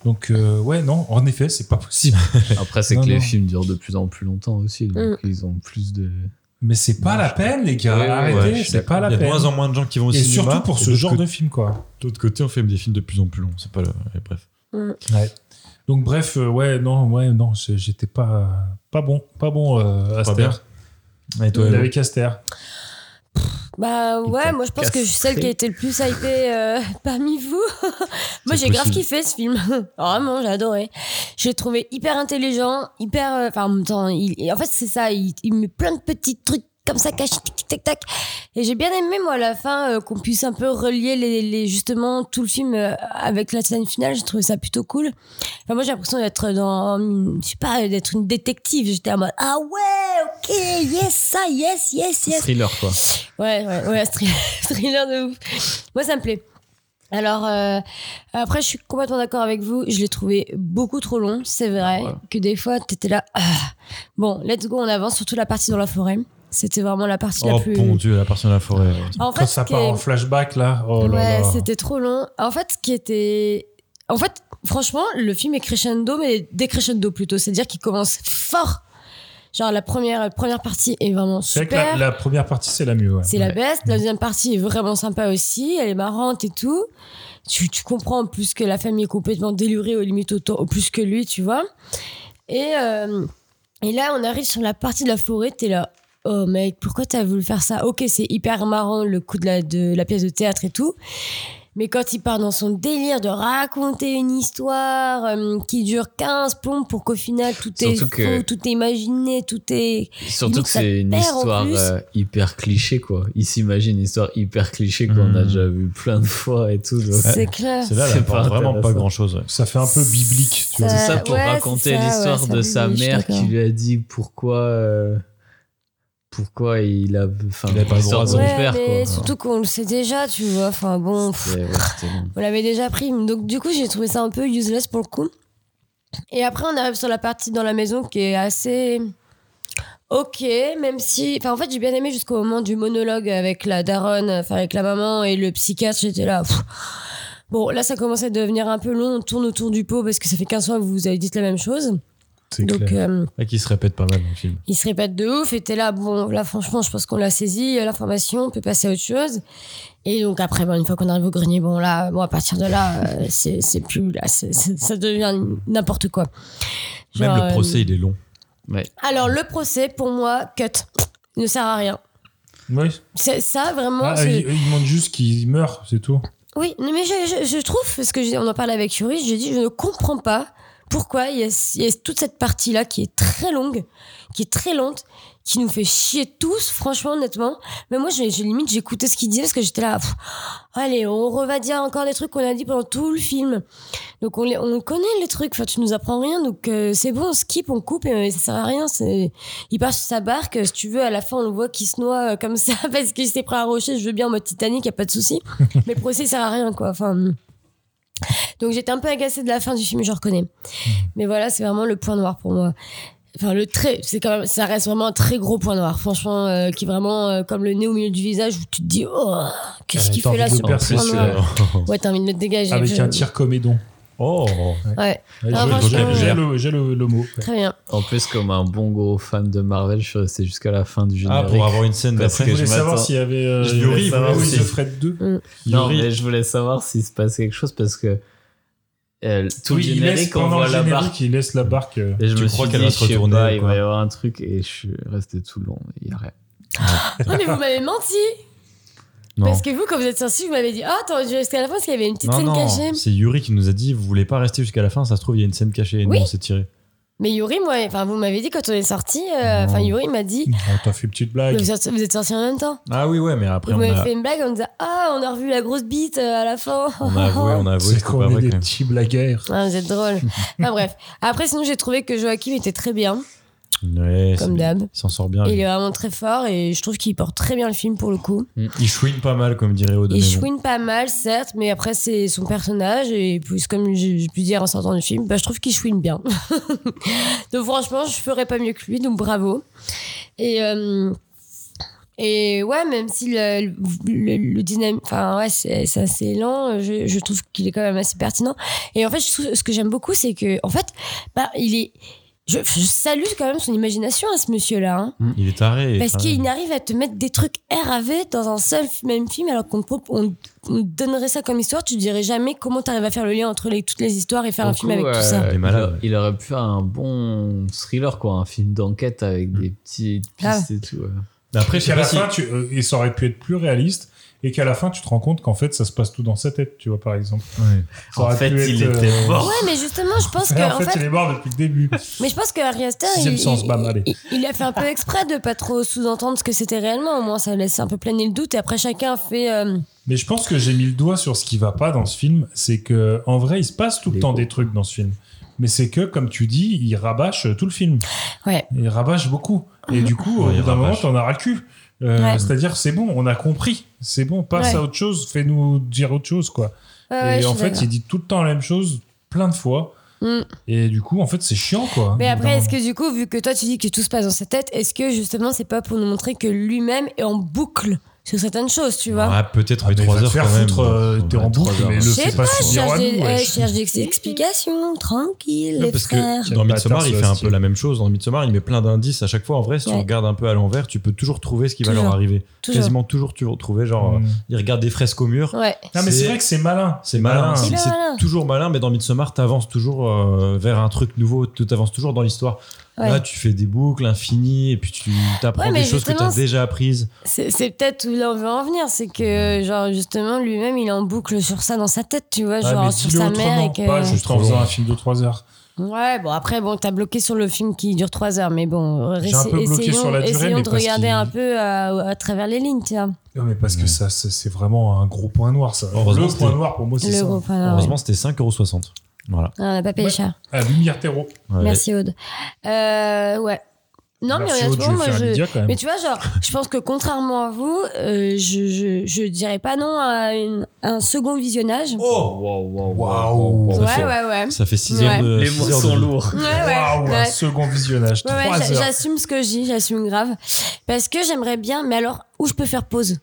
[SPEAKER 6] Donc, euh, ouais, non, en effet, c'est pas possible.
[SPEAKER 7] Après,
[SPEAKER 4] *laughs*
[SPEAKER 7] c'est
[SPEAKER 6] Non,
[SPEAKER 7] que les
[SPEAKER 6] non.
[SPEAKER 7] films durent de plus en plus longtemps aussi, donc
[SPEAKER 8] Mm.
[SPEAKER 7] ils ont plus de.
[SPEAKER 6] Mais c'est pas
[SPEAKER 7] Non,
[SPEAKER 6] la
[SPEAKER 7] je-
[SPEAKER 6] peine, les gars.
[SPEAKER 7] Ouais, ouais,
[SPEAKER 6] Arrêtez,
[SPEAKER 7] ouais, je suis
[SPEAKER 6] c'est pas la
[SPEAKER 4] il y a de
[SPEAKER 6] peine.
[SPEAKER 4] moins en moins de gens qui vont au
[SPEAKER 6] Et
[SPEAKER 4] cinéma.
[SPEAKER 6] surtout pour
[SPEAKER 4] Et
[SPEAKER 6] ce
[SPEAKER 4] d'autre
[SPEAKER 6] genre
[SPEAKER 4] côté-
[SPEAKER 6] de film, quoi.
[SPEAKER 4] D'autre côté, on fait des films de plus en plus longs. C'est pas le... et Bref.
[SPEAKER 6] Donc, bref, euh, ouais, non, ouais, non, c'est- j'étais pas, pas bon, pas bon, euh, Aster.
[SPEAKER 4] Et toi,
[SPEAKER 6] Il
[SPEAKER 4] Elo
[SPEAKER 6] avait Aster.
[SPEAKER 8] Bah ouais, moi je pense que je suis celle qui a été le plus hypée euh, *laughs* parmi vous. moi j'ai grave
[SPEAKER 4] possible.
[SPEAKER 8] kiffé ce film. *laughs* Vraiment, j'ai adoré. Je l'ai trouvé hyper intelligent, hyper. euh, Enfin, en même temps, il, et en fait, c'est ça, il, il met plein de petits trucs comme ça cachés, tic, tic, tac, tac. Et j'ai bien aimé, moi, à la fin, euh, qu'on puisse un peu relier les, les- justement tout le film euh, avec la scène finale. J'ai trouvé ça plutôt cool. Enfin, moi, j'ai l'impression d'être dans, je sais pas, d'être une détective. J'étais en mode, ah ouais, ok, yes, ça, yes, yes, yes.
[SPEAKER 7] Thriller, quoi.
[SPEAKER 8] Ouais, ouais, ouais, *laughs* thr- thriller de ouf. Moi, ça me plaît. Alors, euh, après, je suis complètement d'accord avec vous. Je l'ai trouvé beaucoup trop long, c'est vrai.
[SPEAKER 7] Ouais.
[SPEAKER 8] Que des fois, t'étais là. ah. Bon, let's go, on avance, surtout la partie dans la forêt. C'était vraiment la partie la
[SPEAKER 4] Oh,
[SPEAKER 8] plus.
[SPEAKER 4] mon dieu, la personne de la forêt. ouais.
[SPEAKER 8] En
[SPEAKER 6] Quand
[SPEAKER 8] fait,
[SPEAKER 6] ça
[SPEAKER 8] ce qui
[SPEAKER 6] part
[SPEAKER 8] est-
[SPEAKER 6] en flashback, là. Oh là
[SPEAKER 8] ouais,
[SPEAKER 6] là.
[SPEAKER 8] c'était trop long. En fait, ce qui était. En fait, franchement, le film est crescendo, mais décrescendo plutôt. C'est-à-dire qu'il commence fort. Genre, la première, la première partie est vraiment
[SPEAKER 6] C'est
[SPEAKER 8] super.
[SPEAKER 6] vrai que la, la première partie, c'est la mieux, ouais.
[SPEAKER 8] C'est la best. La deuxième partie est vraiment sympa aussi. Elle est marrante et tout. Tu, tu comprends en plus que la famille est complètement délurée au limite autant, au plus que lui, tu vois. Et, euh, et là, on arrive sur la partie de la forêt. T'es là. Oh mec, pourquoi t'as voulu faire ça Ok, c'est hyper marrant le coup de la, de la pièce de théâtre et tout. Mais quand il part dans son délire de raconter une histoire euh, qui dure 15 plombes pour qu'au final tout est
[SPEAKER 7] Surtout
[SPEAKER 8] faux,
[SPEAKER 7] que-
[SPEAKER 8] tout est imaginé, tout est...
[SPEAKER 7] Surtout
[SPEAKER 8] Limite,
[SPEAKER 7] que
[SPEAKER 8] ça
[SPEAKER 7] c'est une
[SPEAKER 8] perd en
[SPEAKER 7] histoire
[SPEAKER 8] plus.
[SPEAKER 7] euh, hyper cliché, quoi. Il s'imagine une histoire hyper cliché qu'on
[SPEAKER 4] Hmm.
[SPEAKER 7] a déjà vu plein de fois et tout. donc- euh,
[SPEAKER 8] C'est clair.
[SPEAKER 4] C'est là,
[SPEAKER 7] C'est
[SPEAKER 4] là,
[SPEAKER 7] pas
[SPEAKER 4] vraiment pas
[SPEAKER 7] intéressant.
[SPEAKER 4] grand chose.
[SPEAKER 6] Ça fait un peu biblique, tu vois.
[SPEAKER 7] C'est ça pour
[SPEAKER 8] euh, ouais,
[SPEAKER 7] raconter
[SPEAKER 8] c'est ça,
[SPEAKER 7] l'histoire
[SPEAKER 8] ouais, ça
[SPEAKER 7] de sa
[SPEAKER 8] m'oublie, je suis
[SPEAKER 7] mère qui
[SPEAKER 8] d'accord.
[SPEAKER 7] lui a dit pourquoi euh, pourquoi il a enfin
[SPEAKER 4] Il a pas le
[SPEAKER 7] l'histoire de son
[SPEAKER 4] droit de-
[SPEAKER 8] Ouais,
[SPEAKER 7] père
[SPEAKER 8] mais
[SPEAKER 7] quoi.
[SPEAKER 8] surtout qu'on le sait déjà, tu vois. Enfin bon, pff,
[SPEAKER 7] C'était- ouais, c'était long.
[SPEAKER 8] on l'avait déjà pris. Donc du coup, j'ai trouvé ça un peu useless pour le coup. Et après, on arrive sur la partie dans la maison qui est assez ok, même si. Enfin, en fait, j'ai bien aimé jusqu'au moment du monologue avec la daronne, enfin avec la maman et le psychiatre. J'étais là. pff. Bon, là, ça commence à devenir un peu long. On tourne autour du pot parce que ça fait 15 fois que vous avez dit la même chose.
[SPEAKER 6] C'est
[SPEAKER 8] Donc,
[SPEAKER 6] clair.
[SPEAKER 8] euh,
[SPEAKER 4] Et qui se répète pas mal dans le film.
[SPEAKER 8] il se répète de ouf et t'es là bon là franchement je pense qu'on l'a saisi euh, l'information on peut passer à autre chose et donc après bon, une fois qu'on arrive au grenier bon là bon à partir de là euh, *laughs* c'est c'est plus là c'est- c'est- ça devient n'importe quoi Genre,
[SPEAKER 4] Même le
[SPEAKER 8] euh,
[SPEAKER 4] procès, il est long.
[SPEAKER 8] alors le procès pour moi cut ne sert à rien
[SPEAKER 6] Oui.
[SPEAKER 8] c'est ça vraiment
[SPEAKER 6] Ah,
[SPEAKER 8] c'est-
[SPEAKER 6] il, il demande juste qu'il meurt, c'est tout.
[SPEAKER 8] Oui, non, mais je, je- je trouve, parce que j'ai- on en parlait avec Yuri, j'ai dit, je ne comprends pas pourquoi il y a, il y a toute cette partie-là qui est très longue, qui est très lente, qui nous fait chier tous, franchement, honnêtement. Mais moi, j'ai j'ai limite, j'écoutais ce qu'il disait parce que j'étais là, pff, allez, on revadit encore des trucs qu'on a dit pendant tout le film. Donc, on, les, on connaît les trucs, enfin, tu nous apprends rien, donc euh, c'est bon, on skip, on coupe et euh, ça sert à rien. c'est- Il part sur sa barque, euh, si tu veux, à la fin, on le voit qui se noie euh, comme ça *laughs* parce qu'il s'est pris à un rocher, je veux bien en mode Titanic, y a pas de
[SPEAKER 9] *laughs*
[SPEAKER 8] souci. Mais pour essayer, ça sert à rien, quoi. Enfin. hmm. Donc j'étais un peu agacée de la fin du film, je
[SPEAKER 9] Hmm.
[SPEAKER 8] reconnais. Mais voilà, c'est vraiment le point noir pour moi. Enfin, le trait, c'est quand même, ça reste vraiment un très gros point noir, franchement, euh, qui est vraiment euh, comme le nez au milieu du visage où tu te dis, oh, qu'est-ce
[SPEAKER 9] Ouais,
[SPEAKER 8] qu'il
[SPEAKER 9] t'as
[SPEAKER 8] fait là,
[SPEAKER 9] envie
[SPEAKER 8] ce
[SPEAKER 9] de le percer,
[SPEAKER 8] point noir
[SPEAKER 9] celui-là.
[SPEAKER 8] Ouais, t'as envie de le dégager.
[SPEAKER 9] Avec
[SPEAKER 8] Je-
[SPEAKER 9] un tir comédon.
[SPEAKER 6] Oh
[SPEAKER 8] Ouais.
[SPEAKER 9] Ouais,
[SPEAKER 8] Ah,
[SPEAKER 9] j'ai-
[SPEAKER 8] franchement,
[SPEAKER 9] j'ai- J'ai
[SPEAKER 8] ouais.
[SPEAKER 9] le, j'ai le- le mot.
[SPEAKER 8] Très bien.
[SPEAKER 7] En plus, comme un bon gros fan de Marvel, je suis resté jusqu'à la fin du
[SPEAKER 6] Ah,
[SPEAKER 7] générique.
[SPEAKER 6] pour avoir une scène
[SPEAKER 7] Parce
[SPEAKER 6] d'après.
[SPEAKER 7] que
[SPEAKER 6] Je voulais
[SPEAKER 7] m'attends-
[SPEAKER 6] savoir s'il y avait, euh,
[SPEAKER 7] Je
[SPEAKER 6] Yuri,
[SPEAKER 7] voulais
[SPEAKER 6] il
[SPEAKER 7] savoir
[SPEAKER 6] voulait
[SPEAKER 7] si-
[SPEAKER 6] The Fred 2. Mm.
[SPEAKER 7] Non,
[SPEAKER 6] Yuri.
[SPEAKER 7] mais je voulais savoir s'il se passe quelque chose parce que euh, tout
[SPEAKER 9] Oui,
[SPEAKER 7] le
[SPEAKER 9] il laisse,
[SPEAKER 7] générique, on
[SPEAKER 9] pendant
[SPEAKER 7] voit
[SPEAKER 9] le
[SPEAKER 7] la
[SPEAKER 9] générique,
[SPEAKER 7] barque.
[SPEAKER 9] il laisse la barque. euh,
[SPEAKER 7] Et je
[SPEAKER 6] Tu
[SPEAKER 7] me
[SPEAKER 6] crois
[SPEAKER 7] suis
[SPEAKER 6] qu'elle
[SPEAKER 7] dit,
[SPEAKER 6] va se
[SPEAKER 7] je sais
[SPEAKER 6] retourner,
[SPEAKER 7] pas, il
[SPEAKER 6] quoi.
[SPEAKER 7] va y avoir un truc et je suis resté tout le long. Il y a rien.
[SPEAKER 8] Non, mais vous m'avez menti.
[SPEAKER 6] Non.
[SPEAKER 8] Parce que vous, quand vous êtes sortis, vous m'avez dit, ah, t'aurais dû rester à la fin parce qu'il y avait une petite
[SPEAKER 6] Non,
[SPEAKER 8] scène
[SPEAKER 6] non,
[SPEAKER 8] cachée.
[SPEAKER 6] c'est Yuri qui nous a dit vous voulez pas rester jusqu'à la fin, ça se trouve il y a une scène cachée et
[SPEAKER 8] Oui.
[SPEAKER 6] nous on s'est tiré.
[SPEAKER 8] Mais Yuri, moi, enfin, vous m'avez dit quand on est sortis, euh, enfin, Yuri m'a dit,
[SPEAKER 9] Ah,
[SPEAKER 6] On t'a fait une petite blague.
[SPEAKER 8] Mais vous êtes- vous êtes sortis en même temps.
[SPEAKER 6] Ah oui ouais mais après
[SPEAKER 8] Vous
[SPEAKER 6] on
[SPEAKER 8] m'avez
[SPEAKER 6] a,
[SPEAKER 8] fait une blague en me disant Ah, on a revu la grosse bite euh, à la fin.
[SPEAKER 6] on a avoué, on a avoué.
[SPEAKER 9] C'est
[SPEAKER 6] c'était
[SPEAKER 9] qu'on
[SPEAKER 6] pas
[SPEAKER 9] est
[SPEAKER 6] vrai,
[SPEAKER 9] des
[SPEAKER 6] quand même.
[SPEAKER 9] petits blagueurs.
[SPEAKER 8] *laughs* Ah, vous êtes
[SPEAKER 6] *laughs*
[SPEAKER 8] drôle. Enfin bref. Après, sinon, j'ai trouvé que Joachim était très bien.
[SPEAKER 6] Ouais,
[SPEAKER 8] Comme
[SPEAKER 6] c'est-
[SPEAKER 8] d'hab.
[SPEAKER 6] Il s'en sort bien. Ah
[SPEAKER 8] Il
[SPEAKER 6] lui.
[SPEAKER 8] est vraiment très fort et je trouve qu'il porte très bien le film pour le coup.
[SPEAKER 6] Il chouine pas mal comme dirait Odo.
[SPEAKER 8] Il
[SPEAKER 6] mais bon.
[SPEAKER 8] chouine pas mal, certes, mais après, c'est son personnage. Et plus, comme j'ai j'ai pu dire en sortant du film, bah, je trouve qu'il chouine bien. *laughs* donc, franchement, je ferais pas mieux que lui, donc bravo. Et. euh, et ouais, même si le, le, le dynam- enfin ouais, c'est c'est assez lent, je, je trouve qu'il est quand même assez pertinent. Et en fait, je trouve- ce que j'aime beaucoup, c'est que, en fait, bah, il est. Je, je salue quand même son imagination à ce monsieur-là. hein.
[SPEAKER 6] Il est taré.
[SPEAKER 8] Parce
[SPEAKER 6] taré.
[SPEAKER 8] qu'il n'arrive à te mettre des trucs RAV dans un seul f- même film, alors qu'on pro- on, on donnerait ça comme histoire, tu dirais jamais comment t'arrives à faire le lien entre les, toutes les histoires et faire un
[SPEAKER 7] Pour
[SPEAKER 8] film
[SPEAKER 7] le
[SPEAKER 8] avec
[SPEAKER 7] coup,
[SPEAKER 8] tout
[SPEAKER 7] euh,
[SPEAKER 8] ça.
[SPEAKER 7] il aurait- Il aurait pu faire un bon thriller, quoi, un film d'enquête avec des petites
[SPEAKER 8] Ah.
[SPEAKER 7] pistes et tout. ouais.
[SPEAKER 9] Après, qu'à la fin, tu- euh, et ça aurait pu être plus réaliste, et qu'à la fin, tu te rends compte qu'en fait, ça se passe tout dans sa tête, tu vois, par exemple. Ça
[SPEAKER 7] En
[SPEAKER 9] aurait
[SPEAKER 7] fait,
[SPEAKER 9] pu
[SPEAKER 7] il
[SPEAKER 9] être, euh,
[SPEAKER 6] euh,
[SPEAKER 7] était mort.
[SPEAKER 8] Ouais, mais justement, je pense
[SPEAKER 9] *laughs* Ouais,
[SPEAKER 8] que.
[SPEAKER 9] en, fait, il est mort depuis le début.
[SPEAKER 8] mais je pense que Harry Aster,
[SPEAKER 9] Sixième
[SPEAKER 8] il,
[SPEAKER 9] sens,
[SPEAKER 8] il-
[SPEAKER 9] bam, allez.
[SPEAKER 8] il a fait un peu exprès de pas trop sous-entendre ce que c'était réellement. Au moins, ça laisse un peu planer le doute. Et après, chacun fait. euh,
[SPEAKER 9] Mais je pense que j'ai mis le doigt sur ce qui va pas dans ce film, c'est que en vrai, il se passe tout le temps des trucs dans ce film. Mais c'est que, comme tu dis, il rabâche euh, tout le film.
[SPEAKER 8] Ouais.
[SPEAKER 9] Il rabâche beaucoup. Et du coup,
[SPEAKER 6] Ouais,
[SPEAKER 9] au
[SPEAKER 6] il
[SPEAKER 9] bout d'un moment,
[SPEAKER 6] rabâche.
[SPEAKER 9] t'en as ras le cul. Euh,
[SPEAKER 8] Ouais.
[SPEAKER 9] C'est-à-dire, c'est bon, on a compris. C'est bon, passe
[SPEAKER 8] Ouais.
[SPEAKER 9] à autre chose, fais-nous dire autre chose, quoi.
[SPEAKER 8] Ouais, ouais,
[SPEAKER 9] et
[SPEAKER 8] je
[SPEAKER 9] en
[SPEAKER 8] suis
[SPEAKER 9] fait,
[SPEAKER 8] d'accord.
[SPEAKER 9] il dit tout le temps la même chose, plein de fois.
[SPEAKER 8] Mm.
[SPEAKER 9] Et du coup, en fait, c'est chiant, quoi.
[SPEAKER 8] Mais
[SPEAKER 9] Au bout d'un
[SPEAKER 8] après, est-ce
[SPEAKER 9] moment.
[SPEAKER 8] que du coup, vu que toi tu dis que tout se passe dans sa tête, est-ce que justement c'est pas pour nous montrer que lui-même est en boucle sur certaines choses, tu vois
[SPEAKER 6] Ah, peut-être
[SPEAKER 9] Ah, mais
[SPEAKER 6] 3
[SPEAKER 9] va te
[SPEAKER 6] heures
[SPEAKER 9] faire
[SPEAKER 6] quand même.
[SPEAKER 9] foutre, euh, t'es en boucle, mais le
[SPEAKER 8] Je
[SPEAKER 9] fais
[SPEAKER 8] sais
[SPEAKER 9] pas
[SPEAKER 8] pas, je
[SPEAKER 9] subir
[SPEAKER 8] cherche,
[SPEAKER 9] à
[SPEAKER 8] des,
[SPEAKER 9] nous,
[SPEAKER 8] eh,
[SPEAKER 9] wesh.
[SPEAKER 8] je cherche des explications, tranquille,
[SPEAKER 6] Ouais,
[SPEAKER 8] les
[SPEAKER 6] parce
[SPEAKER 8] frères.
[SPEAKER 6] que dans Midsommar,
[SPEAKER 9] Bâtard,
[SPEAKER 6] il
[SPEAKER 9] ce
[SPEAKER 6] fait un
[SPEAKER 9] hostile.
[SPEAKER 6] peu la même chose. Dans Midsommar, il met plein d'indices à chaque fois. En vrai, si tu
[SPEAKER 8] Ouais.
[SPEAKER 6] regardes un peu à l'envers, tu peux toujours trouver ce qui va
[SPEAKER 8] Toujours.
[SPEAKER 6] leur arriver.
[SPEAKER 8] Toujours.
[SPEAKER 6] Quasiment toujours tu trouver. Genre,
[SPEAKER 9] Mm.
[SPEAKER 6] euh, il regarde des fresques au mur.
[SPEAKER 8] Ouais.
[SPEAKER 9] Non, mais c'est vrai que c'est malin.
[SPEAKER 6] C'est malin.
[SPEAKER 8] C'est
[SPEAKER 6] C'est c'est
[SPEAKER 8] malin.
[SPEAKER 6] toujours malin, mais dans Midsommar, t'avances toujours euh, vers un truc nouveau. Tu t'avances toujours dans l'histoire.
[SPEAKER 8] Ouais.
[SPEAKER 6] Là, tu fais des boucles infinies et puis tu t'apprends
[SPEAKER 8] Ouais, mais
[SPEAKER 6] des choses que
[SPEAKER 8] justement,
[SPEAKER 6] t'as déjà apprises.
[SPEAKER 8] C'est c'est peut-être où là on veut en venir, c'est que genre justement lui-même il est en boucle sur ça dans sa tête, tu vois,
[SPEAKER 9] Ah,
[SPEAKER 8] genre
[SPEAKER 9] mais
[SPEAKER 8] sur
[SPEAKER 9] dis-le
[SPEAKER 8] sa mère et
[SPEAKER 9] autrement,
[SPEAKER 8] que.
[SPEAKER 9] pas juste en faisant un film de 3 heures.
[SPEAKER 8] Ouais, bon après bon t'as bloqué sur le film qui dure 3 heures, mais bon,
[SPEAKER 9] J'ai un peu bloqué
[SPEAKER 8] essayons,
[SPEAKER 9] sur la durée,
[SPEAKER 8] essayons
[SPEAKER 9] mais
[SPEAKER 8] de
[SPEAKER 9] parce
[SPEAKER 8] regarder
[SPEAKER 9] qu'il-
[SPEAKER 8] un peu euh, à, à travers les lignes, tu vois.
[SPEAKER 9] Non, mais parce que ça, c'est c'est vraiment un gros point noir, ça.
[SPEAKER 6] Oh, Heureusement,
[SPEAKER 9] le
[SPEAKER 6] c'était-
[SPEAKER 9] point noir, pour moi, Oh, c'est
[SPEAKER 8] Le
[SPEAKER 9] ça.
[SPEAKER 8] gros point noir,
[SPEAKER 6] Heureusement, c'était 5,60€. Voilà.
[SPEAKER 8] Ah, On n'a pas payé
[SPEAKER 9] Ouais.
[SPEAKER 8] cher.
[SPEAKER 9] À lumière terreau.
[SPEAKER 6] Ouais.
[SPEAKER 8] Merci Aude. Euh, ouais. Non,
[SPEAKER 9] Merci,
[SPEAKER 8] mais
[SPEAKER 9] Aude, je
[SPEAKER 8] honnêtement,
[SPEAKER 9] vais
[SPEAKER 8] moi,
[SPEAKER 9] faire Lydia, quand
[SPEAKER 8] je...
[SPEAKER 9] même.
[SPEAKER 8] mais tu vois, genre, je pense que contrairement à vous, euh, je, je, je dirais pas non à, une- un second visionnage.
[SPEAKER 6] Oh
[SPEAKER 7] Waouh, waouh,
[SPEAKER 9] Waouh.
[SPEAKER 8] ouais,
[SPEAKER 6] Ça fait-
[SPEAKER 8] ouais, ouais.
[SPEAKER 6] Ça fait 6
[SPEAKER 8] Ouais.
[SPEAKER 6] heures de.
[SPEAKER 7] Les
[SPEAKER 6] six
[SPEAKER 7] mots
[SPEAKER 6] heures de
[SPEAKER 7] sont
[SPEAKER 6] vie.
[SPEAKER 7] lourds.
[SPEAKER 8] Ouais, ouais.
[SPEAKER 9] Waouh, un
[SPEAKER 8] ouais.
[SPEAKER 9] second visionnage.
[SPEAKER 8] Ouais, ouais,
[SPEAKER 9] 3
[SPEAKER 8] j'a-
[SPEAKER 9] heures.
[SPEAKER 8] j'assume ce que je dis, j'assume grave. Parce que j'aimerais bien, mais alors, où je peux faire pause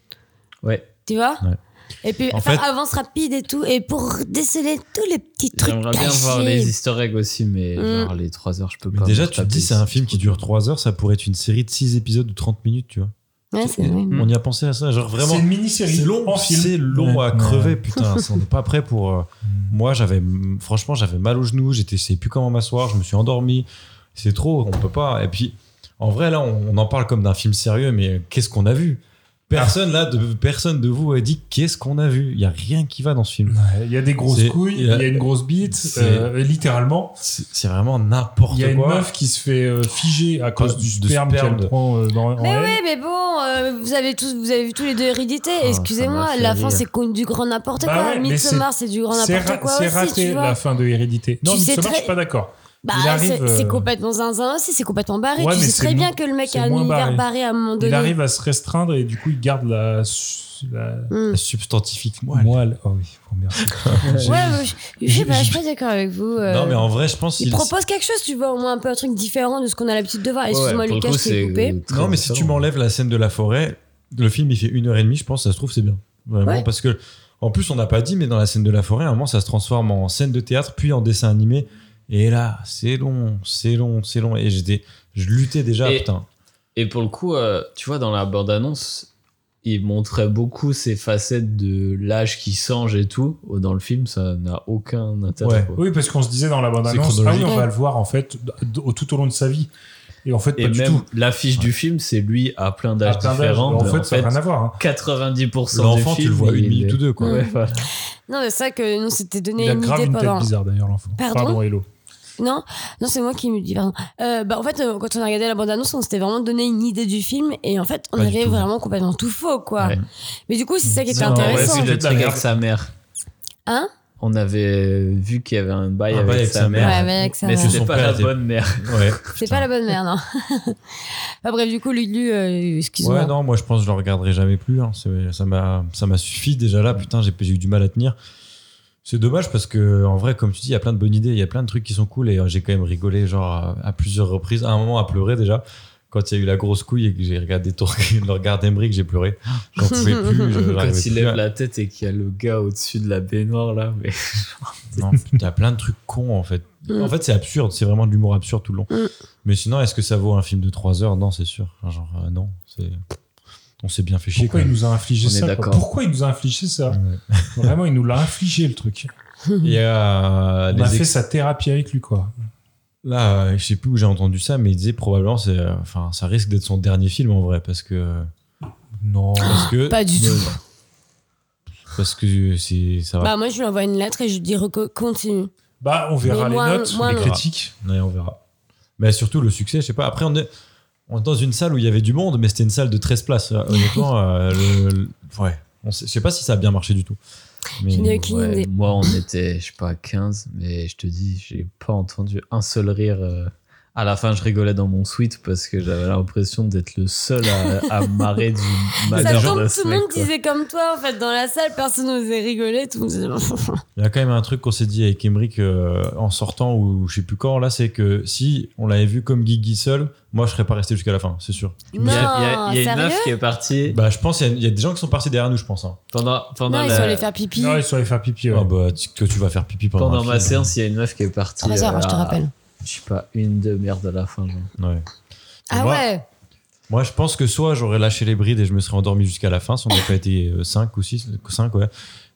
[SPEAKER 7] Ouais.
[SPEAKER 8] Tu vois
[SPEAKER 6] Ouais.
[SPEAKER 8] Et puis,
[SPEAKER 6] En
[SPEAKER 8] enfin,
[SPEAKER 6] fait-
[SPEAKER 8] avance rapide et tout, et pour déceler tous les petits trucs.
[SPEAKER 7] J'aimerais bien voir
[SPEAKER 8] cachés.
[SPEAKER 7] les easter eggs aussi, mais
[SPEAKER 8] Mm.
[SPEAKER 7] genre les 3 heures, je peux
[SPEAKER 6] Mais
[SPEAKER 7] pas.
[SPEAKER 6] déjà,
[SPEAKER 7] me
[SPEAKER 6] tu te
[SPEAKER 7] taper,
[SPEAKER 6] dis, c'est un film qui dure 3 heures, ça pourrait être une série de 6 épisodes de 30 minutes, tu vois.
[SPEAKER 8] Ouais, c'est vrai.
[SPEAKER 6] On y a pensé à ça, genre vraiment.
[SPEAKER 9] C'est une mini-série.
[SPEAKER 6] C'est long,
[SPEAKER 9] en film.
[SPEAKER 6] c'est long
[SPEAKER 9] Ouais.
[SPEAKER 6] à crever, putain. ça, on n'est pas prêt pour. euh,
[SPEAKER 7] Mm.
[SPEAKER 6] Moi, j'avais, franchement, j'avais mal aux genoux. J'étais, je sais plus comment m'asseoir. Je me suis endormi. C'est trop. On peut pas. Et puis, en vrai, là, on, on en parle comme d'un film sérieux, mais qu'est-ce qu'on a vu Personne là, de, personne de vous a dit qu'est-ce qu'on a vu. Il y a rien qui va dans ce film.
[SPEAKER 4] Il y a des grosses
[SPEAKER 6] C'est-
[SPEAKER 4] couilles, il y, a une grosse bite,
[SPEAKER 6] c'est-
[SPEAKER 4] euh, littéralement.
[SPEAKER 6] C'est c'est vraiment n'importe quoi.
[SPEAKER 4] Il y a une meuf qui se fait euh, figer à cause
[SPEAKER 6] Ah,
[SPEAKER 4] du
[SPEAKER 6] de
[SPEAKER 4] sperme,
[SPEAKER 6] sperme.
[SPEAKER 4] qu'elle prend euh, dans, en
[SPEAKER 8] Mais
[SPEAKER 4] elle.
[SPEAKER 8] oui, mais bon, euh, vous, avez tous, vous avez vu tous les deux hérédité.
[SPEAKER 4] ça m'a
[SPEAKER 8] Excusez-moi,
[SPEAKER 4] fait
[SPEAKER 8] la fin,
[SPEAKER 4] rire.
[SPEAKER 8] c'est con- du grand n'importe
[SPEAKER 4] Bah
[SPEAKER 8] quoi.
[SPEAKER 4] ouais, mais
[SPEAKER 8] Midsommar, c'est du grand n'importe
[SPEAKER 4] ra-
[SPEAKER 8] quoi
[SPEAKER 4] C'est
[SPEAKER 8] aussi,
[SPEAKER 4] raté
[SPEAKER 8] tu vois.
[SPEAKER 4] la fin de Hérédité. Non,
[SPEAKER 8] Tu sais
[SPEAKER 4] Midsommar,
[SPEAKER 8] très-
[SPEAKER 4] je suis pas d'accord.
[SPEAKER 8] Bah,
[SPEAKER 4] Il arrive,
[SPEAKER 8] c'est c'est
[SPEAKER 4] euh,
[SPEAKER 8] complètement zinzin aussi, c'est complètement barré.
[SPEAKER 4] Ouais,
[SPEAKER 8] tu
[SPEAKER 4] mais
[SPEAKER 8] sais
[SPEAKER 4] c'est
[SPEAKER 8] très bien
[SPEAKER 4] mo-
[SPEAKER 8] que le mec
[SPEAKER 4] c'est
[SPEAKER 8] a un
[SPEAKER 4] moins
[SPEAKER 8] univers
[SPEAKER 4] barré.
[SPEAKER 8] barré à un moment donné.
[SPEAKER 4] Il arrive à se restreindre et du coup, il garde la, su- la
[SPEAKER 8] Mm.
[SPEAKER 6] substantifique
[SPEAKER 4] moelle. Oh oui, bon, merci.
[SPEAKER 8] Ouais, ouais, je, je sais pas, je suis pas d'accord avec vous. euh.
[SPEAKER 6] Non, mais en vrai, je pense
[SPEAKER 8] Il
[SPEAKER 6] qu'il-
[SPEAKER 8] propose quelque chose, tu vois, au moins un peu un truc différent de ce qu'on a l'habitude de voir. Ah, Excuse-moi,
[SPEAKER 6] le
[SPEAKER 8] Lucas, je
[SPEAKER 7] euh,
[SPEAKER 8] t'ai coupé.
[SPEAKER 6] Non, mais si tu m'enlèves la scène de la forêt, le film il fait une heure et demie, je pense, ça se trouve, c'est bien. Vraiment,
[SPEAKER 8] Ouais.
[SPEAKER 6] parce que, en plus, on n'a pas dit, mais dans la scène de la forêt, à un moment, ça se transforme en scène de théâtre, puis en dessin animé. Et là, c'est long, c'est long, c'est long. Et j'étais, je luttais déjà,
[SPEAKER 7] Et-
[SPEAKER 6] putain.
[SPEAKER 7] Et pour le coup, euh, tu vois, dans la bande-annonce, il montrait beaucoup ces facettes de l'âge qui change et tout. Oh, Dans le film, ça n'a aucun intérêt. quoi.
[SPEAKER 4] Oui, parce qu'on se disait dans la bande-annonce,
[SPEAKER 7] C'est
[SPEAKER 4] ah
[SPEAKER 7] chronologique.
[SPEAKER 4] oui, on va le voir en fait d- tout au long de sa vie. Et en fait,
[SPEAKER 7] Et
[SPEAKER 4] pas du
[SPEAKER 7] même
[SPEAKER 4] tout.
[SPEAKER 7] l'affiche du film, c'est lui à plein
[SPEAKER 4] À
[SPEAKER 7] d'âges
[SPEAKER 4] plein d'âges.
[SPEAKER 7] différents.
[SPEAKER 4] En
[SPEAKER 7] mais
[SPEAKER 4] fait, ça a rien à voir, hein.
[SPEAKER 7] 90%
[SPEAKER 6] L'enfant,
[SPEAKER 7] du
[SPEAKER 6] tu le
[SPEAKER 7] film,
[SPEAKER 6] vois
[SPEAKER 7] il
[SPEAKER 6] une minute
[SPEAKER 7] est-
[SPEAKER 6] ou deux, quoi.
[SPEAKER 7] Ouais, voilà.
[SPEAKER 8] Non, mais c'est vrai que nous, c'était donné
[SPEAKER 4] Il a
[SPEAKER 8] une
[SPEAKER 4] grave
[SPEAKER 8] idée
[SPEAKER 4] une tête
[SPEAKER 8] pendant.
[SPEAKER 4] bizarre d'ailleurs, l'enfant.
[SPEAKER 8] Pardon
[SPEAKER 4] Hello.
[SPEAKER 8] Non, non c'est moi qui me dis, pardon. Euh, bah, en fait, euh, quand on a regardé la bande-annonce, on s'était vraiment donné une idée du film et en fait, on
[SPEAKER 7] Pas du
[SPEAKER 8] avait
[SPEAKER 7] tout.
[SPEAKER 8] vraiment complètement tout faux, quoi.
[SPEAKER 7] Ouais.
[SPEAKER 8] Mais du coup, c'est ça qui était
[SPEAKER 7] Non, ouais,
[SPEAKER 8] intéressant.
[SPEAKER 7] c'est le truc avec sa mère.
[SPEAKER 8] Hein
[SPEAKER 7] On avait vu qu'il y avait un bail,
[SPEAKER 6] Un
[SPEAKER 7] avec,
[SPEAKER 6] bail avec
[SPEAKER 7] sa,
[SPEAKER 6] sa
[SPEAKER 7] mère.
[SPEAKER 8] mère. Ouais, avec sa
[SPEAKER 7] mais
[SPEAKER 8] mère.
[SPEAKER 7] c'était
[SPEAKER 6] Son
[SPEAKER 7] pas
[SPEAKER 6] père
[SPEAKER 7] la
[SPEAKER 6] était-
[SPEAKER 7] bonne mère.
[SPEAKER 6] Ouais.
[SPEAKER 8] C'est pas la bonne mère, non. Enfin, bref, du coup, Lulu, euh, excuse-moi.
[SPEAKER 6] Ouais, non, moi je pense que je le regarderai jamais plus. hein. C'est- Ça m'a, ça m'a suffi déjà là. Putain, j'ai, j'ai eu du mal à tenir. C'est dommage parce que en vrai, comme tu dis, il y a plein de bonnes idées, il y a plein de trucs qui sont cool et euh, j'ai quand même rigolé genre à, à plusieurs reprises. À un moment, à pleurer déjà quand il y a eu la grosse couille et que j'ai regardé ton- *laughs* le regard d'Emeric, j'ai pleuré. J'en pouvais plus. je- j'arrivais
[SPEAKER 7] *laughs* Quand
[SPEAKER 6] plus
[SPEAKER 7] il lève
[SPEAKER 6] à-
[SPEAKER 7] la tête et qu'il y a le gars au-dessus de la baignoire là, mais
[SPEAKER 6] Non, il y a plein de trucs cons en fait.
[SPEAKER 7] Mm.
[SPEAKER 6] En fait, c'est absurde, c'est vraiment de l'humour absurde tout le long. Mais sinon, est-ce que ça vaut un film de 3 heures Non, c'est sûr. Enfin, Genre, euh, non. c'est- On s'est bien fait chier.
[SPEAKER 4] Pourquoi
[SPEAKER 6] quand
[SPEAKER 4] il
[SPEAKER 6] même.
[SPEAKER 4] nous a infligé ça quoi Pourquoi il nous a infligé ça Vraiment, il nous l'a infligé le truc.
[SPEAKER 6] Il y
[SPEAKER 7] Ah,
[SPEAKER 8] Bah,
[SPEAKER 6] a,
[SPEAKER 4] On
[SPEAKER 6] euh, les
[SPEAKER 4] a fait
[SPEAKER 6] ex-
[SPEAKER 4] sa thérapie avec lui, quoi.
[SPEAKER 6] Là, euh, je sais plus où j'ai entendu ça, mais il disait probablement, c'est, euh, enfin, ça risque d'être son dernier film en vrai, parce que
[SPEAKER 4] non,
[SPEAKER 6] parce que
[SPEAKER 8] Ah, Pas du
[SPEAKER 6] Non,
[SPEAKER 8] tout.
[SPEAKER 6] non. parce que c'est ça va.
[SPEAKER 8] Bah, moi, je lui envoie une lettre et je lui dis reco- continue.
[SPEAKER 4] Bah, on verra
[SPEAKER 8] Mais
[SPEAKER 4] les
[SPEAKER 8] moi-
[SPEAKER 4] notes,
[SPEAKER 8] moi,
[SPEAKER 4] les
[SPEAKER 8] non.
[SPEAKER 4] critiques.
[SPEAKER 6] Ouais, on verra. Mais surtout le succès, je sais pas. Après, on est, on est dans une salle où il y avait du monde, mais c'était une salle de 13 places. là. Honnêtement, euh, le- le- ouais, on sait- je sais pas si ça a bien marché du tout. Mais-
[SPEAKER 8] Je n'ai aucune idée.
[SPEAKER 7] moi on était, je sais pas, 15, mais je te dis, j'ai pas entendu un seul rire. euh. À la fin, je rigolais dans mon suite parce que j'avais l'impression d'être le seul à, à me marrer
[SPEAKER 8] *laughs*
[SPEAKER 7] du
[SPEAKER 8] Ça
[SPEAKER 7] malheur
[SPEAKER 8] tombe,
[SPEAKER 7] de
[SPEAKER 8] tout
[SPEAKER 7] ce
[SPEAKER 8] le
[SPEAKER 7] mec.
[SPEAKER 8] monde
[SPEAKER 7] quoi.
[SPEAKER 8] disait comme toi, en fait, dans la salle, personne n'osait rigoler, tout le monde disait.
[SPEAKER 6] Il y a quand même un truc qu'on s'est dit avec Emric euh, en sortant ou je sais plus quand là, c'est que si on l'avait vu comme Guigui seul, moi je serais pas resté jusqu'à la fin, c'est sûr.
[SPEAKER 7] *laughs* Il y a, il y a- il y a une
[SPEAKER 8] sérieux
[SPEAKER 7] meuf qui est partie
[SPEAKER 6] Bah, je pense qu'il y a- il y, a des gens qui sont partis derrière nous, je pense. hein.
[SPEAKER 7] pendant, pendant
[SPEAKER 8] Non, ils
[SPEAKER 7] la-
[SPEAKER 8] sont allés faire pipi.
[SPEAKER 4] Non, ils sont allés faire pipi.
[SPEAKER 6] Ah bah, tu- que tu vas faire pipi pendant,
[SPEAKER 7] pendant
[SPEAKER 6] un
[SPEAKER 7] ma
[SPEAKER 6] film.
[SPEAKER 7] séance, il y a une meuf qui est partie. euh,
[SPEAKER 8] Trois heures, hein, je te
[SPEAKER 7] à-
[SPEAKER 8] rappelle.
[SPEAKER 7] Je sais pas, une demi-heure de la fin. genre.
[SPEAKER 6] Ouais.
[SPEAKER 8] Ah
[SPEAKER 6] Moi-
[SPEAKER 8] ouais
[SPEAKER 6] Moi, je pense que soit j'aurais lâché les brides et je me serais endormi jusqu'à la fin, si on n'avait pas été 5 ou 6, 5, ouais.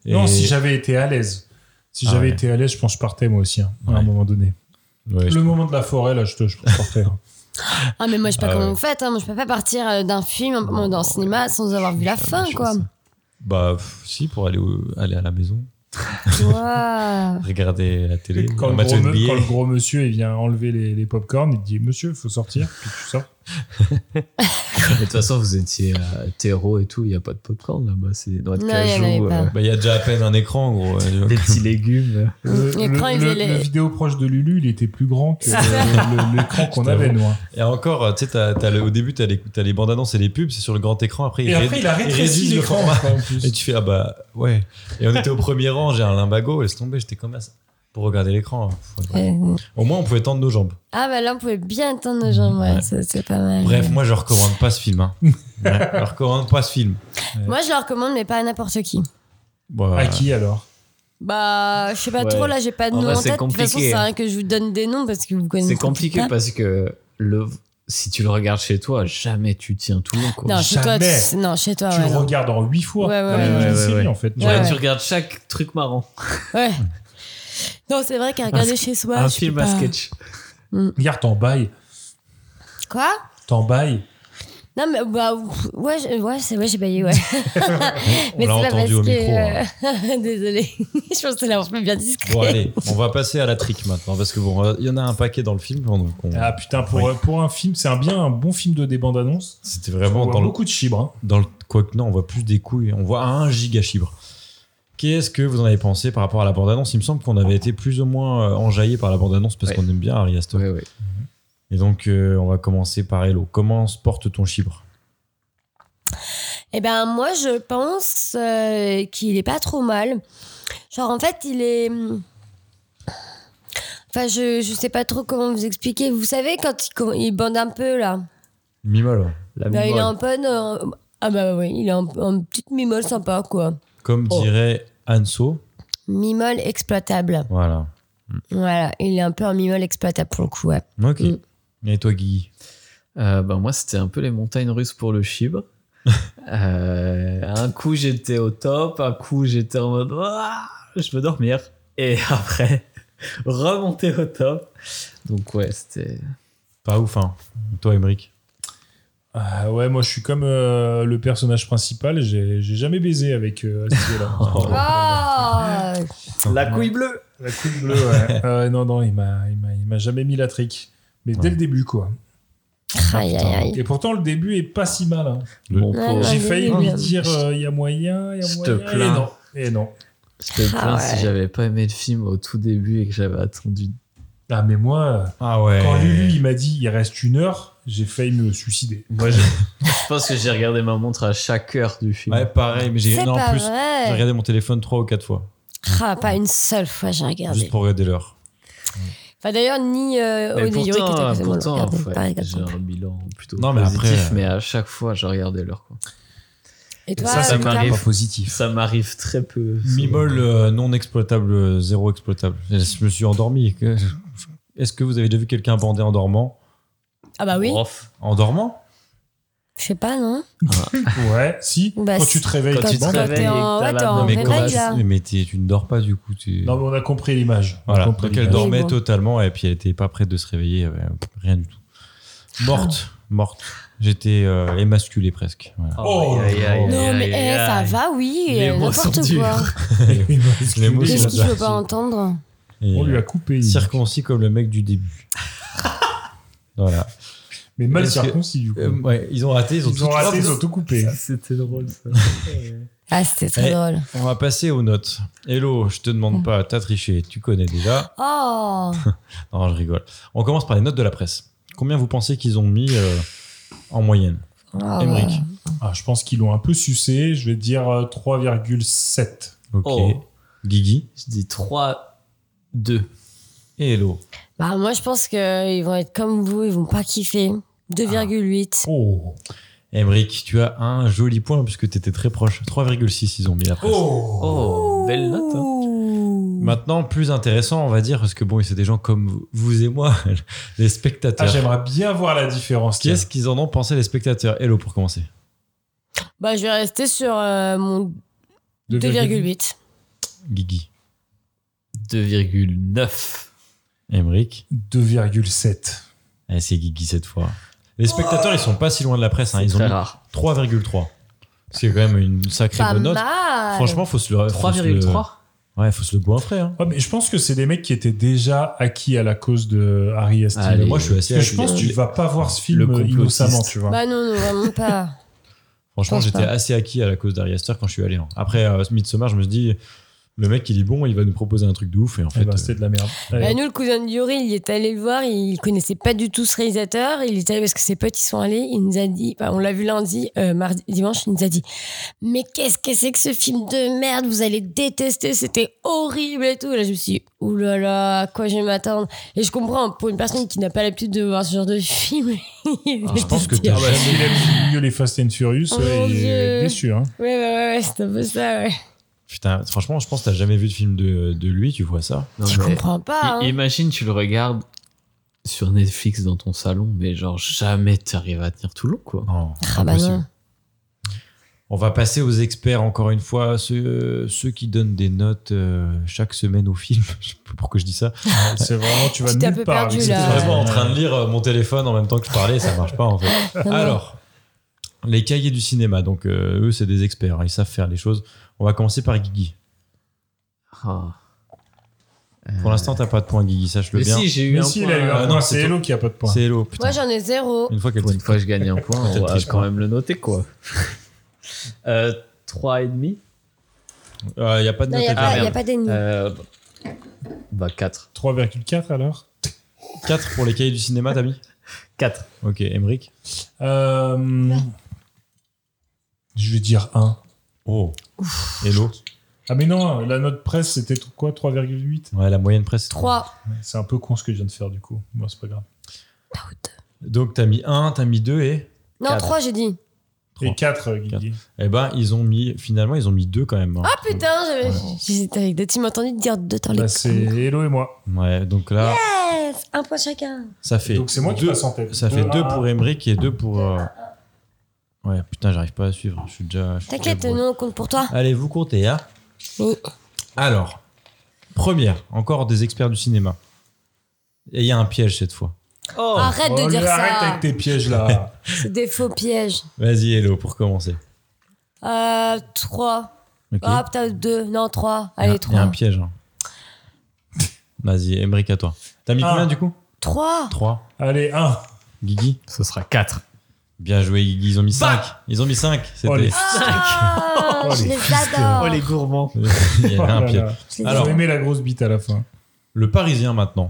[SPEAKER 6] Et-
[SPEAKER 4] Non, si j'avais été à l'aise. Si
[SPEAKER 6] Ah
[SPEAKER 4] j'avais
[SPEAKER 6] ouais.
[SPEAKER 4] été à l'aise, je pense que je partais moi aussi, hein, à un
[SPEAKER 6] Ouais.
[SPEAKER 4] moment donné.
[SPEAKER 6] Ouais, je-
[SPEAKER 4] le moment de la forêt, là, je, te, je partais. hein.
[SPEAKER 8] Ah, mais moi, je sais pas
[SPEAKER 6] Ah
[SPEAKER 8] comment
[SPEAKER 6] ouais.
[SPEAKER 8] vous faites, hein. moi, je peux pas partir euh, d'un film, euh, d'un cinéma, sans avoir vu la fin, quoi.
[SPEAKER 6] Bah, pff, si, pour aller, au- aller à la maison,
[SPEAKER 8] Tu vois
[SPEAKER 6] regarder la télé,
[SPEAKER 4] Quand,
[SPEAKER 6] un
[SPEAKER 4] le
[SPEAKER 6] match
[SPEAKER 4] gros, me-
[SPEAKER 6] NBA.
[SPEAKER 4] quand le gros monsieur il vient enlever les, les popcorns, il dit Monsieur, il faut sortir. Puis tu sors.
[SPEAKER 7] Mais De toute façon, vous étiez à terreau et tout, il n'y a pas de popcorn là-bas. C'est noix de
[SPEAKER 8] Non, il y en
[SPEAKER 7] cajou,
[SPEAKER 8] avait pas.
[SPEAKER 6] Bah, il y a déjà à peine un écran, en
[SPEAKER 4] *laughs*
[SPEAKER 6] gros.
[SPEAKER 7] euh, des petits légumes.
[SPEAKER 4] Le,
[SPEAKER 8] Et
[SPEAKER 4] le-
[SPEAKER 8] quand il
[SPEAKER 4] le-
[SPEAKER 8] faisait les-
[SPEAKER 4] le vidéo proche de Lulu, il était plus grand que
[SPEAKER 8] C'est
[SPEAKER 4] le-
[SPEAKER 8] ça.
[SPEAKER 4] le- l'écran qu'on
[SPEAKER 6] C'était
[SPEAKER 4] avait,
[SPEAKER 6] bon.
[SPEAKER 4] nous. hein.
[SPEAKER 6] Et encore, euh, tu sais, t'as- t'as le- au début, t'as les, t'as les bandes annonces et les pubs, c'est sur le grand écran. Après,
[SPEAKER 4] Et
[SPEAKER 6] ils
[SPEAKER 4] après,
[SPEAKER 6] ré-
[SPEAKER 4] il a
[SPEAKER 6] ils
[SPEAKER 4] rétréci
[SPEAKER 6] réduisent le
[SPEAKER 4] l'écran.
[SPEAKER 6] format.
[SPEAKER 4] quoi, en plus.
[SPEAKER 6] Et tu fais, ah bah, ouais. Et on était au premier rang, j'ai un limbago, laisse tomber, j'étais comme ça. Pour regarder l'écran. Faut-
[SPEAKER 8] Euh,
[SPEAKER 6] Au moins, on pouvait tendre nos jambes.
[SPEAKER 8] Ah, bah là, on pouvait bien tendre nos jambes, ouais,
[SPEAKER 6] Ouais.
[SPEAKER 8] ça, c'est pas mal.
[SPEAKER 6] Bref, moi je recommande pas ce
[SPEAKER 4] *laughs*
[SPEAKER 6] film. Hein. Ouais, je recommande pas ce film.
[SPEAKER 8] Moi, je le recommande, mais pas à n'importe qui.
[SPEAKER 6] Bon,
[SPEAKER 4] À
[SPEAKER 6] euh,
[SPEAKER 4] Ah, qui alors
[SPEAKER 8] Bah, je sais pas
[SPEAKER 7] Ouais.
[SPEAKER 8] trop, là, j'ai pas de
[SPEAKER 7] En
[SPEAKER 8] nom
[SPEAKER 7] vrai,
[SPEAKER 8] en
[SPEAKER 7] c'est
[SPEAKER 8] tête. De toute façon,
[SPEAKER 7] compliqué,
[SPEAKER 8] c'est
[SPEAKER 7] hein.
[SPEAKER 8] rien que je vous donne des noms parce que vous connaissez.
[SPEAKER 7] C'est compliqué
[SPEAKER 8] pas.
[SPEAKER 7] parce que le, si tu le regardes chez toi, jamais tu tiens tout le long. Quoi.
[SPEAKER 8] Non, chez toi,
[SPEAKER 4] Jamais.
[SPEAKER 8] tu- non, chez toi,
[SPEAKER 4] Tu
[SPEAKER 8] ouais,
[SPEAKER 4] le
[SPEAKER 8] non.
[SPEAKER 4] regardes en huit fois.
[SPEAKER 8] Ouais, ouais,
[SPEAKER 4] comme
[SPEAKER 8] ouais,
[SPEAKER 4] une
[SPEAKER 7] ouais, ouais,
[SPEAKER 4] série,
[SPEAKER 7] ouais.
[SPEAKER 4] en fait.
[SPEAKER 7] Ouais,
[SPEAKER 8] Ouais,
[SPEAKER 7] Tu
[SPEAKER 8] ouais.
[SPEAKER 7] regardes chaque truc marrant.
[SPEAKER 8] Ouais. Non, c'est vrai qu'à regarder
[SPEAKER 7] Un-
[SPEAKER 8] chez soi.
[SPEAKER 7] un
[SPEAKER 8] je
[SPEAKER 7] film
[SPEAKER 8] peux
[SPEAKER 7] à
[SPEAKER 8] pas.
[SPEAKER 7] sketch.
[SPEAKER 4] Regarde, t'en bailles.
[SPEAKER 8] Quoi
[SPEAKER 4] T'en bailles.
[SPEAKER 12] Non, mais bah, pff, ouais, je- ouais, c'est ouais, j'ai baillé, ouais.
[SPEAKER 8] *laughs*
[SPEAKER 12] mais c'est
[SPEAKER 6] l'a
[SPEAKER 12] pas parce
[SPEAKER 6] entendu
[SPEAKER 12] que.
[SPEAKER 6] au micro, hein.
[SPEAKER 12] euh, Désolée. je pense que là, on se met bien discret. *laughs*
[SPEAKER 6] Bon, allez, on va passer à la trick maintenant, parce que bon, euh, il y en a un paquet dans le film. donc on-
[SPEAKER 4] Ah putain, pour,
[SPEAKER 6] Oui.
[SPEAKER 4] euh, pour un film, c'est un bien un bon film de débande annonce.
[SPEAKER 6] C'était vraiment dans le-
[SPEAKER 4] beaucoup de chibre. hein.
[SPEAKER 6] Dans le quoi que non, on voit plus des couilles, on voit un giga chibre. Qu'est-ce que vous en avez pensé par rapport à la bande-annonce Il me semble qu'on avait été plus ou moins euh, enjaillé par la bande-annonce parce qu'on aime bien Ari Aster. Et donc, euh, on va commencer par Hello. Comment se porte ton chibre
[SPEAKER 8] Eh ben moi je pense euh, qu'il est pas trop mal. Genre en fait il est... hum, Enfin je, je sais pas trop comment vous expliquer. Vous savez quand il, com- il bande un peu là.
[SPEAKER 6] Mimol.
[SPEAKER 8] Là, Bah, il est en bonne... euh, Ah bah oui, il est en, en petite mimole sympa quoi.
[SPEAKER 6] Comme
[SPEAKER 8] Oh.
[SPEAKER 6] dirait Anso.
[SPEAKER 8] Mimole exploitable.
[SPEAKER 6] Voilà.
[SPEAKER 8] Voilà, il est un peu en mimole exploitable pour le coup. Ouais.
[SPEAKER 6] Ok. Et toi, Guy
[SPEAKER 7] bah, Moi, c'était un peu les montagnes russes pour le
[SPEAKER 8] *laughs*
[SPEAKER 7] chibre. Euh, un coup, j'étais au top. Un coup, j'étais en mode Ah, je veux dormir. Et *laughs* après, remonter au top. Donc, ouais, c'était.
[SPEAKER 6] Pas ouf, hein. Toi, Emmerich
[SPEAKER 4] Ah ouais, moi je suis comme euh, le personnage principal, j'ai j'ai jamais baisé avec euh, là
[SPEAKER 6] Oh,
[SPEAKER 8] Ah.
[SPEAKER 7] La couille bleue
[SPEAKER 4] La couille bleue, ouais. *laughs* Ah ouais, non, non, il m'a il m'a- il m'a jamais mis la trick. Mais dès le début, quoi.
[SPEAKER 8] Oh, Aïe, aïe, aïe.
[SPEAKER 4] Et pourtant, le début est pas si mal. hein.
[SPEAKER 7] Mon pauvre.
[SPEAKER 4] J'ai failli
[SPEAKER 7] non,
[SPEAKER 4] lui
[SPEAKER 8] hein.
[SPEAKER 7] mais-
[SPEAKER 4] dire euh, il y a moyen, il y a
[SPEAKER 7] Je te
[SPEAKER 4] moyen. Et
[SPEAKER 7] plains.
[SPEAKER 4] non. Et non.
[SPEAKER 7] Je te
[SPEAKER 8] Ah
[SPEAKER 7] plains
[SPEAKER 8] ouais.
[SPEAKER 7] si j'avais pas aimé le film au tout début et que j'avais attendu.
[SPEAKER 4] Ah, mais moi,
[SPEAKER 6] Ah ouais.
[SPEAKER 4] quand Lulu il m'a dit il reste une heure, j'ai failli me suicider. Moi, j'ai-
[SPEAKER 7] *laughs* Je pense que j'ai regardé ma montre à chaque heure du film.
[SPEAKER 6] Ouais, pareil, mais j'ai
[SPEAKER 8] C'est
[SPEAKER 6] non, en
[SPEAKER 8] pas
[SPEAKER 6] plus,
[SPEAKER 8] vrai.
[SPEAKER 6] j'ai regardé mon téléphone trois ou quatre fois,
[SPEAKER 8] Ah, pas une seule fois j'ai regardé.
[SPEAKER 6] juste pour regarder l'heure.
[SPEAKER 8] Enfin d'ailleurs ni euh,
[SPEAKER 7] Mais
[SPEAKER 8] Oni Yuri qui était
[SPEAKER 7] pourtant,
[SPEAKER 8] à côté de moi,
[SPEAKER 7] pourtant,
[SPEAKER 8] regardez,
[SPEAKER 7] ouais,
[SPEAKER 8] pas regardé.
[SPEAKER 7] j'ai un bilan plutôt
[SPEAKER 6] Non, mais
[SPEAKER 7] positif,
[SPEAKER 6] après-
[SPEAKER 7] mais à chaque fois, je regardais l'heure. quoi.
[SPEAKER 8] Et toi,
[SPEAKER 7] Ça, ça
[SPEAKER 8] Lucas
[SPEAKER 7] m'arrive.
[SPEAKER 6] positif.
[SPEAKER 7] Ça m'arrive très peu.
[SPEAKER 6] Mimol euh, non exploitable, euh, zéro exploitable. Je me suis endormi. Que- Est-ce que vous avez déjà vu quelqu'un bander en dormant
[SPEAKER 8] Ah bah oui,
[SPEAKER 7] Prof.
[SPEAKER 6] En dormant
[SPEAKER 8] je sais pas non.
[SPEAKER 4] ouais, si.
[SPEAKER 8] Bah,
[SPEAKER 4] quand tu te réveilles,
[SPEAKER 7] quand
[SPEAKER 4] tu
[SPEAKER 7] tu
[SPEAKER 4] te
[SPEAKER 7] te
[SPEAKER 4] bandes.
[SPEAKER 7] réveilles
[SPEAKER 8] t'es
[SPEAKER 7] et que
[SPEAKER 8] en- hein.
[SPEAKER 7] t'as
[SPEAKER 8] ouais,
[SPEAKER 7] la
[SPEAKER 8] t'es en
[SPEAKER 7] bonne
[SPEAKER 6] Oh, mais,
[SPEAKER 8] réveil,
[SPEAKER 7] course,
[SPEAKER 8] là.
[SPEAKER 6] mais t'es- tu ne dors pas du coup. tu-
[SPEAKER 4] Non, mais on a compris l'image. On a
[SPEAKER 6] voilà.
[SPEAKER 4] compris
[SPEAKER 6] Donc elle
[SPEAKER 4] l'image.
[SPEAKER 6] dormait
[SPEAKER 8] bon.
[SPEAKER 6] totalement et puis elle était pas prête de se réveiller, euh, rien du tout. Morte,
[SPEAKER 8] Ah.
[SPEAKER 6] morte. J'étais euh, émasculé presque. Voilà.
[SPEAKER 4] Oh.
[SPEAKER 7] Aïe, aïe, aïe,
[SPEAKER 8] Non
[SPEAKER 7] aïe,
[SPEAKER 8] mais eh,
[SPEAKER 7] aïe,
[SPEAKER 8] ça
[SPEAKER 7] aïe.
[SPEAKER 8] va oui,
[SPEAKER 7] Les
[SPEAKER 8] euh,
[SPEAKER 7] mots
[SPEAKER 8] n'importe
[SPEAKER 7] sont
[SPEAKER 8] quoi.
[SPEAKER 4] *laughs*
[SPEAKER 6] Les mots
[SPEAKER 8] Qu'est-ce
[SPEAKER 6] sont
[SPEAKER 8] qu'il
[SPEAKER 6] durs.
[SPEAKER 8] faut pas entendre
[SPEAKER 6] Et,
[SPEAKER 4] On lui
[SPEAKER 6] euh,
[SPEAKER 4] a coupé. il-
[SPEAKER 6] circoncis comme le mec
[SPEAKER 4] *laughs*
[SPEAKER 6] du début. voilà.
[SPEAKER 4] Mais mal
[SPEAKER 6] Parce que-
[SPEAKER 4] circoncis, du coup.
[SPEAKER 6] Euh, ouais, ils ont raté, ils ont,
[SPEAKER 4] Ils
[SPEAKER 6] tout
[SPEAKER 4] ont raté, ils ont tout coupé.
[SPEAKER 7] C'était drôle ça.
[SPEAKER 8] Ah c'était très
[SPEAKER 6] Eh.
[SPEAKER 8] drôle.
[SPEAKER 6] On va passer aux notes. Hello, je te demande pas, t'as triché, tu connais déjà.
[SPEAKER 7] *laughs*
[SPEAKER 8] Oh
[SPEAKER 6] Non, je rigole. On commence par les notes de la presse. Combien vous pensez qu'ils ont mis euh, en moyenne
[SPEAKER 8] Ah,
[SPEAKER 7] Eh
[SPEAKER 6] Emmerich.
[SPEAKER 8] ouais.
[SPEAKER 4] Ah, je pense qu'ils l'ont un peu sucé. Je vais dire euh, 3,7.
[SPEAKER 6] Ok.
[SPEAKER 7] Oh.
[SPEAKER 6] Guigui
[SPEAKER 7] Je dis 3, 2.
[SPEAKER 6] et Hello.
[SPEAKER 8] Bah moi je pense qu'ils vont être comme vous, ils vont pas kiffer. 2,8.
[SPEAKER 4] Oh.
[SPEAKER 6] Emric, tu as un joli point puisque t'étais très proche. 3,6 ils ont mis la presse.
[SPEAKER 7] Oh, belle note. hein.
[SPEAKER 8] Ouh.
[SPEAKER 6] Maintenant, plus intéressant, on va dire, parce que bon, c'est des gens comme vous et moi, *laughs* les
[SPEAKER 4] Ah,
[SPEAKER 6] spectateurs.
[SPEAKER 4] j'aimerais bien voir la différence. tiens.
[SPEAKER 6] Qu'est-ce qu'ils en ont pensé, les spectateurs Hello, pour commencer.
[SPEAKER 8] Bah je vais rester sur euh, mon 2,8.
[SPEAKER 6] Guigui.
[SPEAKER 7] 2,9.
[SPEAKER 6] Emric.
[SPEAKER 4] 2,7.
[SPEAKER 6] Eh, c'est Guigui cette fois. Les spectateurs, ils sont pas si loin de la presse. hein.
[SPEAKER 7] C'est
[SPEAKER 6] Ils ont
[SPEAKER 7] très
[SPEAKER 6] mis
[SPEAKER 7] rare.
[SPEAKER 6] 3,3. C'est quand même une sacrée
[SPEAKER 8] Pas
[SPEAKER 6] bonne note.
[SPEAKER 8] mal.
[SPEAKER 6] Franchement, faut se le. faut se le-
[SPEAKER 7] 3,3
[SPEAKER 6] Ouais, faut se le goinfrer. Hein.
[SPEAKER 4] Ouais, mais je pense que c'est des mecs qui étaient déjà acquis à la cause de Harry Astor.
[SPEAKER 7] Allez.
[SPEAKER 6] Mais moi, je suis assez.
[SPEAKER 4] Parce que je pense que tu
[SPEAKER 6] acquis.
[SPEAKER 4] vas pas voir ce
[SPEAKER 6] Le
[SPEAKER 4] film
[SPEAKER 6] complotiste.
[SPEAKER 4] innocemment, tu
[SPEAKER 7] hein.
[SPEAKER 4] vois.
[SPEAKER 8] Bah non, non, vraiment pas.
[SPEAKER 6] Franchement,
[SPEAKER 8] je pense
[SPEAKER 6] j'étais
[SPEAKER 8] pas.
[SPEAKER 6] assez acquis à la cause d'Ari Aster quand je suis allé. hein. Après euh, Midsommar, je me suis dit, le mec, il est bon, il va nous proposer un truc de ouf. Et en
[SPEAKER 4] Eh
[SPEAKER 6] fait,
[SPEAKER 4] ben,
[SPEAKER 6] euh,
[SPEAKER 4] c'était de la merde.
[SPEAKER 8] Bah,
[SPEAKER 4] Allez.
[SPEAKER 8] nous, le cousin de Yuri, il est allé le voir, il connaissait pas du tout ce réalisateur. Il est allé parce que ses potes y sont allés. Il nous a dit, bah, on l'a vu lundi, euh, mardi, dimanche, il nous a dit Mais qu'est-ce que c'est que ce film de merde Vous allez détester, c'était horrible et tout. Et là, je me suis dit Oulala, là là, à quoi je vais m'attendre Et je comprends, pour une personne qui n'a pas l'habitude de voir ce genre de film, *laughs* il
[SPEAKER 6] je
[SPEAKER 8] était
[SPEAKER 6] pense que
[SPEAKER 8] dit,
[SPEAKER 6] t'as-
[SPEAKER 4] Ah ouais, s'il aime mieux les Fast and Furious,
[SPEAKER 8] Oh
[SPEAKER 4] ouais,
[SPEAKER 8] mon
[SPEAKER 4] il est
[SPEAKER 8] Dieu.
[SPEAKER 4] déçu. Hein.
[SPEAKER 8] Ouais, ouais, ouais, ouais, c'est un peu ça, ouais.
[SPEAKER 6] putain, franchement, je pense que t'as jamais vu de film de, de lui, tu vois ça.
[SPEAKER 7] Non,
[SPEAKER 8] tu
[SPEAKER 7] mais
[SPEAKER 8] comprends pas.
[SPEAKER 7] i-
[SPEAKER 8] hein.
[SPEAKER 7] Imagine, tu le regardes sur Netflix dans ton salon, mais genre jamais t'arrives à tenir tout le long quoi.
[SPEAKER 6] Non,
[SPEAKER 8] Ah bah
[SPEAKER 6] impossible.
[SPEAKER 8] non.
[SPEAKER 6] On va passer aux experts encore une fois, ceux, euh, ceux qui donnent des notes euh, chaque semaine au film. *laughs* Je sais pas pourquoi je dis ça.
[SPEAKER 4] C'est vraiment, tu vas
[SPEAKER 8] Tu t'es un
[SPEAKER 4] nulle
[SPEAKER 8] peu
[SPEAKER 4] part.
[SPEAKER 8] perdu,
[SPEAKER 4] avec
[SPEAKER 6] J'étais
[SPEAKER 8] là.
[SPEAKER 4] cette-
[SPEAKER 6] vraiment en train de lire euh, mon téléphone en même temps que je parlais, ça marche pas en fait.
[SPEAKER 8] *laughs* non.
[SPEAKER 6] Alors, Les cahiers du cinéma, donc euh, eux, c'est des experts, ils savent faire les choses. On va commencer par Guigui.
[SPEAKER 7] Ah.
[SPEAKER 6] Pour l'instant, t'as pas de point, Guigui, sache-le
[SPEAKER 7] Mais
[SPEAKER 6] bien. Euh,
[SPEAKER 7] si, j'ai eu Mais un si, point. il a eu un point.
[SPEAKER 6] c'est
[SPEAKER 7] C'est
[SPEAKER 6] toi.
[SPEAKER 7] Hello qui a pas de point.
[SPEAKER 6] C'est Hello, putain.
[SPEAKER 8] Moi, j'en ai zéro.
[SPEAKER 6] Une fois qu'elle
[SPEAKER 7] Une fois que je gagne un point, on
[SPEAKER 6] *laughs* Peut-être
[SPEAKER 7] va
[SPEAKER 6] triche
[SPEAKER 7] quand
[SPEAKER 6] pas.
[SPEAKER 7] même le noter,
[SPEAKER 6] *laughs*
[SPEAKER 7] quoi. Euh, 3,5
[SPEAKER 6] Il n'y Euh, a pas
[SPEAKER 8] de Non, note y a égal. pas- y a pas d'ennemi.
[SPEAKER 6] Euh.
[SPEAKER 7] Euh, bah, 4.
[SPEAKER 4] 3,4 alors
[SPEAKER 6] 4 pour les cahiers du cinéma, t'as mis
[SPEAKER 7] 4.
[SPEAKER 6] Ok, Emmerich.
[SPEAKER 4] Euh, Je vais dire 1.
[SPEAKER 6] Oh. Hello.
[SPEAKER 4] Ah mais non, la note presse c'était quoi 3,8
[SPEAKER 6] Ouais, la moyenne presse.
[SPEAKER 8] Trois.
[SPEAKER 4] Ouais, C'est un peu con ce que je viens de faire du coup. Bon, c'est pas grave.
[SPEAKER 6] Donc t'as mis 1, t'as mis 2 et.
[SPEAKER 8] Non,
[SPEAKER 6] Quatre.
[SPEAKER 8] trois, j'ai dit.
[SPEAKER 4] Et euh, 4,
[SPEAKER 6] Guigui. Eh ben, ils ont mis, finalement, ils ont mis 2 quand même. hein.
[SPEAKER 8] Ah putain, j'avais- j'étais avec deux. Tu m'as entendu dire deux dans les
[SPEAKER 6] Bah,
[SPEAKER 4] C'est Hello et moi.
[SPEAKER 6] Ouais, donc là,
[SPEAKER 8] Yes Un point chacun.
[SPEAKER 6] ça fait.
[SPEAKER 4] Donc c'est moi qui
[SPEAKER 6] deux-
[SPEAKER 4] passe en tête.
[SPEAKER 6] Ça fait
[SPEAKER 4] Deux, un.
[SPEAKER 6] 2 pour Emmerich et 2 pour. euh, Ouais, putain, j'arrive pas à suivre. Je suis déjà. je suis
[SPEAKER 8] T'inquiète,
[SPEAKER 6] déjà bourré.
[SPEAKER 8] nous, on compte pour toi.
[SPEAKER 6] Allez, vous comptez, hein
[SPEAKER 8] Oui.
[SPEAKER 6] Alors, première, encore des experts du cinéma. Et il y a un piège cette fois.
[SPEAKER 8] Oh, Arrête
[SPEAKER 6] Oh,
[SPEAKER 8] de dire ça.
[SPEAKER 6] pièges là.
[SPEAKER 8] *laughs* C'est des faux pièges.
[SPEAKER 6] Vas-y, Hello, pour commencer.
[SPEAKER 8] Euh, 3.
[SPEAKER 6] Ok.
[SPEAKER 8] Ah putain, 2. Non,
[SPEAKER 6] Il
[SPEAKER 8] 3.
[SPEAKER 6] y a-
[SPEAKER 8] Allez,
[SPEAKER 6] Il y a un
[SPEAKER 8] 3.
[SPEAKER 6] piège. hein. Vas-y, Emmerich, à toi. T'as
[SPEAKER 4] Ah.
[SPEAKER 6] mis
[SPEAKER 8] Un.
[SPEAKER 6] combien du coup *laughs*
[SPEAKER 8] 3.
[SPEAKER 6] 3.
[SPEAKER 4] Allez, 1.
[SPEAKER 6] Guigui
[SPEAKER 7] Ce sera 4.
[SPEAKER 6] Bien joué, Guigui. Ils ont mis 5. Ils ont mis 5.
[SPEAKER 4] Bah Oh, les
[SPEAKER 8] Ah, je les adore.
[SPEAKER 7] Oh, gourmands.
[SPEAKER 6] *laughs* Il y avait
[SPEAKER 4] *laughs*
[SPEAKER 6] un
[SPEAKER 4] Oh là
[SPEAKER 6] pied.
[SPEAKER 4] là. Ils ont
[SPEAKER 6] Oh, Alors,
[SPEAKER 4] aimé la grosse bite à la fin.
[SPEAKER 6] le Parisien maintenant.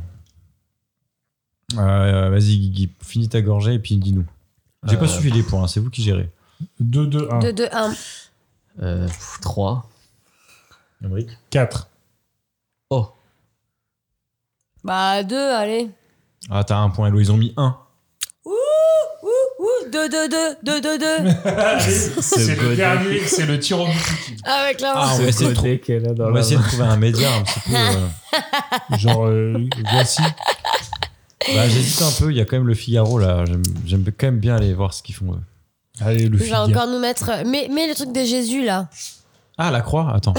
[SPEAKER 6] Euh, Vas-y, Guigui, finis ta gorgée et puis dis-nous. J'ai
[SPEAKER 7] Euh,
[SPEAKER 6] pas suivi les points, hein, c'est vous qui gérez.
[SPEAKER 4] 2, 2, 1.
[SPEAKER 8] 2, 2, 1.
[SPEAKER 7] Euh, 3.
[SPEAKER 4] 4.
[SPEAKER 8] Bah, 2, allez.
[SPEAKER 6] Ah, t'as un point, Hello. Ils ont mis 1.
[SPEAKER 8] Ouh, ouh, ouh. 2, 2, 2. 2, 2, 2.
[SPEAKER 4] *laughs*
[SPEAKER 6] *laughs*
[SPEAKER 4] C'est le dernier, c'est le tir au but.
[SPEAKER 8] Ah, ouais, clairement.
[SPEAKER 6] Ah, on va essayer de, trou- on va essayer de trouver un média un petit peu.
[SPEAKER 4] *laughs*
[SPEAKER 6] euh.
[SPEAKER 4] Genre, euh, voici.
[SPEAKER 6] Bah, J'hésite un peu, il y a quand même le Figaro là. J'aime- J'aime quand même bien aller voir ce qu'ils font. eux.
[SPEAKER 4] Allez, le
[SPEAKER 8] Je vais encore nous mettre. Mais, mais le truc de Jésus, là.
[SPEAKER 6] Ah, la croix Attends.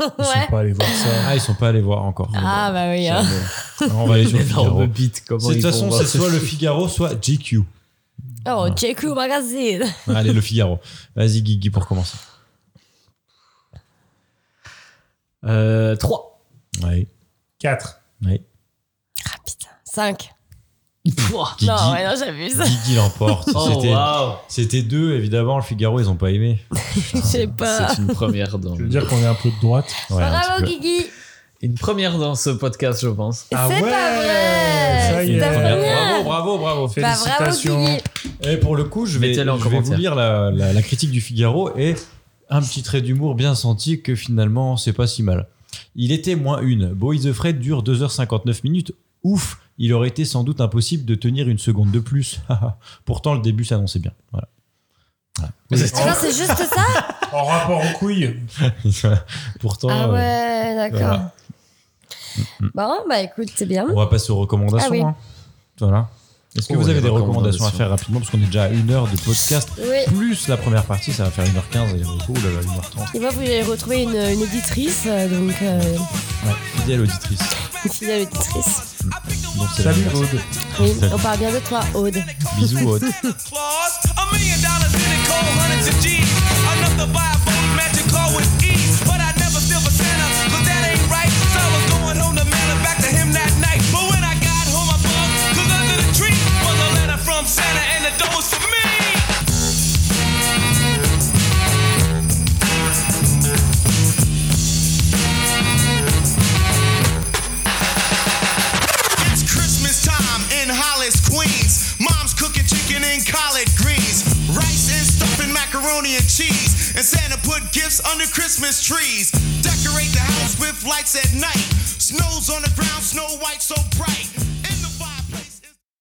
[SPEAKER 8] ouais.
[SPEAKER 4] pas allés voir ça.
[SPEAKER 6] Ah, ils sont pas allés voir encore.
[SPEAKER 8] Ah, bah oui. Hein.
[SPEAKER 4] *laughs*
[SPEAKER 6] On va aller
[SPEAKER 7] *laughs*
[SPEAKER 6] sur le Figaro.
[SPEAKER 7] bite,
[SPEAKER 6] C'est- De toute façon, c'est soit le Figaro, soit GQ.
[SPEAKER 8] Oh, JQ Magazine.
[SPEAKER 6] Allez, le Figaro. Vas-y, Guigui, pour commencer.
[SPEAKER 7] Euh,
[SPEAKER 6] *laughs*
[SPEAKER 7] 3.
[SPEAKER 6] Ouais.
[SPEAKER 4] 4.
[SPEAKER 6] Ouais.
[SPEAKER 8] 5.
[SPEAKER 6] Ah, Guigui.
[SPEAKER 8] Non, ouais, non,
[SPEAKER 6] *laughs*
[SPEAKER 8] j'abuse.
[SPEAKER 6] Guigui l'emporte.
[SPEAKER 7] Oh,
[SPEAKER 6] C'était-
[SPEAKER 7] waouh.
[SPEAKER 6] C'était deux, évidemment. Le Figaro, ils ont pas aimé.
[SPEAKER 8] Je sais pas.
[SPEAKER 7] C'est une première dans.
[SPEAKER 4] Je veux dire qu'on est un peu de droite.
[SPEAKER 6] Ouais, un
[SPEAKER 8] Bravo,
[SPEAKER 6] petit peu.
[SPEAKER 8] Guigui.
[SPEAKER 7] Une première dans ce podcast, je pense.
[SPEAKER 4] Ah
[SPEAKER 8] C'est pas vrai.
[SPEAKER 4] ça y
[SPEAKER 8] C'est
[SPEAKER 4] est.
[SPEAKER 8] ta première.
[SPEAKER 6] Bravo, bravo, bravo.
[SPEAKER 8] Bah, bravo,
[SPEAKER 4] Félicitations.
[SPEAKER 8] Guigui.
[SPEAKER 6] Et pour le coup, je vais,
[SPEAKER 7] Mettez-le en
[SPEAKER 6] je vais vous
[SPEAKER 7] commentaire.
[SPEAKER 6] lire la, la- la critique du Figaro et un petit trait d'humour bien senti que finalement, c'est pas si mal. Il était moins une. Boys the Fred dure 2h59 minutes. Ouf, il aurait été sans doute impossible de tenir une seconde de plus. *laughs* Pourtant, le début s'annonçait bien. Voilà. *laughs*
[SPEAKER 4] Oh.
[SPEAKER 8] Attends, Ah, c'est juste ça
[SPEAKER 4] *laughs* En rapport aux couilles.
[SPEAKER 6] Voilà. Pourtant,
[SPEAKER 8] Ah
[SPEAKER 6] euh,
[SPEAKER 8] ouais, d'accord.
[SPEAKER 6] voilà.
[SPEAKER 8] Bon, bah écoute, c'est bien.
[SPEAKER 6] euh, on va passer aux recommandations.
[SPEAKER 8] Ah oui.
[SPEAKER 6] hein. Voilà. Est-ce que
[SPEAKER 7] Oh,
[SPEAKER 6] vous avez
[SPEAKER 7] les
[SPEAKER 6] des recommandations à
[SPEAKER 7] recommandations.
[SPEAKER 6] faire rapidement Parce qu'on est déjà à une heure de podcast.
[SPEAKER 8] Oui.
[SPEAKER 6] Plus la première partie, ça va faire 1h15 et oh là là, 1h30.
[SPEAKER 8] Et moi, vous allez retrouver une, une éditrice, euh, donc euh,
[SPEAKER 6] Ouais, fidèle auditrice.
[SPEAKER 8] une fidèle éditrice.
[SPEAKER 6] Donc c'est
[SPEAKER 4] Salut,
[SPEAKER 6] l'anniversaire.
[SPEAKER 4] Aude.
[SPEAKER 8] Oui, on parle bien de toi, Aude.
[SPEAKER 6] Bisous, Aude.
[SPEAKER 2] Claus, a million dollars in it, cold hundreds of G's. Enough to buy a boat magic car with ease. But I never silver Santa, cause that ain't right. So I was going home to mail it back to him that night. But when I got home, I bugged, cause under the tree was a letter from Santa and the dough was for me. It's Christmas time in Hollis, Queens. Mom's cooking chicken and collard greens, rice and stuffing macaroni and cheese. And Santa put gifts under Christmas trees. Decorate the house with lights at night. Snow's on the ground, snow white so bright.